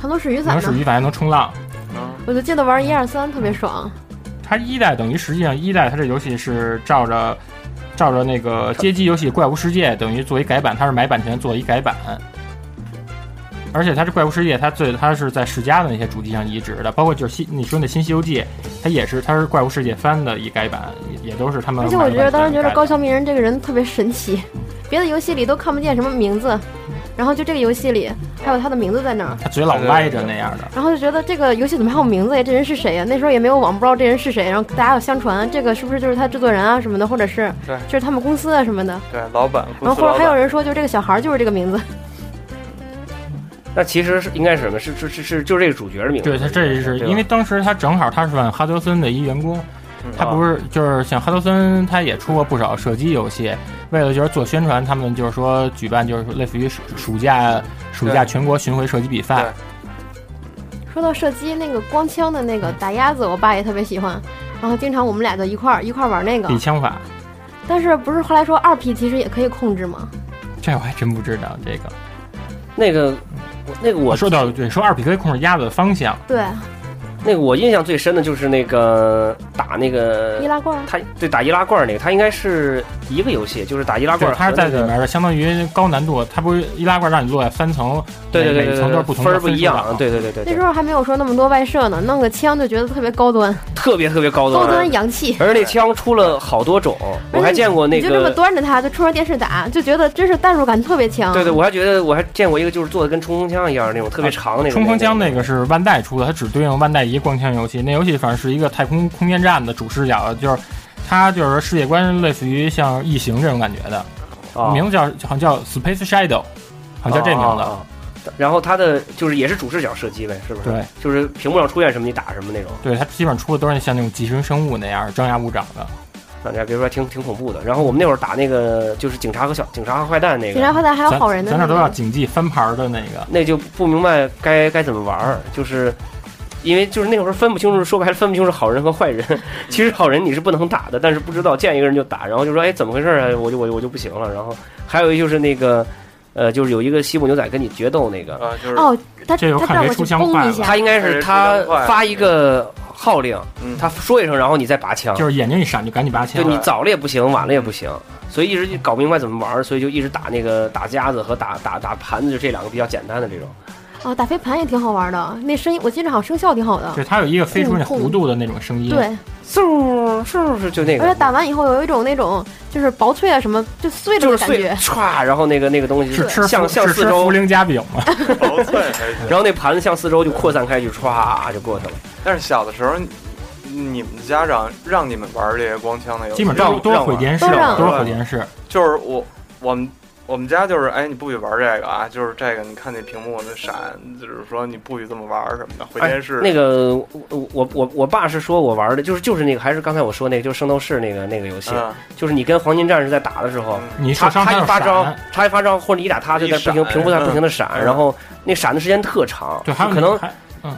Speaker 4: 很多是雨伞
Speaker 3: 能使
Speaker 4: 呢，
Speaker 3: 雨伞还能冲浪。
Speaker 2: 嗯
Speaker 4: 我就记得玩一二三特别
Speaker 3: 啊
Speaker 4: 爽，
Speaker 3: 它一代等于实际上一代它这游戏是照着照着那个街机游戏《怪物世界》等于做一改版，它是买版权做一改版。而且它这《怪物世界》，它最它是在世嘉的那些主机上移植的，包括就是新你说那《新西游记》，它也是它是《怪物世界三》的一改版，也也都是他们
Speaker 4: 而
Speaker 3: 买
Speaker 4: 且
Speaker 3: 的
Speaker 4: 我
Speaker 3: 版
Speaker 4: 觉
Speaker 3: 权改的。
Speaker 4: 得当时觉得高桥名人这个人特别神奇，别的游戏里都看不见什么名字，然后就这个游戏里还有他的名字在那儿，
Speaker 3: 他嘴老歪着那样的。
Speaker 4: 然后就觉得这个游戏怎么还有名字呀？这人是谁呀？那时候也没有网，不知道这人是谁，然后大家有相传这个是不是就是他制作人啊什么的，或者是
Speaker 2: 对
Speaker 4: 就是他们公司啊什么的，
Speaker 2: 对老板，
Speaker 4: 然
Speaker 2: 公
Speaker 4: 后
Speaker 2: 司
Speaker 4: 或者
Speaker 2: 老
Speaker 4: 还有
Speaker 2: 板，
Speaker 4: 人说就是这个小孩就是这个名字，
Speaker 1: 那其实是应该是什么？是是是是，就这个主角的名字。
Speaker 3: 对他这是
Speaker 1: 对吧
Speaker 3: 因为当时他正好他是万哈德森的一员工，
Speaker 2: 嗯
Speaker 3: 他不
Speaker 1: 啊
Speaker 3: 是就是像哈德森，他也出过不少射击游戏。为了就是做宣传，他们就是说举办就是类似于暑暑假暑假全国巡回射击比赛
Speaker 2: 对，
Speaker 4: 说到射击那个光枪的那个打鸭子，我爸也特别喜欢，然后经常我们俩就一块儿一块儿玩那个
Speaker 1: 嗯
Speaker 3: 比，枪法。
Speaker 4: 但是不是后来说二 P 其实也可以控制吗？
Speaker 3: 这我还真不知道这个。
Speaker 1: 那个我那个我
Speaker 3: 哦说到对，说二匹可以控制鸭子的方向，
Speaker 4: 对，
Speaker 1: 那个我印象最深的就是那个打那
Speaker 4: 易
Speaker 1: 个
Speaker 4: 拉罐儿。
Speaker 1: 他对打易拉罐那个，他应该是一个游戏，就是打易拉罐
Speaker 3: 对，
Speaker 1: 儿
Speaker 3: 它
Speaker 1: 和
Speaker 3: 是在
Speaker 1: 那
Speaker 3: 里
Speaker 1: 个
Speaker 3: 面的，相当于高难度。它不是易拉罐让你落在三层，
Speaker 1: 对对对
Speaker 3: 每
Speaker 1: 对
Speaker 3: 层都
Speaker 1: 对
Speaker 3: 是不同
Speaker 1: 分
Speaker 3: 的啊
Speaker 1: 儿不一样，啊
Speaker 3: 数
Speaker 1: 对对对对
Speaker 4: 那时
Speaker 1: 对，
Speaker 4: 候还没有说那么多外设呢，弄个枪就觉得特别高端，
Speaker 1: 特别特别高
Speaker 4: 高端
Speaker 1: 端。
Speaker 4: 洋气。
Speaker 1: 而且那枪出了好多种，我还见过那
Speaker 4: 你就这么啊
Speaker 1: 个，
Speaker 4: 端着它就冲着电视打，就觉得真是代入感特别强。
Speaker 1: 对对，我还觉得我还见过一个就是做的跟冲锋枪一样那种特别长那种。
Speaker 3: 冲锋枪那个是万代出的，它只对应万代一光枪游戏。那游戏反正是一个太空空间站的主视角，就是它就是说世界观类似于像异形这种感觉的，
Speaker 1: 啊
Speaker 3: 名字叫好像叫 Space Shadow，好像叫这名字。
Speaker 1: 啊啊啊然后它的就是也是主视角射击呗，是不是？
Speaker 3: 对，
Speaker 1: 就是屏幕上出现什么你打什么那种。
Speaker 3: 对，它基本上出的都是像那种寄生生物那样张牙舞爪的。
Speaker 1: 大家别说挺挺恐怖的。然后我们那会儿打那个就是警察和小警察和坏蛋那
Speaker 4: 警
Speaker 1: 个，
Speaker 4: 察坏蛋还有
Speaker 3: 咱
Speaker 4: 好人的
Speaker 3: 咱
Speaker 4: 那
Speaker 3: 这都要
Speaker 4: 个，
Speaker 3: 谨记翻牌儿的那个。
Speaker 1: 那就不明白该该怎么玩儿，就是。因为就是那会儿分不清楚，说白了分不清楚好人和坏人。 *laughs* 其实好人你是不能打的，但是不知道见一个人就打，然后就说哎怎么回事儿啊？我就我就我就不行了。然后还有一就是那个，呃，就是有一个西部牛仔跟你决斗那个，
Speaker 2: 啊，就是
Speaker 4: 哦，他
Speaker 3: 这有
Speaker 4: 他
Speaker 3: 看
Speaker 4: 让
Speaker 3: 谁
Speaker 4: 我去
Speaker 3: 出枪
Speaker 4: 崩
Speaker 3: 快
Speaker 4: 一
Speaker 3: 了
Speaker 1: 他
Speaker 4: 下，
Speaker 1: 应该是他发一个号令，
Speaker 2: 嗯
Speaker 1: 他说一声，然后你再拔枪。
Speaker 3: 就是眼睛一闪就赶紧拔枪
Speaker 1: 就。你早了也不行，晚了也不行，所以一直就搞不明白怎么玩儿，所以就一直打那个打夹子和打打打盘子，就这两个比较简单的这种。
Speaker 4: 哦，打飞盘也挺好玩的，那声音我记得好像声效挺好的
Speaker 3: 对，。
Speaker 1: 哎
Speaker 3: 它有一个飞出那弧度的那种声音。
Speaker 4: 对，
Speaker 1: 嗖，是不是就那
Speaker 4: 而且
Speaker 1: 个？
Speaker 4: 打完以后有一种那种就是薄脆啊什么就碎
Speaker 1: *laughs*
Speaker 4: 了
Speaker 1: 就
Speaker 4: 的
Speaker 1: 是
Speaker 4: 感
Speaker 1: 碎
Speaker 4: 觉，
Speaker 1: 歘，然后那个那个东西
Speaker 3: 是吃
Speaker 1: 向
Speaker 3: 茯
Speaker 1: 向
Speaker 3: 是
Speaker 1: 四
Speaker 3: 吃
Speaker 1: 周
Speaker 3: 茯，苓夹饼
Speaker 1: *laughs*
Speaker 3: 吗？
Speaker 2: 薄脆还行。
Speaker 1: 然后那盘子向四周就扩散开去，歘就过去了。
Speaker 2: 但是小的时候，你你们家长让你们玩这些光枪的游戏，
Speaker 3: 基本上
Speaker 1: 让
Speaker 3: 都是
Speaker 1: 让
Speaker 3: 毁
Speaker 1: 玩
Speaker 3: 电视，
Speaker 4: 都让
Speaker 3: 都是
Speaker 2: 玩
Speaker 3: 毁电视。
Speaker 2: 就是我我们我们家就是哎，你不许玩这个啊，就是这个，你看那屏幕那闪，就是说你不许这么玩什么的，
Speaker 3: 哎
Speaker 2: 回电视、嗯
Speaker 1: 那个我我我我爸是说我玩的就是就是那个还是刚才我说那个就是圣斗士那个那个游戏，
Speaker 2: 嗯
Speaker 1: 就是你跟黄金战士在打的时候，
Speaker 3: 你
Speaker 1: 他
Speaker 3: 受伤
Speaker 1: 他
Speaker 3: 它
Speaker 1: 一
Speaker 3: 就
Speaker 1: 发招
Speaker 3: 闪。，
Speaker 1: 他一发招，或者你一打他，就在不停
Speaker 2: 一闪
Speaker 1: 屏幕在不停的闪，
Speaker 2: 嗯
Speaker 1: 然后那闪的时间特长，
Speaker 3: 对，还有
Speaker 1: 可能
Speaker 3: 还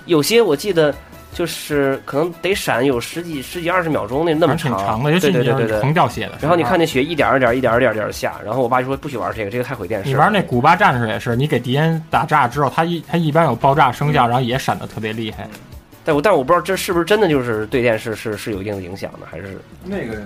Speaker 1: 有些我记得就是可能得闪有十几十几二十秒钟那那么
Speaker 3: 还挺长的，尤
Speaker 1: 对
Speaker 3: 其你
Speaker 1: 对对
Speaker 3: 就
Speaker 1: 对
Speaker 3: 是
Speaker 1: 对。
Speaker 3: 横掉血的时候。啊
Speaker 1: 然后你看那血一点儿一点儿一点儿一点儿一点儿下，然后我爸就说不许玩这个，这个太毁电视。
Speaker 3: 你玩那古巴战士也是，你给敌人打炸之后，他一他一般有爆炸声
Speaker 1: 嗯
Speaker 3: 效，然后也闪的特别厉害。
Speaker 1: 但我但我不知道这是不是真的就是对电视是是有一定的影响的，还是
Speaker 5: 那个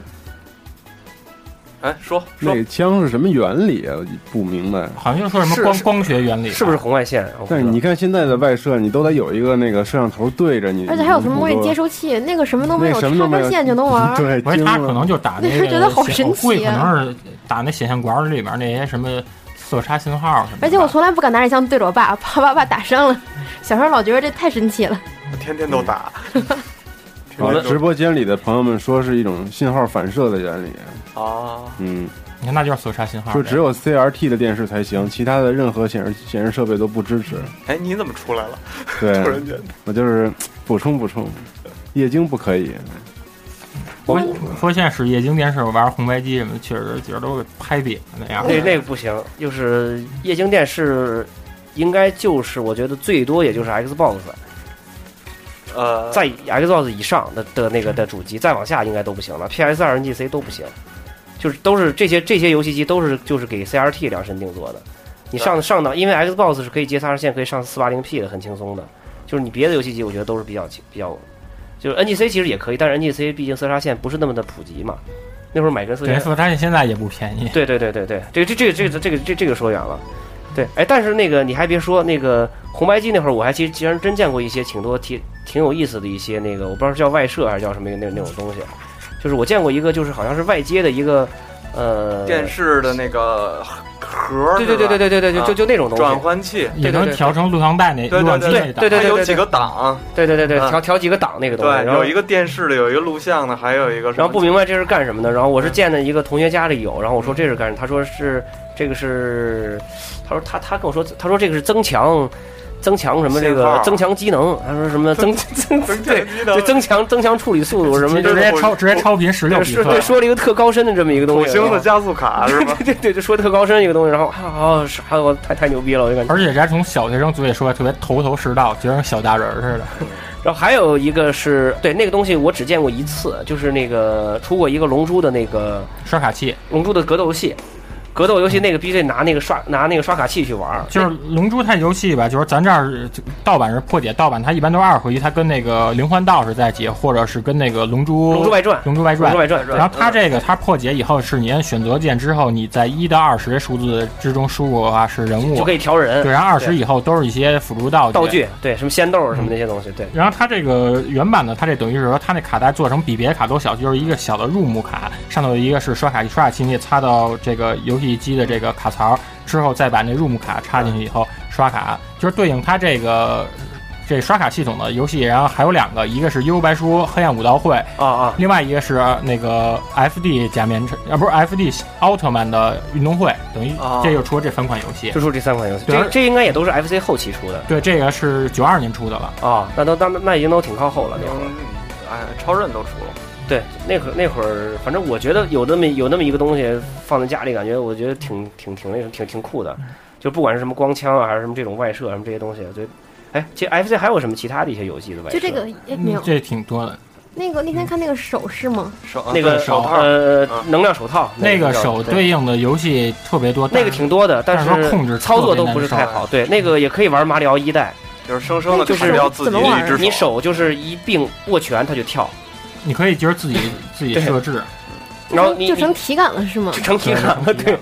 Speaker 2: 哎说说
Speaker 6: 那个枪是什么原理啊？不明白。
Speaker 3: 好像就是说什
Speaker 1: 是
Speaker 3: 么光
Speaker 1: 是
Speaker 3: 光学原理吧，啊
Speaker 1: 是不是红外线？啊我不知道
Speaker 6: 但是你看现在的外设，你都得有一个那个摄像头对着你，
Speaker 4: 而且还有什么东西接啊
Speaker 6: 收
Speaker 4: 收器，那个什么都没有，
Speaker 6: 那
Speaker 4: 插
Speaker 6: 什么都没有。
Speaker 4: 根线就能
Speaker 6: *laughs*
Speaker 4: 玩
Speaker 6: 对，
Speaker 3: 我觉
Speaker 6: 惊
Speaker 3: 得他
Speaker 6: 了
Speaker 3: 可能就打那
Speaker 4: 那时候
Speaker 3: 个
Speaker 4: 觉得好神
Speaker 3: 显会
Speaker 4: 奇
Speaker 3: 可
Speaker 4: 啊
Speaker 3: 能是打那显像管里面那些什么色差信号什么的。
Speaker 4: 而且我从来不敢拿着枪对着我爸，怕把爸打伤了。小时候老觉得这太神奇了，
Speaker 2: 嗯天天都打，
Speaker 3: 嗯
Speaker 2: *laughs* 天
Speaker 6: 我
Speaker 2: 天
Speaker 6: 们
Speaker 2: 都
Speaker 6: 直播间里的朋友们说是一种信号反射的原理，
Speaker 2: 啊，
Speaker 6: 嗯，
Speaker 3: 你看那就是色差信号呗，
Speaker 6: 说只有 CRT 的电视才行，其他的任何显示显示设备都不支持。
Speaker 2: 哎你怎么出来了？
Speaker 3: 嗯
Speaker 2: *laughs* 突
Speaker 6: 对
Speaker 2: 然间
Speaker 6: 我就是补充补充，液晶不可以，
Speaker 3: 我说现在使液晶电视，我玩红白机什么的，确实觉得都给拍扁了那样。
Speaker 1: 那那个不行，就是液晶电视，应该就是我觉得最多也就是 Xbox
Speaker 2: 呃
Speaker 1: 在 Xbox 以上的的那个的主机，再往下应该都不行了，PS 二、NGC 都不行，就是都是这些这些游戏机都是就是给 CRT 量身定做的。你上上档，因为 Xbox 是可以接三十线，可以上四八零 P 的，很轻松的。就是你别的游戏机，我觉得都是比较比较，就是 NGC 其实也可以，但是 NGC 毕竟色差线不是那么的普及嘛。那会儿买根色
Speaker 3: 对，
Speaker 1: 差
Speaker 3: 色差线现在也不便宜。
Speaker 1: 对对对对对，这个这这个这个这个这个这个说远了。对，哎，但是那个你还别说，那个红白机那会儿，我还其实竟然真见过一些挺多挺挺有意思的一些那个，我不知道是叫外设还是叫什么那那种东西，就是我见过一个，就是好像是外接的一个呃
Speaker 2: 电，视的那个盒，
Speaker 1: 对对对对
Speaker 2: 对，
Speaker 1: 对对对，就
Speaker 2: 啊
Speaker 1: 就就那种东
Speaker 2: 转
Speaker 1: 西，
Speaker 2: 换器，
Speaker 3: 也
Speaker 1: 对对
Speaker 3: 能
Speaker 1: 对
Speaker 3: 调成录像带那
Speaker 2: 对对
Speaker 3: 录像机
Speaker 2: 对
Speaker 3: 那档
Speaker 1: 对对
Speaker 2: 它
Speaker 1: 对
Speaker 2: 有几个档，
Speaker 1: 对对对对，
Speaker 2: 啊
Speaker 1: 调调几个档那个东西，
Speaker 2: 对，
Speaker 1: 然后
Speaker 2: 有一个电视的，有一个录像的，还有一个什么
Speaker 1: 然后不明白这是干什么的，然后我
Speaker 2: 嗯
Speaker 1: 是见的一个同学家里有，然后我说这是干什么，他说是这个是，他说他他跟我说，他说这个是增强，增强什么这
Speaker 2: 信
Speaker 1: 个
Speaker 2: 号
Speaker 1: 增强机能，他说什么增增
Speaker 2: 增强
Speaker 1: 对
Speaker 2: 机能
Speaker 1: 对增强增强处理速度什么
Speaker 3: 直
Speaker 1: 这
Speaker 3: 接
Speaker 1: 是
Speaker 3: 超直接超频十六
Speaker 1: 对
Speaker 3: 比
Speaker 1: 说
Speaker 3: 特
Speaker 1: 对。说了一个特高深的这么一个东
Speaker 2: 土
Speaker 1: 西，
Speaker 2: 星的
Speaker 1: 然后
Speaker 2: 加速卡是吧？
Speaker 1: *laughs* 对对，就说特高深一个东西，然后啊啥我太太牛逼了，我就感觉。
Speaker 3: 而且这还从小学生嘴里说来特别头头是道，觉得跟小大人儿似的。
Speaker 1: 然后还有一个是对那个东西我只见过一次，就是那个出过一个龙珠的那个
Speaker 3: 刷卡器，
Speaker 1: 龙珠的格斗游戏，格斗游戏那个必须得拿那个刷拿那个刷卡器去玩儿，
Speaker 3: 就是《龙珠》它游戏吧，就是咱这儿就盗版是破解盗版，它一般都是二合一，它跟那个《灵幻道士》在一起，或者是跟那个《龙珠》
Speaker 1: 《龙珠外传》
Speaker 3: 龙珠外
Speaker 1: 《龙
Speaker 3: 传
Speaker 1: 珠》外传》，
Speaker 3: 然后它这个它破解以后是你按选择键之后，你在一到二十数字之中输入的话是人
Speaker 1: 就
Speaker 3: 物
Speaker 1: 可，以调人
Speaker 3: 对，然后二十嗯
Speaker 1: 对
Speaker 3: 以后都是一些辅助道具。
Speaker 1: 道具，对，什么仙豆儿什么那些东西，对。
Speaker 3: 然后它这个原版的，它这等于是说，它那卡带做成比别的卡都小，就是一个小的入目卡，上头有一个是刷卡刷卡器，你也插到这个游戏机的这个卡槽之后，再把那入目卡插进去以后刷卡，就是对应它这个这刷卡系统的游戏。然后还有两个，一个是《幽游白书》《黑暗武道会》，
Speaker 1: 啊啊，
Speaker 3: 另外一个是那个 FD 假面车啊，不是 FD 奥特曼的运动会，等于
Speaker 1: 哦
Speaker 3: 这就出了这三款游戏。
Speaker 1: 就出这三款游戏，
Speaker 3: 对
Speaker 1: 这这应该也都是 FC 后期出的
Speaker 3: 对，这个是九二年出的了。
Speaker 1: 啊，那都那那已经都挺靠后了那会儿。
Speaker 2: 嗯哎，超任都出了，
Speaker 1: 对，那会儿那会儿，反正我觉得有那么有那么一个东西放在家里，感觉我觉得挺挺挺那什么挺挺酷的，
Speaker 3: 嗯
Speaker 1: 就不管是什么光枪啊，还是什么这种外设啊什么这些东西，我觉得。哎，其实 FC 还有什么其他的一些游戏的外设？啊
Speaker 4: 就这个也没
Speaker 3: 嗯
Speaker 4: 有，
Speaker 3: 这挺多的，
Speaker 4: 那个那天看那个手势吗？
Speaker 2: 手啊
Speaker 1: 那个
Speaker 2: 对手套，
Speaker 1: 呃
Speaker 2: 嗯
Speaker 1: 能量手套，
Speaker 3: 那个
Speaker 1: 叫
Speaker 3: 手
Speaker 1: 对
Speaker 3: 对应的游戏特别多，
Speaker 1: 那个挺多的，但
Speaker 3: 但是
Speaker 1: 是
Speaker 3: 说控制
Speaker 1: 操作
Speaker 3: 特别
Speaker 1: 都
Speaker 3: 难
Speaker 1: 不是
Speaker 3: 受
Speaker 1: 太好。对，那个也可以玩马里奥一代，
Speaker 2: 就是生生的
Speaker 4: 就是
Speaker 2: 砍掉自己的一只
Speaker 4: 是
Speaker 1: 你手就是一并握拳它就跳，
Speaker 3: 你可以就是
Speaker 1: *laughs*
Speaker 3: 自己自己
Speaker 1: 对
Speaker 3: 设置，
Speaker 1: 然后你
Speaker 4: 就
Speaker 1: 你
Speaker 4: 成体感了是吗
Speaker 1: 就？成体
Speaker 4: *laughs*
Speaker 1: 感了，对，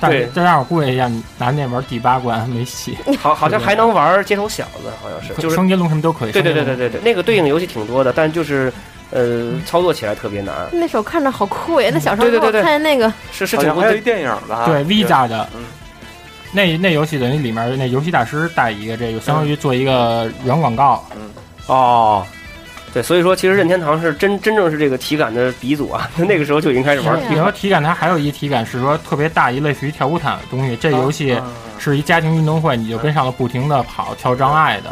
Speaker 3: 但
Speaker 1: 对
Speaker 3: 是但让我估计一下，你拿那玩第八关没戏，
Speaker 1: 好好像还能玩街头小子，好像是， *laughs* 就是
Speaker 3: 双截龙什么都可以。
Speaker 1: 对对对
Speaker 3: 双截
Speaker 1: 对
Speaker 3: 龙，
Speaker 1: 对对，那个对应游戏挺多的，但就是呃操作起来特别难，
Speaker 4: 那手看着好酷呀！那小时候
Speaker 1: 对对对
Speaker 4: 我
Speaker 1: 对
Speaker 4: 看见那个
Speaker 1: 是是
Speaker 2: 好
Speaker 1: 挺
Speaker 2: 像
Speaker 1: 多
Speaker 2: 还有
Speaker 1: 的
Speaker 2: 一。电影吧？
Speaker 3: 对
Speaker 1: 啊
Speaker 3: Visa 的
Speaker 2: 嗯。
Speaker 3: 那那游戏等于里面那游戏大师带一个这个，
Speaker 1: 嗯
Speaker 3: 相当于做一个软广告，
Speaker 1: 哦。对，所以说其实任天堂是真真正是这个体感的鼻祖啊， *laughs* 那个时候就已经开始玩
Speaker 4: 是
Speaker 3: 比如说体感，它还有一体感是说特别大一类似于跳舞毯的东西。这游戏
Speaker 2: 啊
Speaker 3: 是一家庭运动会，你就跟上了不停的跑跳障碍的。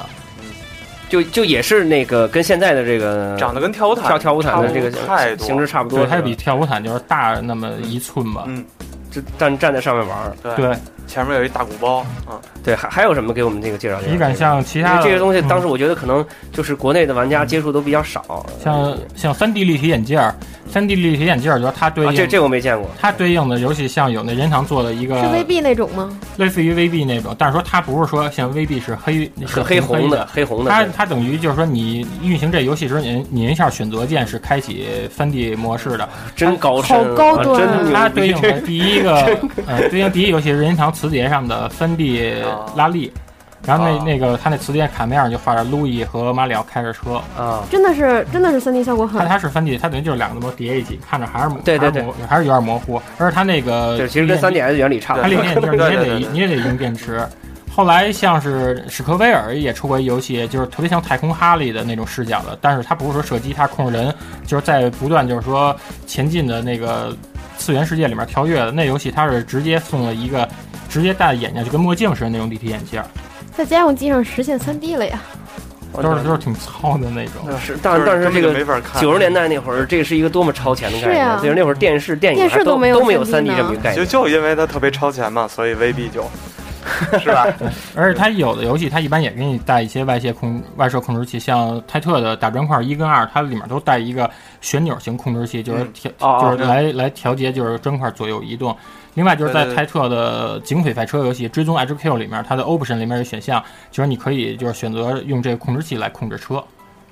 Speaker 1: 就就也是那个跟现在的这个
Speaker 2: 长得跟跳舞毯
Speaker 1: 跳跳舞毯的这
Speaker 2: 差不多太
Speaker 1: 个
Speaker 2: 多
Speaker 1: 形式差不多
Speaker 3: 对，
Speaker 1: 是吧，
Speaker 3: 它就比跳舞毯就是大那么一寸吧。
Speaker 2: 嗯，
Speaker 1: 就站站在上面玩儿。
Speaker 2: 对，
Speaker 3: 对，
Speaker 2: 前面有一大鼓包，嗯，
Speaker 1: 对，还还有什么给我们这个介绍介绍？
Speaker 3: 体感像其他
Speaker 1: 因
Speaker 3: 的
Speaker 1: 为这些东西，当
Speaker 3: 嗯
Speaker 1: 时我觉得可能就是国内的玩家接触都比较少。啊
Speaker 3: 像像三 D 立体眼镜儿，三 D 立体眼镜儿就是它对
Speaker 1: 啊
Speaker 3: 应、
Speaker 1: 这这我没见过。
Speaker 3: 它对应的游戏，像有那任天堂做的一个
Speaker 4: 是 VB 那种吗？
Speaker 3: 类似于 VB 那种，但是说它不是说像 VB 是黑是
Speaker 1: 很黑
Speaker 3: 红
Speaker 1: 红的，，黑红的，
Speaker 3: 它
Speaker 1: 对
Speaker 3: 它等于就是说你运行这游戏时候，您您一下选择键是开启三 D 模式的，
Speaker 1: 真高深，啊
Speaker 4: 好高端
Speaker 1: 真牛
Speaker 3: 它
Speaker 1: 逼
Speaker 3: 对应的第一个呃对应第一游戏是任天堂磁碟上的三 D
Speaker 1: 哦
Speaker 3: 拉力。然后那
Speaker 2: 啊
Speaker 3: 那个它那磁碟卡面上就画着路易和马里奥开着车，
Speaker 1: 啊！
Speaker 4: 真的是真的是三 D 效果
Speaker 3: 它
Speaker 4: 很，
Speaker 3: 它是三 D，它等于就是两个模叠一起，看着还是模
Speaker 1: 对对
Speaker 3: 还是模还是有点模糊，而且它那个
Speaker 1: 对，其实跟
Speaker 3: 立面
Speaker 1: 三 D S 原理差不
Speaker 3: 呃它
Speaker 1: 多
Speaker 3: 里。面就是你也
Speaker 2: 对对
Speaker 3: 得
Speaker 2: 对
Speaker 3: 你也得用电池。后来像是史克威尔也出过一游戏，就是特别像太空哈利的那种视角的，但是它不是说射击，它控制人，就是在不断就是说前进的那个次元世界里面跳跃的。那游戏它是直接送了一个直接戴眼镜，就跟墨镜似的那种立体眼镜，
Speaker 4: 在家用机上实现三 D 了呀！
Speaker 3: 都是都是挺糙的那种。
Speaker 1: 是，啊但但是这
Speaker 2: 根本就没
Speaker 1: 个
Speaker 2: 法看，
Speaker 1: 九十年代那会儿，这是一个多么超前的概
Speaker 4: 是
Speaker 1: 念。
Speaker 4: 呀
Speaker 1: 就是那会儿电视、电影
Speaker 4: 电视
Speaker 1: 还都
Speaker 4: 都没有
Speaker 1: 都没有
Speaker 4: 3D
Speaker 1: 三 D
Speaker 4: 呢
Speaker 1: 这么一个概
Speaker 2: 就
Speaker 1: 念。
Speaker 2: 就因为它特别超前嘛，所以未必就是
Speaker 4: *laughs*
Speaker 2: 吧？
Speaker 3: 而且它有的游戏，它一般也给你带一些外泄控外设控制器，像泰特的打砖块一跟二，它里面都带一个旋钮型控制器，就是
Speaker 2: 嗯
Speaker 3: 调、
Speaker 1: 哦哦
Speaker 3: 就是来、来调节就是砖块左右移动。另外就是在
Speaker 2: 对对对
Speaker 3: 泰特的警匪赛车游戏《追踪 HQ》里面，它的 option 里面有选项，就是你可以就是选择用这个控制器来控制车，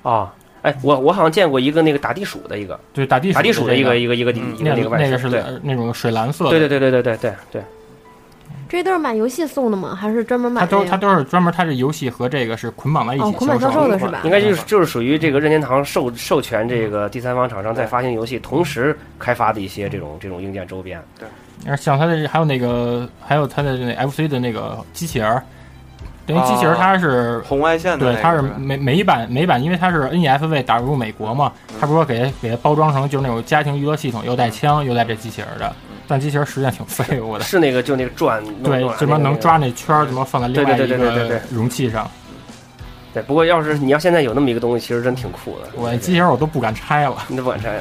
Speaker 1: 啊，哎，我我好像见过一个那个打地鼠的一个
Speaker 3: 对打地
Speaker 1: 打地鼠
Speaker 3: 鼠
Speaker 1: 的
Speaker 3: 这
Speaker 1: 一个
Speaker 3: 个。
Speaker 1: 一个一个
Speaker 2: 嗯
Speaker 1: 一个
Speaker 3: 那
Speaker 1: 那个外
Speaker 3: 那
Speaker 1: 设
Speaker 3: 个是
Speaker 1: 对
Speaker 3: 呃那种水蓝色的，
Speaker 1: 对对对对对对对对，
Speaker 4: 这都是买游戏送的吗？还是专门买
Speaker 3: 它
Speaker 4: 的
Speaker 3: 都它
Speaker 4: 呀？
Speaker 3: 都是专门它这游戏和这个是捆绑在一起
Speaker 4: 哦捆绑销售的是吧
Speaker 1: 应该就是就是属于这个任天堂授授权这个第三方厂商在发行游戏同时开发的一些这种这种硬件周边。
Speaker 3: 而像它的还有那个，还有它的那 FC 的那个机器人儿，等于机器
Speaker 1: 哦
Speaker 3: 人儿它是、
Speaker 2: 红外线的
Speaker 3: 对
Speaker 2: 那个，
Speaker 3: 它是
Speaker 2: 吧
Speaker 3: 美美版美版，因为它是 NES 为打入美国嘛，
Speaker 1: 嗯
Speaker 3: 它不是说给给它包装成就是那种家庭娱乐系统，又带枪又带这机器人儿的，
Speaker 1: 嗯
Speaker 3: 但机器人儿实际上挺废物的。
Speaker 1: 是那个就那个转
Speaker 3: 对，什么能抓？那圈儿，怎么放在另外
Speaker 1: 对
Speaker 3: 一
Speaker 1: 对对对对对
Speaker 3: 个容器上？
Speaker 1: 对，不过要是你要现在有那么一个东西，其实真挺酷的。
Speaker 3: 我机器人儿我都不敢拆了，
Speaker 1: 你都不敢拆，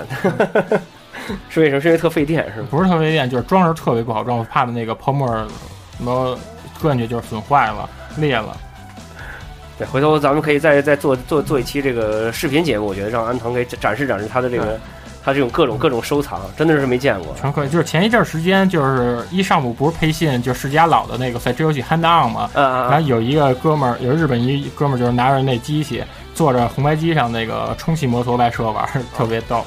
Speaker 1: 是为什么？是因为特费电是吗？
Speaker 3: 不是特别练，就是装饰特别不好装，我怕那个泡沫儿什么搁进去就是损坏了、裂了。
Speaker 1: 对，回头咱们可以再再做做做一期这个视频节目，我觉得让安藤给展示展示他的这个它这种各种各种收藏，真嗯的是没见过。
Speaker 3: 全可以。就是前一阵儿时间，就是一上午不是配信，就世嘉老的那个赛车游戏 Hand On 嘛，
Speaker 1: 啊啊
Speaker 3: 然
Speaker 1: 啊！
Speaker 3: 后有一个哥们儿，有一日本一哥们儿，就是拿着那机器，坐着红白机上那个充气摩托外设玩儿，特别逗。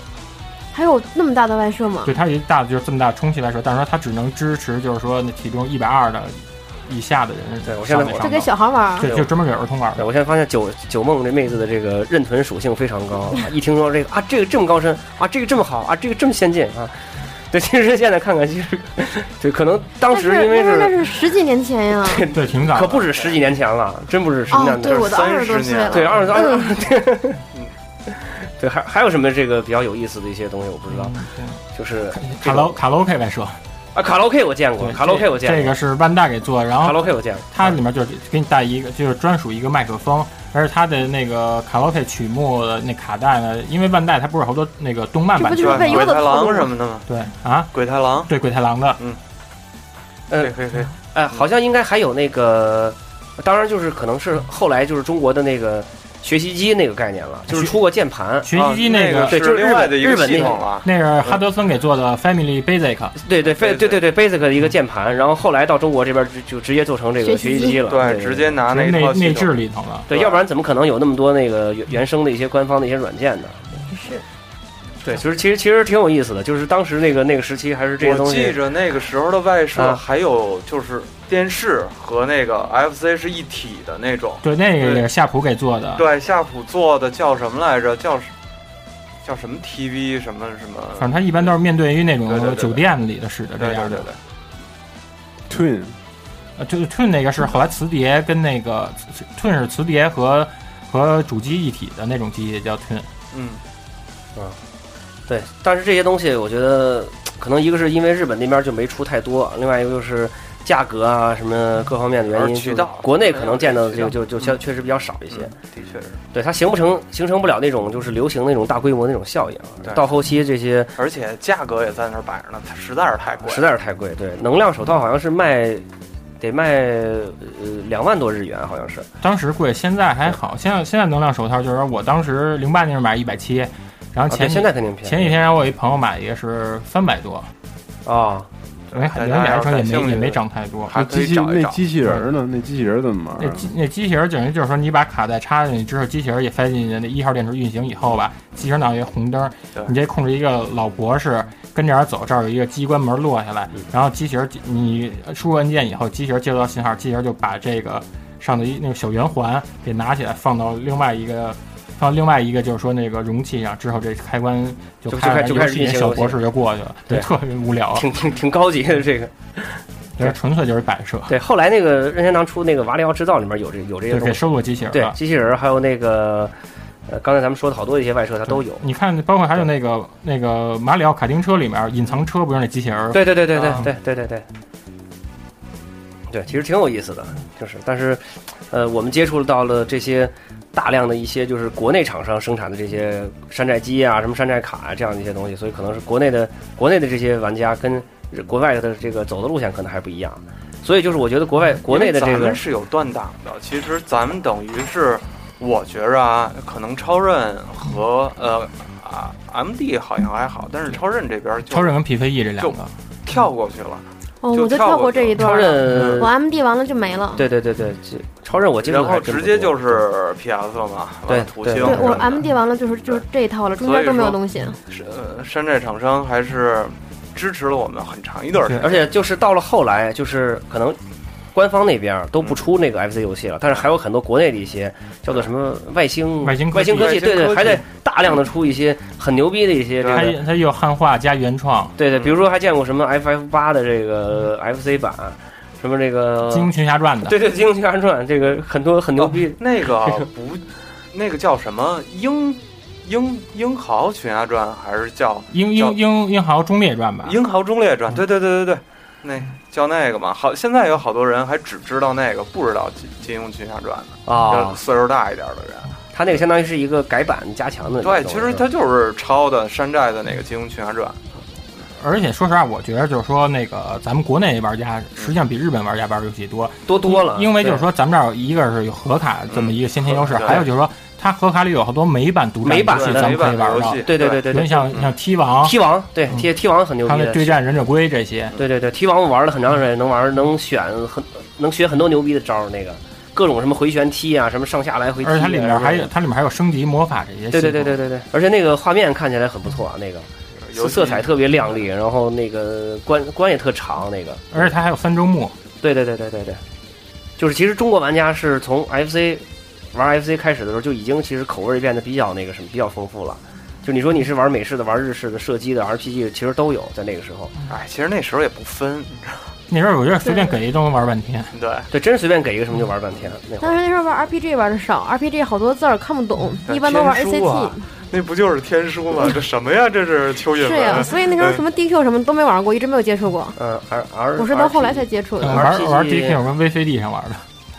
Speaker 4: 还有那么大的外设吗？
Speaker 3: 对，它有一大的就是这么大充气外设，但是说它只能支持就是说那体重一百二的以下的人上
Speaker 1: 对我
Speaker 3: 那
Speaker 1: 现
Speaker 3: 上
Speaker 1: 在
Speaker 3: 道。
Speaker 4: 就给小孩玩儿，
Speaker 3: 对，就专门给儿童玩
Speaker 1: 对
Speaker 3: 的。
Speaker 1: 我现在发现九九梦这妹子的这个认屯属性非常高，一听说这个啊，这个这么高深啊，这个这么好啊，这个这么先进啊，对，其实现在看看，其实对，可能当
Speaker 4: 但是
Speaker 1: 时因为
Speaker 4: 那是那
Speaker 1: 是
Speaker 4: 是十几年前呀。
Speaker 3: 对，挺早的。
Speaker 1: 可不止十几年前了，真不止十几
Speaker 4: 哦
Speaker 1: 年，前
Speaker 4: 对，
Speaker 1: 了，
Speaker 4: 我都二十多岁了。
Speaker 1: 对，二十二
Speaker 4: 嗯
Speaker 1: 十，对，还还有什么这个比较有意思的一些东西，我不知道，
Speaker 3: 嗯
Speaker 1: 就是
Speaker 3: 卡拉卡拉 OK 外设，
Speaker 1: 啊，卡拉 OK 我见过，
Speaker 3: 对
Speaker 1: 卡拉 OK 我见
Speaker 3: 这
Speaker 1: 过，
Speaker 3: 个是万代给做，的，然
Speaker 1: 卡
Speaker 3: 后
Speaker 1: 拉 OK 我见过，啊
Speaker 3: 它里面就是给你带一个，就是专属一个麦克风，而且它的那个卡拉 OK 曲目的那卡带呢，因为万代它不是好多那个那个动漫版
Speaker 4: 这
Speaker 3: 权
Speaker 4: 不
Speaker 2: 对
Speaker 4: 就，是
Speaker 2: 鬼
Speaker 4: 为优的
Speaker 2: 太
Speaker 4: 套
Speaker 2: 狼
Speaker 4: 路
Speaker 2: 什么的嘛，
Speaker 3: 对啊，
Speaker 2: 鬼太狼，
Speaker 3: 对鬼太郎
Speaker 2: 哦
Speaker 3: 的，
Speaker 1: 嗯
Speaker 2: 嘿嘿嘿，
Speaker 1: 哎，好像应该还有那个，当然就是可能是后来就是中国的那个学习机那个概念了，就是出过键盘，
Speaker 3: 学习机
Speaker 2: 啊
Speaker 3: 那
Speaker 2: 那
Speaker 3: 个、
Speaker 1: 对就是
Speaker 2: 是
Speaker 1: 日
Speaker 2: 另外的一
Speaker 1: 日
Speaker 2: 个
Speaker 1: 本那
Speaker 2: 系
Speaker 1: 个
Speaker 2: 统了，
Speaker 3: 那是哈德森给做的 Family Basic，
Speaker 1: 对对非对
Speaker 2: 对嗯
Speaker 1: 对对 Basic 的一个键盘，然后后来到中国这边就就直接做成这个
Speaker 4: 学
Speaker 1: 学
Speaker 4: 习
Speaker 1: 习
Speaker 4: 机
Speaker 1: 机了，
Speaker 2: 对，直接拿那
Speaker 3: 内
Speaker 2: 一套
Speaker 3: 内
Speaker 2: 系
Speaker 3: 置
Speaker 2: 统。
Speaker 3: 里头了。
Speaker 1: 对，要不然怎么可能有那么多那个原原生的一些官方的一些软件呢？
Speaker 4: 是
Speaker 1: 对，就是其实其实挺有意思的，就是当时那个那个时期还是这些
Speaker 2: 我
Speaker 1: 东
Speaker 2: 记
Speaker 1: 西，
Speaker 2: 着那个时候的外设
Speaker 1: 啊
Speaker 2: 还有就是电视和那个 FC 是一体的那种。
Speaker 3: 对，那个也是夏普给做的，
Speaker 2: 对，夏普做的叫什么来着？叫叫什么 TV 什么什么？
Speaker 3: 反正它一般都是面对于那
Speaker 2: 对对
Speaker 3: 种
Speaker 2: 对对
Speaker 3: 酒店里的使的这
Speaker 2: 对对
Speaker 3: 样的
Speaker 2: 对。对，
Speaker 6: Twin
Speaker 3: 呃，就是 Tune 那个是后来磁碟跟那个 Tune 是磁碟和和主机一体的那种机器叫 Tune。
Speaker 2: 嗯，
Speaker 1: 对，但是这些东西我觉得可能一个是因为日本那边就没出太多，另外一个就是价格啊什么各方面的原因，
Speaker 2: 而渠道
Speaker 1: 就是国内可能见到的
Speaker 2: 渠
Speaker 1: 就
Speaker 2: 道嗯
Speaker 1: 就就确嗯确实比较少一些。
Speaker 2: 的确是，
Speaker 1: 对它形不成形成不了那种就是流行那种大规模那种效应，
Speaker 2: 对
Speaker 1: 到后期这些
Speaker 2: 而且价格也在那儿摆着呢，它实在是太贵了。
Speaker 1: 实在是太贵。对，能量手套好像是卖得卖呃两万多日元，好像是。
Speaker 3: 当时贵，现在还好。现在现在能量手套就是说我当时零八年是买一百七，然后
Speaker 1: 啊，对，
Speaker 3: 前几、
Speaker 1: 现在肯定便宜。
Speaker 3: 前几天让我一朋友买一个是三百多，
Speaker 1: 啊，
Speaker 3: 因为海
Speaker 2: 大家
Speaker 3: 两
Speaker 2: 要
Speaker 3: 来
Speaker 2: 是
Speaker 3: 说也
Speaker 2: 感兴
Speaker 3: 没
Speaker 2: 趣
Speaker 3: 也
Speaker 2: 的
Speaker 3: 没涨太多。
Speaker 2: 还
Speaker 6: 那
Speaker 2: 可
Speaker 6: 机
Speaker 2: 以
Speaker 6: 器
Speaker 2: 找一
Speaker 6: 那
Speaker 2: 找。
Speaker 6: 机器人儿呢？那机器人儿怎么玩
Speaker 3: 那
Speaker 6: 儿啊？
Speaker 3: 机那机器人等于就是说，你把卡带插进去之后，机器人也塞进去，那一号电池运行以后吧，机器人脑有一个红灯
Speaker 2: 对，
Speaker 3: 你这控制一个老博士跟这儿走，这儿有一个机关门落下
Speaker 1: 嗯
Speaker 3: 来，然后机器人你输入按键以后，机器人接收到信号，机器人就把这个上的一那个小圆环给拿起来放到另外一个。放到另外一个就是说那个容器上之后，这开关就
Speaker 1: 就
Speaker 3: 开了
Speaker 1: 就开
Speaker 3: 游
Speaker 1: 始
Speaker 3: 戏
Speaker 1: 运行
Speaker 3: 小
Speaker 1: 游戏
Speaker 3: 博士就过去了，
Speaker 1: 对
Speaker 3: *laughs* 特别无聊，
Speaker 1: 挺挺挺高级的这个。
Speaker 3: 就是纯粹就是摆设，
Speaker 1: 对，后来那个任天堂出那个《瓦里奥制造》里面有这有这些
Speaker 3: 就
Speaker 1: 东
Speaker 3: 给
Speaker 1: 西，
Speaker 3: 收录机器人
Speaker 1: 对
Speaker 2: 啊
Speaker 3: 了，。
Speaker 1: 机器人儿还有那个呃，刚才咱们说的好多一些外设它都
Speaker 2: 嗯
Speaker 1: 有。
Speaker 3: 你看，包括还有那个那个马里奥卡丁车里面隐藏车不是那机器人儿，
Speaker 1: 嗯对对对对对
Speaker 3: 啊
Speaker 1: 对对对对，对，其实挺有意思的，就是但是呃，我们接触到了这些大量的一些就是国内厂商生产的这些山寨机啊、什么山寨卡啊这样的一些东西，所以可能是国内的国内的这些玩家跟国外的这个走的路线可能还不一样，所以就是我觉得国外国内的这
Speaker 2: 因为咱
Speaker 1: 个
Speaker 2: 们是有断档的，其实咱们等于是，我觉着啊，可能超任和呃啊 MD 好像还好，但是超任这边就
Speaker 3: 超人跟 PVE 这两
Speaker 2: 就
Speaker 3: 个，
Speaker 2: 跳过去了，
Speaker 4: 哦，
Speaker 2: 就
Speaker 4: 我就
Speaker 2: 跳
Speaker 4: 跳
Speaker 2: 过
Speaker 4: 过
Speaker 2: 去
Speaker 4: 这一
Speaker 2: 了
Speaker 4: 段
Speaker 1: 超
Speaker 4: 儿了，嗯
Speaker 1: 任
Speaker 4: 我
Speaker 2: 嗯
Speaker 4: MD 完了就没了。
Speaker 1: 对对对对，这超任我接触
Speaker 2: 然
Speaker 1: 的还
Speaker 2: 后
Speaker 1: 真
Speaker 2: 直
Speaker 1: 不
Speaker 2: 接
Speaker 1: 多
Speaker 2: 就是 PS 嘛，完了
Speaker 1: 对
Speaker 2: 土
Speaker 1: 对
Speaker 2: 星
Speaker 4: 对
Speaker 2: 什
Speaker 4: 我
Speaker 2: 么的
Speaker 4: MD 完了就是就是这一套了，中
Speaker 2: 所
Speaker 4: 间
Speaker 2: 以
Speaker 4: 都没有
Speaker 2: 说
Speaker 4: 东西。
Speaker 2: 是呃山寨厂商还是支持了我们很长一段时间。
Speaker 1: 而且就是到了后来，就是可能官方那边儿
Speaker 2: 嗯
Speaker 1: 都不出那个 FC 游戏了，但是还有很多国内的一些叫做什么外星
Speaker 3: 外星科
Speaker 1: 外星
Speaker 3: 技
Speaker 1: 科技，
Speaker 2: 外星
Speaker 1: 对
Speaker 2: 科
Speaker 1: 对，
Speaker 2: 技
Speaker 1: 还在大量的出一些很牛逼的一些这
Speaker 3: 它
Speaker 1: 个。
Speaker 3: 它又汉化加原创，
Speaker 1: 对
Speaker 2: 嗯
Speaker 1: 对，比如说还见过什么 FF 八的这个 FC 版，什么这个
Speaker 3: 《金庸群侠传》的，
Speaker 1: 对对《金庸群侠传》这个很多很牛逼，
Speaker 2: 那个不，那个叫什么英英英豪群侠传，还是叫
Speaker 3: 英
Speaker 2: 叫
Speaker 3: 英英英豪忠烈传吧，
Speaker 2: 英豪忠烈传？对对对对对，嗯那叫那个嘛。好，现在有好多人还只知道那个，不知道金金庸群侠传呢。
Speaker 1: 啊
Speaker 2: 就，岁数大一点的人，
Speaker 1: 它那个相当于是一个改版加强的那种。
Speaker 2: 对，其实它就是抄的山寨的那个金庸群侠传。
Speaker 3: 而且说实话，我觉得就是说那个咱们国内玩家实际上比日本玩家玩游戏多，
Speaker 1: 多多了，
Speaker 3: 因为就是说咱们这儿有一个是有盒卡这么一个先天优势，
Speaker 2: 嗯对
Speaker 3: 还有就是说它盒卡里有好多美版独占
Speaker 1: 美版
Speaker 3: 游戏
Speaker 1: 的
Speaker 3: 咱
Speaker 2: 美
Speaker 3: 们可以
Speaker 2: 版的
Speaker 3: 玩
Speaker 2: 游
Speaker 3: 到，
Speaker 2: 戏，
Speaker 1: 对对对对
Speaker 3: 比如
Speaker 1: 对，
Speaker 3: 像像 T 王，
Speaker 1: 踢王
Speaker 3: 嗯
Speaker 1: 对踢踢王很牛
Speaker 3: 他
Speaker 1: 逼
Speaker 3: 们
Speaker 1: 的，
Speaker 3: 对战忍者龟这些，
Speaker 1: 对对对，踢王我玩了很长时间，
Speaker 3: 嗯
Speaker 1: 能玩能选很能学很多牛逼的招儿，那个各种什么回旋踢啊，什么上下来回踢啊，
Speaker 3: 而且它里面还有
Speaker 1: 什么
Speaker 3: 它里面还有升级魔法这些，
Speaker 1: 的。对对对对，对对，而且那个画面看起来很不错啊，那个
Speaker 2: 游戏
Speaker 1: 色彩特别亮丽，然后那个关关也特长，那个
Speaker 3: 而且它还有三周目，
Speaker 1: 对对对对对对，就是其实中国玩家是从 FC 玩 FC 开始的时候就已经其实口味变得比较那个什么比较丰富了。就你说你是玩美式的、玩日式的、射击的、RPG 的，其实都有，在那个时候，
Speaker 2: 哎，其实那时候也不分，
Speaker 3: 那时候我觉得随便给一都能玩半天，
Speaker 2: 对，
Speaker 1: 对，真是随便给一个什么就玩半天。那会儿
Speaker 4: 但是那时候玩 RPG 玩的少，RPG 好多字儿看不懂，
Speaker 2: 嗯
Speaker 4: 一般都玩
Speaker 2: 天书
Speaker 4: ACT、
Speaker 2: 啊那不就是天书吗？这什么呀？这是蚯蚓
Speaker 4: 是呀，
Speaker 2: 文，
Speaker 4: 所以那时候什么 DQ 什么都没玩过，一直没有接触过。
Speaker 1: 嗯，R R，
Speaker 4: 我是到后来才接触
Speaker 3: 嗯
Speaker 4: 的。
Speaker 1: 嗯
Speaker 3: 玩
Speaker 1: RPG
Speaker 3: 玩 DQ 跟 VCD 上玩的，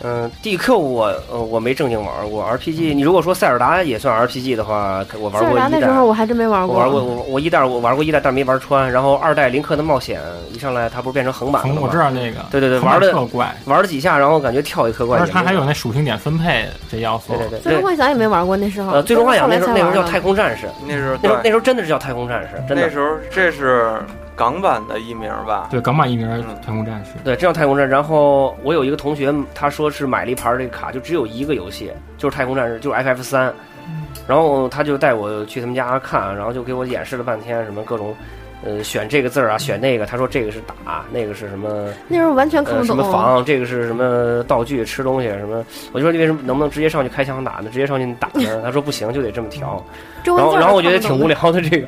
Speaker 1: 嗯，DQ 我呃我没正经玩过 RPG。你如果说塞尔达也算 RPG 的话，可我玩
Speaker 4: 嗯塞尔
Speaker 1: 过
Speaker 4: 达
Speaker 1: 一
Speaker 4: 那
Speaker 1: 代
Speaker 4: 时，候我还真没玩
Speaker 1: 我玩过我我一代我玩过一代，但是没玩穿。然后二代林克的冒险一上来它不是变成横版了
Speaker 3: 嗯
Speaker 1: 吗？
Speaker 3: 我知道那个，
Speaker 1: 对对对
Speaker 3: 横版
Speaker 1: 玩的
Speaker 3: 特怪，
Speaker 1: 玩了几下，然后感觉跳一特怪。
Speaker 3: 而且它还有那属性点分配这要素
Speaker 1: 对，对对
Speaker 4: 最终
Speaker 1: 对，
Speaker 4: 幻想也没玩过，那时候。
Speaker 1: 呃，最终幻想
Speaker 4: 都
Speaker 1: 那
Speaker 4: 是
Speaker 1: 时
Speaker 4: 后
Speaker 1: 候那
Speaker 4: 来才
Speaker 1: 时
Speaker 4: 玩
Speaker 1: 候叫
Speaker 4: 的
Speaker 1: 太空战士，
Speaker 2: 那时候
Speaker 1: 那时候那
Speaker 2: 对，
Speaker 1: 时候真的是叫太空战士，真
Speaker 2: 那
Speaker 1: 的。
Speaker 2: 时候这是港版的译名吧？
Speaker 3: 对，港版一名
Speaker 2: 嗯
Speaker 3: 太空战士。
Speaker 1: 对，真叫太空战。士。然后我有一个同学，他说是买了一盘这个卡，就只有一个游戏，就是太空战士，就是 FF 三。然后他就带我去他们家看，然后就给我演示了半天，什么各种，呃，选这个字儿啊，选那个。他说这个是打，那个是什么，
Speaker 4: 那时候完全看
Speaker 1: 呃，
Speaker 4: 不
Speaker 1: 什么
Speaker 4: 懂。
Speaker 1: 防，这个是什么道具，吃东西什么。我就说你为什么能不能直接上去开枪打呢？直接上去打呢？他说不行，就得这么调。
Speaker 4: 中
Speaker 1: 然
Speaker 4: 文
Speaker 1: 后
Speaker 4: 字儿
Speaker 1: 然后我
Speaker 4: 都
Speaker 1: 觉得
Speaker 4: 看不
Speaker 1: 挺
Speaker 4: 懂
Speaker 1: 无聊的这个。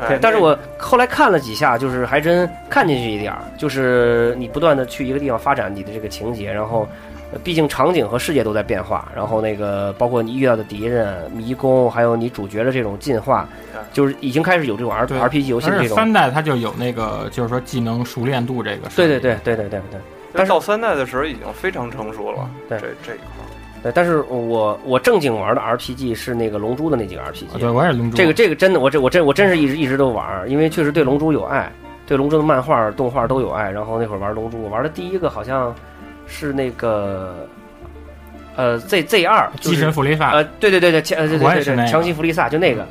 Speaker 2: 哎
Speaker 1: 对，但是
Speaker 2: 那
Speaker 1: 我后来看了几下，就是还真看进去一点儿，就是你不断的去一个地方发展你的这个情节，然后，呃毕竟场景和世界都在变化，然后那个包括你遇到的敌人、啊迷宫，还有你主角的这种进化
Speaker 2: 对，
Speaker 1: 就是已经开始有这种 R
Speaker 3: 嗯对
Speaker 1: R P G 游戏的
Speaker 3: 而
Speaker 1: 这
Speaker 3: 且
Speaker 1: 种。
Speaker 3: 三代它就有那个，就是说技能熟练度这个设
Speaker 1: 对
Speaker 3: 计。
Speaker 1: 对对对对对对
Speaker 2: 但是到三代的时候已经非常成熟了，
Speaker 1: 对
Speaker 2: 这这一块
Speaker 1: 对，但是我我正经玩的 R P G 是那个龙珠的那几个 R P
Speaker 3: 啊
Speaker 1: G，
Speaker 3: 对，我也是龙珠。
Speaker 1: 这个这个真的，我这我真我真是一直一直都玩儿，因为确实对龙珠有爱，对龙珠的漫画、动画都有爱。然后那会儿玩龙珠，我玩的第一个好像是那个，呃，Z Z 二，就
Speaker 3: 机
Speaker 1: 是
Speaker 3: 神弗利法，
Speaker 1: 呃，对对对对，强呃对对
Speaker 3: 我也
Speaker 1: 对
Speaker 3: 是
Speaker 1: 对
Speaker 3: 那
Speaker 1: 对，
Speaker 3: 个
Speaker 1: 强袭弗利萨就那个，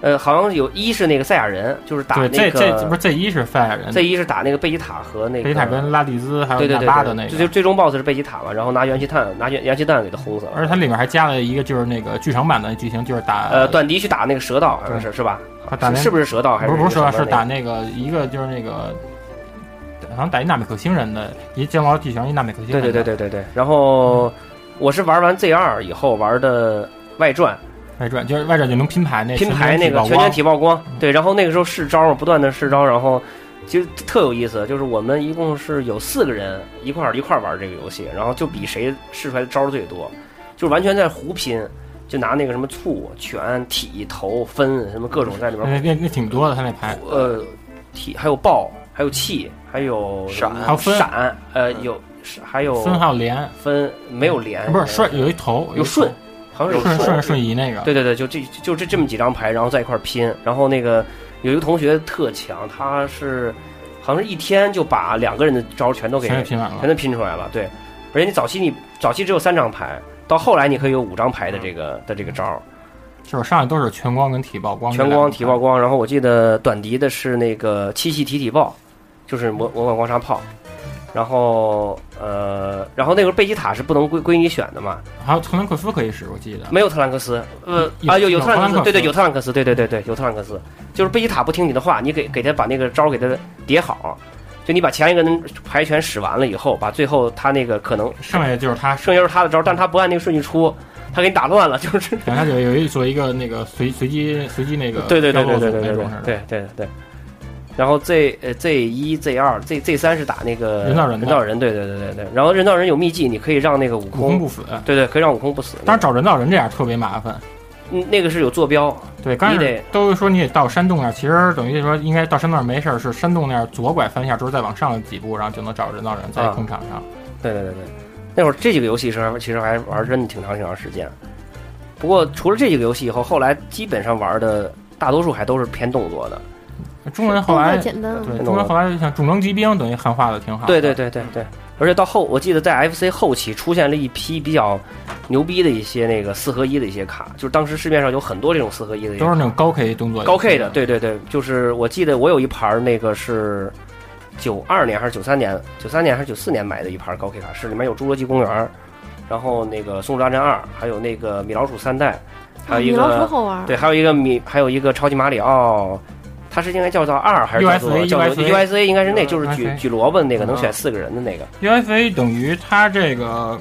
Speaker 1: 呃，好像有一是那个赛亚人，就是打
Speaker 3: 对
Speaker 1: 那
Speaker 3: ，Z Z 不
Speaker 1: 个
Speaker 3: 是 Z 一是赛亚人，
Speaker 1: Z 一是打那个贝吉塔和那个
Speaker 3: 贝塔跟拉蒂兹还有
Speaker 1: 对对
Speaker 3: 纳
Speaker 1: 对
Speaker 3: 巴的
Speaker 1: 对
Speaker 3: 那
Speaker 1: 最
Speaker 3: 个。
Speaker 1: 最终 BOSS 是贝吉塔嘛，然后拿元气弹拿元元气弹给他轰死了，
Speaker 3: 而且它里面还加了一个，就是那个剧场版的剧情，就是打
Speaker 1: 呃，短笛去打那个蛇道好像
Speaker 3: 对
Speaker 1: 是是吧？
Speaker 3: 啊打那
Speaker 1: 是是不是蛇道还
Speaker 3: 不是不
Speaker 1: 一
Speaker 3: 是
Speaker 1: 个
Speaker 3: 蛇，
Speaker 1: 什么
Speaker 3: 是
Speaker 1: 那个
Speaker 3: 打那个一个就是那个，好像打一纳美克星人的，一建造地球一纳美克星
Speaker 1: 对
Speaker 3: 人。
Speaker 1: 对对，对对对。然后我是玩完 Z 二以后玩的外传，
Speaker 3: 外传就是外传就能拼牌那
Speaker 1: 拼牌那个
Speaker 3: 哎
Speaker 1: 全
Speaker 3: 全员
Speaker 1: 员
Speaker 3: 体
Speaker 1: 体曝光，对。然后那个时候试招嘛，不断的试招，然后其实特有意思，就是我们一共是有四个人一块儿一块儿玩这个游戏，然后就比谁试出来的招儿最多，就完全在胡拼，就拿那个什么醋、拳、体、头、分什么各种在里
Speaker 3: 爆
Speaker 1: 边
Speaker 3: 光，那那那挺多的，他那牌
Speaker 1: 呃，体还有爆，还有气，还有什
Speaker 2: 闪
Speaker 1: 么
Speaker 2: 还
Speaker 3: 有分
Speaker 1: 闪，呃，有是还有
Speaker 3: 分还有连，
Speaker 1: 分没有连，
Speaker 3: 不是顺有一头
Speaker 1: 有
Speaker 3: 一
Speaker 1: 哎
Speaker 3: 头
Speaker 1: 顺，好像有
Speaker 3: 顺顺
Speaker 1: 顺
Speaker 3: 顺顺移那个。
Speaker 1: 对对对，就这就这这么几张牌，然后在一块儿拼。然后那个有一个同学特强，他是好像是一天就把两个人的招全都给
Speaker 3: 全给
Speaker 1: 全
Speaker 3: 拼完了。
Speaker 1: 都拼出来了。对，而且你早期你早期只有三张牌，到后来你可以有五张牌的这个的这个招儿，
Speaker 3: 就是上来都是全光跟体曝嗯光，
Speaker 1: 全光体曝，光。然后我记得短笛的是那个七系体体爆，就是魔魔幻光沙炮。然后呃，然后那个贝吉塔是不能归归你选的嘛，
Speaker 3: 还有特兰克夫可以使，我记得。
Speaker 1: 没有特兰克斯，呃
Speaker 3: 有
Speaker 1: 啊有有
Speaker 3: 有
Speaker 1: 特兰克
Speaker 3: 特兰克
Speaker 1: 斯，
Speaker 3: 斯
Speaker 1: 对对有特兰克斯，对对对对有特兰克斯，就是贝吉塔不听你的话，你给给他把那个招给他叠好，就你把前一个人牌全使完了以后，把最后他那个可能
Speaker 3: 剩下就是他，
Speaker 1: 剩下是他的招，但他不按那个顺序出，他给你打乱了，就是 *laughs*
Speaker 3: 等下就有一做一个那个随随机随机那个
Speaker 1: 对对对对对
Speaker 3: 消
Speaker 1: 对
Speaker 3: 耗组那
Speaker 1: 对
Speaker 3: 种似的。
Speaker 1: 对对对。然后 Z 呃 Z 一 Z 二 Z Z 三是打那个
Speaker 3: 人造人的
Speaker 1: 人造人，对对对对对。然后人造人有秘技，你可以让那个悟
Speaker 3: 悟空
Speaker 1: 空，
Speaker 3: 不死，
Speaker 1: 对对，可以让悟空不死。
Speaker 3: 但是找人造人这样特别麻烦。
Speaker 1: 嗯那个是有坐标，
Speaker 3: 对，刚开
Speaker 1: 你
Speaker 3: 始
Speaker 1: 得
Speaker 3: 都说你得到山洞那儿，其实等于说应该到山洞那儿没事儿，是山洞那儿左拐三下之后再往上几步，然后就能找人造人在
Speaker 1: 啊
Speaker 3: 空场上。
Speaker 1: 对对对对，那会儿这几个游戏是还其实还玩真的挺长挺长时间。不过除了这几个游戏以后，后来基本上玩的大多数还都是偏动作的。
Speaker 3: 中文后
Speaker 4: 动
Speaker 3: 来
Speaker 4: 作简单了。
Speaker 3: 对
Speaker 1: 太
Speaker 3: 中
Speaker 1: 懂
Speaker 3: 文
Speaker 1: 了
Speaker 3: 后来就像重装机兵，等于汉化的挺好的。
Speaker 1: 对对对对对，而且到后，我记得在 FC 后期出现了一批比较牛逼的一些那个四合一的一些卡，就是当时市面上有很多这种四合一的一些
Speaker 3: 都是那种高 K 动作，
Speaker 1: 高 K 的，，对对对，就是我记得我有一盘儿那个是九二年还是九三年，九三年还是九四年买的一盘儿高 K 卡，是里面有《侏罗纪公园》，然后那个《松鼠大战二》，还有那个米老鼠三代，还
Speaker 4: 啊，
Speaker 1: 有一
Speaker 4: 米
Speaker 1: 个、
Speaker 4: 老鼠好玩儿。
Speaker 1: 对，还有一个米，还有一个超级马里奥，它是应该叫做二还是叫做
Speaker 3: USA
Speaker 1: 叫做
Speaker 3: USA
Speaker 1: USA？应该是那，就是举
Speaker 3: USA
Speaker 1: 举萝卜那个能
Speaker 3: 嗯
Speaker 1: 选四个人的那个。
Speaker 3: UFA 等于它这个，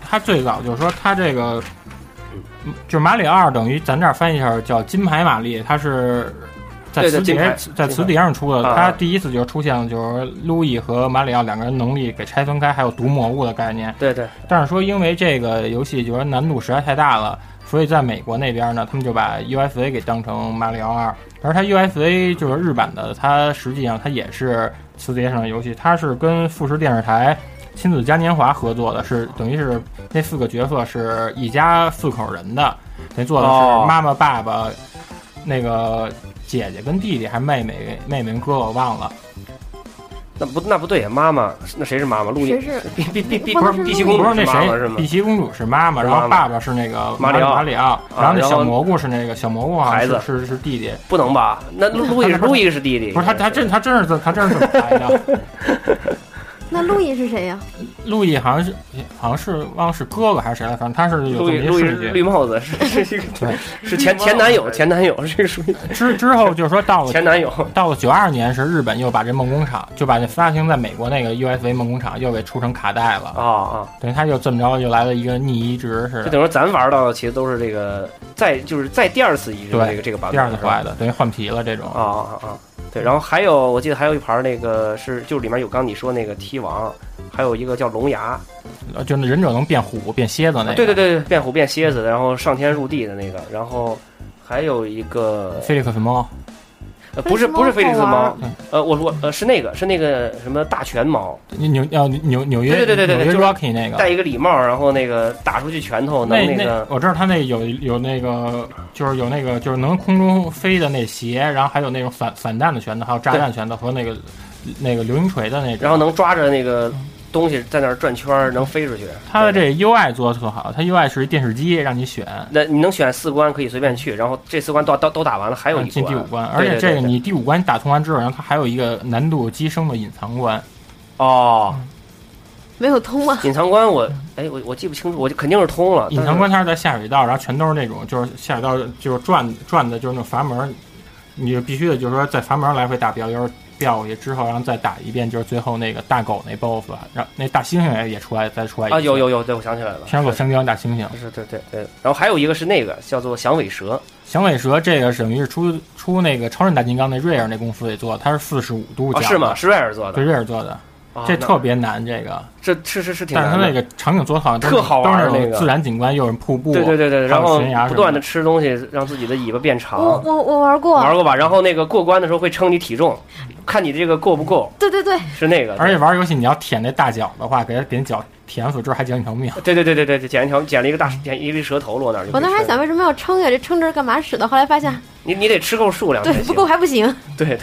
Speaker 3: 它最早就是说它这个，就是马里奥等于咱这儿翻译一下叫金牌玛丽，它是在
Speaker 1: 对
Speaker 3: 磁
Speaker 1: 对金
Speaker 3: 碟
Speaker 1: 牌
Speaker 3: 在磁碟上出的，
Speaker 1: 啊
Speaker 3: 它第一次就出现了就是路易和马里奥两个人能力给拆分开，还有毒蘑菇的概念。
Speaker 1: 对对，
Speaker 3: 但是说因为这个游戏就是难度实在太大了。所以在美国那边呢，他们就把 UFA 给当成马里奥二，而它 UFA 就是日版的，它实际上它也是磁碟上的游戏，它是跟富士电视台亲子嘉年华合作的，是等于是那四个角色是一家四口人的，那做的
Speaker 1: 哦
Speaker 3: 是妈妈、爸爸、那个姐姐跟弟弟，还妹妹、妹妹跟哥哥，我忘了。
Speaker 1: 那不那不对，妈妈那谁是妈妈？路易
Speaker 4: 谁是
Speaker 1: 必必必必
Speaker 4: 不
Speaker 1: 不
Speaker 4: 是
Speaker 1: 是碧
Speaker 4: 路
Speaker 1: 琪
Speaker 4: 易
Speaker 1: 公
Speaker 3: 不
Speaker 1: 主
Speaker 3: 是那
Speaker 1: 妈妈是
Speaker 3: 谁，
Speaker 1: 吗
Speaker 3: 碧？琪公主是妈妈，
Speaker 1: 是
Speaker 3: 然
Speaker 1: 妈妈
Speaker 3: 后爸爸是那个
Speaker 1: 马里奥啊
Speaker 3: 马里奥，然后那
Speaker 1: 然
Speaker 3: 小
Speaker 1: 后
Speaker 3: 蘑菇是那个小蘑菇好
Speaker 1: 孩
Speaker 3: 像
Speaker 1: 子
Speaker 3: 是是是弟弟，
Speaker 1: 不能吧？那路路易是
Speaker 3: 不是
Speaker 1: 路易是弟弟，
Speaker 3: 不是他他真他真是这他真是这么来的。
Speaker 4: 那路易是谁呀？
Speaker 3: 路易好像是好像是忘了是哥哥还是谁了，反正他是有
Speaker 1: 路易
Speaker 3: 这
Speaker 1: 路
Speaker 3: 么一
Speaker 1: 易
Speaker 3: 事
Speaker 1: 是绿
Speaker 3: 迹。
Speaker 1: 帽子 *laughs* 是是一个
Speaker 3: 对
Speaker 1: 是前前男友前男友，这个属于
Speaker 3: 之之后就是说到了
Speaker 1: 前男友。
Speaker 3: 到了九二年是日本又把这梦工厂就把这发行在美国那个 USV 梦工厂又给出成卡带了，
Speaker 1: 啊啊！
Speaker 3: 等于他又这么着又来了一个逆移植似
Speaker 1: 就
Speaker 3: 的，
Speaker 1: 等于说咱玩到的其实都是这个再就是再第二次移植的
Speaker 3: 对
Speaker 1: 这个这个版本，
Speaker 3: 第二次
Speaker 1: 是
Speaker 3: 回
Speaker 1: 吧
Speaker 3: 来的，等于换皮了这种。
Speaker 1: 啊啊啊！对，然后还有我记得还有一盘儿那个是就是里面有刚你说那个 T 王，还有一个叫龙牙，
Speaker 3: 呃就那忍者能变虎变蝎子那个，
Speaker 1: 啊对对对，变虎变蝎子，然后上天入地的那个，然后还有一个
Speaker 3: 菲利克斯猫，
Speaker 1: 呃不是不是菲利斯
Speaker 4: 好玩儿
Speaker 1: 猫，
Speaker 3: 嗯
Speaker 1: 呃我我呃是那个是那个什么大拳猫，
Speaker 3: 纽呃纽纽约
Speaker 1: 对对对对对
Speaker 3: 纽约
Speaker 1: 就是
Speaker 3: Rocky 那个
Speaker 1: 戴一个礼帽，然后那个打出去拳头能
Speaker 3: 那
Speaker 1: 个
Speaker 3: 我知道他那有有那个就是有那个就是能空中飞的那鞋，然后还有那种反反弹的拳头，还有炸弹拳头和那个那个流星锤的那种。
Speaker 1: 然后能抓着那个东西在那儿转圈儿，能飞出去。
Speaker 3: 它的这 UI 做的特好，它 UI 是一电视机让你选，
Speaker 1: 那你能选四关可以随便去，然后这四关都都都打完了，还有一
Speaker 3: 嗯进第
Speaker 1: 关
Speaker 3: 五关，而且
Speaker 1: 对对
Speaker 3: 这个
Speaker 1: 对
Speaker 3: 你第五关打通完之后，然后它还有一个难度激升的隐藏关，
Speaker 1: 哦，
Speaker 4: 没有通啊，
Speaker 1: 隐藏关我哎我我记不清楚，我就肯啊定是通了。
Speaker 3: 隐藏关它是在下水道，然后全都是那种就是下水道就是转转的，就是那种阀门，你就必须得就是说在阀门来回打标就是掉过去之后，然后再打一遍，就是最后那个大狗那 BOSS，然后那大猩猩也也出来再出来
Speaker 1: 但
Speaker 3: 一
Speaker 1: 是
Speaker 3: 次
Speaker 1: 啊有有有，对我想起来了，
Speaker 3: 天狗香蕉大猩猩，
Speaker 1: 是对对对，然后还有一个是那个叫做响尾蛇，
Speaker 3: 响尾蛇这个是等于是出出那个超人大金刚那瑞尔那公司给做的，它是四十五度角
Speaker 1: 啊
Speaker 3: 的、
Speaker 1: 是吗？是瑞尔做的
Speaker 3: 对，，瑞尔做的，
Speaker 1: 啊
Speaker 3: 这
Speaker 1: 那
Speaker 3: 特别难这个，
Speaker 1: 这是是是挺
Speaker 3: 但是它
Speaker 1: 难
Speaker 3: 那
Speaker 1: 的。
Speaker 3: 个场景做得好，
Speaker 1: 特好玩儿
Speaker 3: 都是
Speaker 1: 那
Speaker 3: 那
Speaker 1: 个
Speaker 3: 种自然景观，又有瀑布，
Speaker 1: 对对对对，
Speaker 3: 还
Speaker 1: 然
Speaker 3: 有
Speaker 1: 后
Speaker 3: 悬崖
Speaker 1: 不断的
Speaker 3: 什么的
Speaker 1: 吃东西，让自己的尾巴变
Speaker 4: 我
Speaker 1: 长，
Speaker 4: 我我玩过，
Speaker 1: 啊玩过吧？然后那个过关的时候会称你体重，看你这个够不够，
Speaker 4: 对对对，
Speaker 1: 是那个。
Speaker 3: 而且玩游戏你要舔那大脚的话，给它给你脚舔死之后还捡一条命。
Speaker 1: 对对对对对对，捡一条捡了一个大捡一粒蛇头落那儿就可
Speaker 4: 我
Speaker 1: 以吃了。
Speaker 4: 当时还想为什么要撑呀，这撑着干嘛使的？后来发现
Speaker 1: 你你得吃够数量才
Speaker 4: 对
Speaker 1: 行。
Speaker 4: 不够还不行，
Speaker 1: 对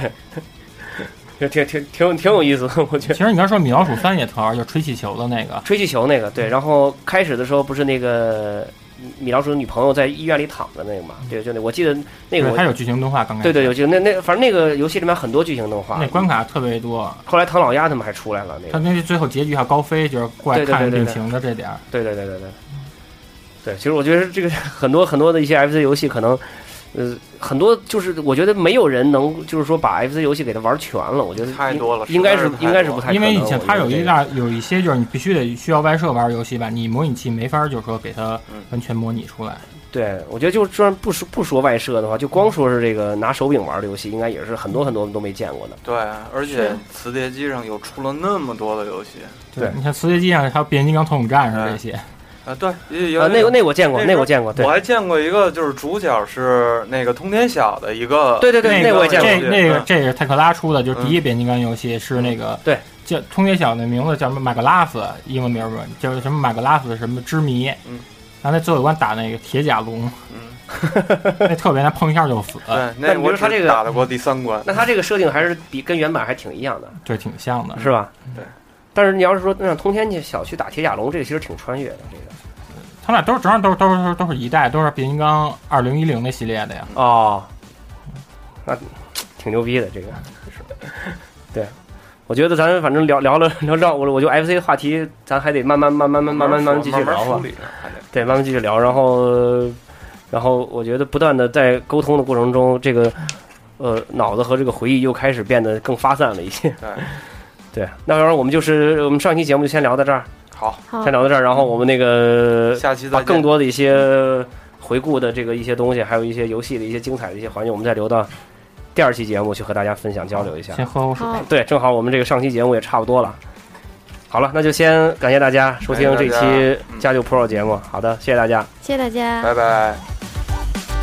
Speaker 1: 对，挺挺挺挺有挺有意思的，我觉得。
Speaker 3: 其实你要说米老鼠三也特好玩，就吹气球的那个，
Speaker 1: 吹气球那个对，然后开始的时候不是那个米老鼠的女朋友在医院里躺着那个嘛？对，就那我记得那个
Speaker 3: 对它
Speaker 1: 我，
Speaker 3: 有剧情动画，刚开
Speaker 1: 对
Speaker 3: 始
Speaker 1: 对，有记得那那反正那个游戏里面很多剧情动画
Speaker 3: 那，关卡特别多，
Speaker 1: 后来唐老鸭他们还出来了那
Speaker 3: 它
Speaker 1: 个，
Speaker 3: 那最后结局还有高飞就是过来
Speaker 1: 对对
Speaker 3: 看
Speaker 1: 对对
Speaker 3: 病
Speaker 1: 对
Speaker 3: 情的这点儿。
Speaker 1: 对对对对对，对，其实我觉得这个很多很多的一些 FC 游戏可能。呃，很多就是我觉得没有人能就是说把 FC 游戏给它玩全了，我觉得
Speaker 2: 太
Speaker 1: 应
Speaker 2: 多了
Speaker 1: 应该
Speaker 2: 实在
Speaker 1: 是
Speaker 2: 是太
Speaker 1: 应该是
Speaker 2: 多
Speaker 1: 不
Speaker 2: 了
Speaker 1: 太
Speaker 3: 因为
Speaker 1: 可
Speaker 3: 以
Speaker 1: 能
Speaker 3: 前
Speaker 1: 我
Speaker 3: 它
Speaker 1: 觉
Speaker 3: 有
Speaker 1: 得这
Speaker 3: 一
Speaker 1: 个
Speaker 3: 大有一些就是你必须得需要外设玩游戏吧，你模拟器没法儿就是说给它
Speaker 1: 嗯
Speaker 3: 完全模拟出来。
Speaker 1: 对，我觉得就算不说不说外设的话，就光说是这个拿手柄玩的游戏，应该也是很多很多都没见过的。
Speaker 2: 对，而且磁碟机上又出了那么多的游戏，
Speaker 1: 对嗯
Speaker 3: 你看磁碟机上还有变形金刚、头桶战士这些，
Speaker 2: 啊，对，也有
Speaker 1: 啊，那个那我见过，
Speaker 2: 那
Speaker 1: 那
Speaker 2: 时候
Speaker 1: 我见过，对
Speaker 2: 我还见过一个，就是主角是那个通天晓的一个，
Speaker 1: 对对对，
Speaker 3: 那
Speaker 1: 那
Speaker 3: 个
Speaker 1: 我也见
Speaker 3: 这
Speaker 1: 过。
Speaker 2: 对
Speaker 3: 那个
Speaker 2: 嗯
Speaker 3: 这也是泰克拉出的，就是第一变形金刚游戏是那个
Speaker 1: 嗯对
Speaker 3: 叫通街小那名字叫什么马格拉斯，英文名儿不叫什么马格拉斯什么之谜，
Speaker 2: 嗯
Speaker 1: *laughs*
Speaker 3: 然后那最后一关打那个铁甲龙，
Speaker 2: 嗯，
Speaker 3: 那特别难，碰一下就死，
Speaker 2: 对，
Speaker 1: 啊那
Speaker 2: 那
Speaker 1: 你
Speaker 2: 我
Speaker 1: 说他
Speaker 2: 只
Speaker 1: 这个
Speaker 2: 打得过第三关，
Speaker 1: 那它这个设定还是比跟原版还挺一样的，
Speaker 3: 对，挺像的。
Speaker 1: 是吧？
Speaker 2: 对。
Speaker 1: 但是你要是说让通天去小区打铁甲龙，这个其实挺穿越的，这个
Speaker 3: 他们俩都是，正好都是都是都是一代，都是变形金刚二零一零那系列的呀。
Speaker 1: 哦，那挺牛逼的这个。对，我觉得咱反正聊聊了 *laughs* 聊绕我了，我就 FC 话题，咱还得慢慢慢慢慢慢慢慢继续聊吧。
Speaker 2: 慢慢梳理着还得
Speaker 1: 对，慢慢继续聊。然后，然后我觉得不断的在沟通的过程中，这个呃脑子和这个回忆又开始变得更发散了一些。
Speaker 2: 对，
Speaker 1: 对，那要不然我们就是我们上期节目就先聊到这儿，
Speaker 2: 好，
Speaker 4: 好
Speaker 1: 先，聊到这儿。然后我们那个
Speaker 2: 下期再
Speaker 1: 呃把
Speaker 2: 见
Speaker 1: 更多的一些回顾的这个一些东西，还有一些游戏的一些精彩的一些环节，我们再留到第二期节目去和大家分享交流一下。
Speaker 3: 先喝口水。
Speaker 4: 好，
Speaker 1: 对，正好我们这个上期节目也差不多了。好了，那就先感谢大家收听这
Speaker 2: 感谢大家
Speaker 1: 期
Speaker 2: 嗯
Speaker 1: 家就 Pro 节目。好的，谢谢大家。
Speaker 4: 谢谢大家，
Speaker 2: 拜拜。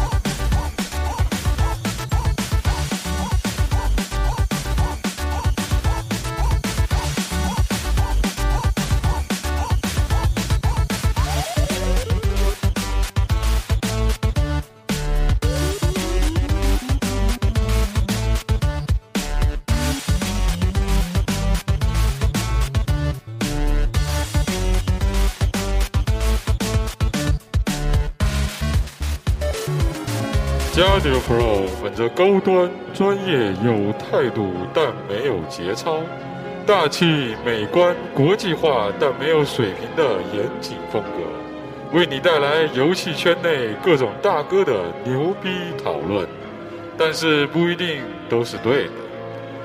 Speaker 7: 加迪 Pro 本着高端、专业、有态度，但没有节操；大气、美观、国际化，但没有水平的严谨风格，为你带来游戏圈内各种大哥的牛逼讨论，但是不一定都是对的。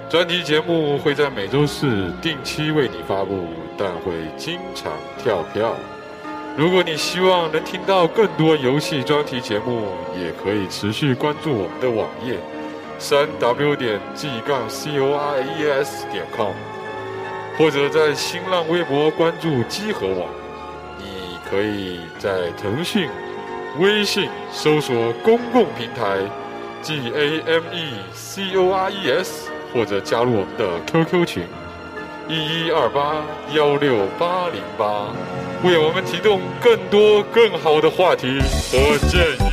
Speaker 7: 专题节目会在每周四定期为你发布，但会经常跳票。如果你希望能听到更多游戏专题节目，也可以持续关注我们的网页，三 w 点 g 杠 c o r e s 点 com，或者在新浪微博关注机核网。你可以在腾讯、微信搜索公共平台 g a m e c o r e s，或者加入我们的 QQ 群一一二八幺六八零八。为我们提供更多更好的话题和建议。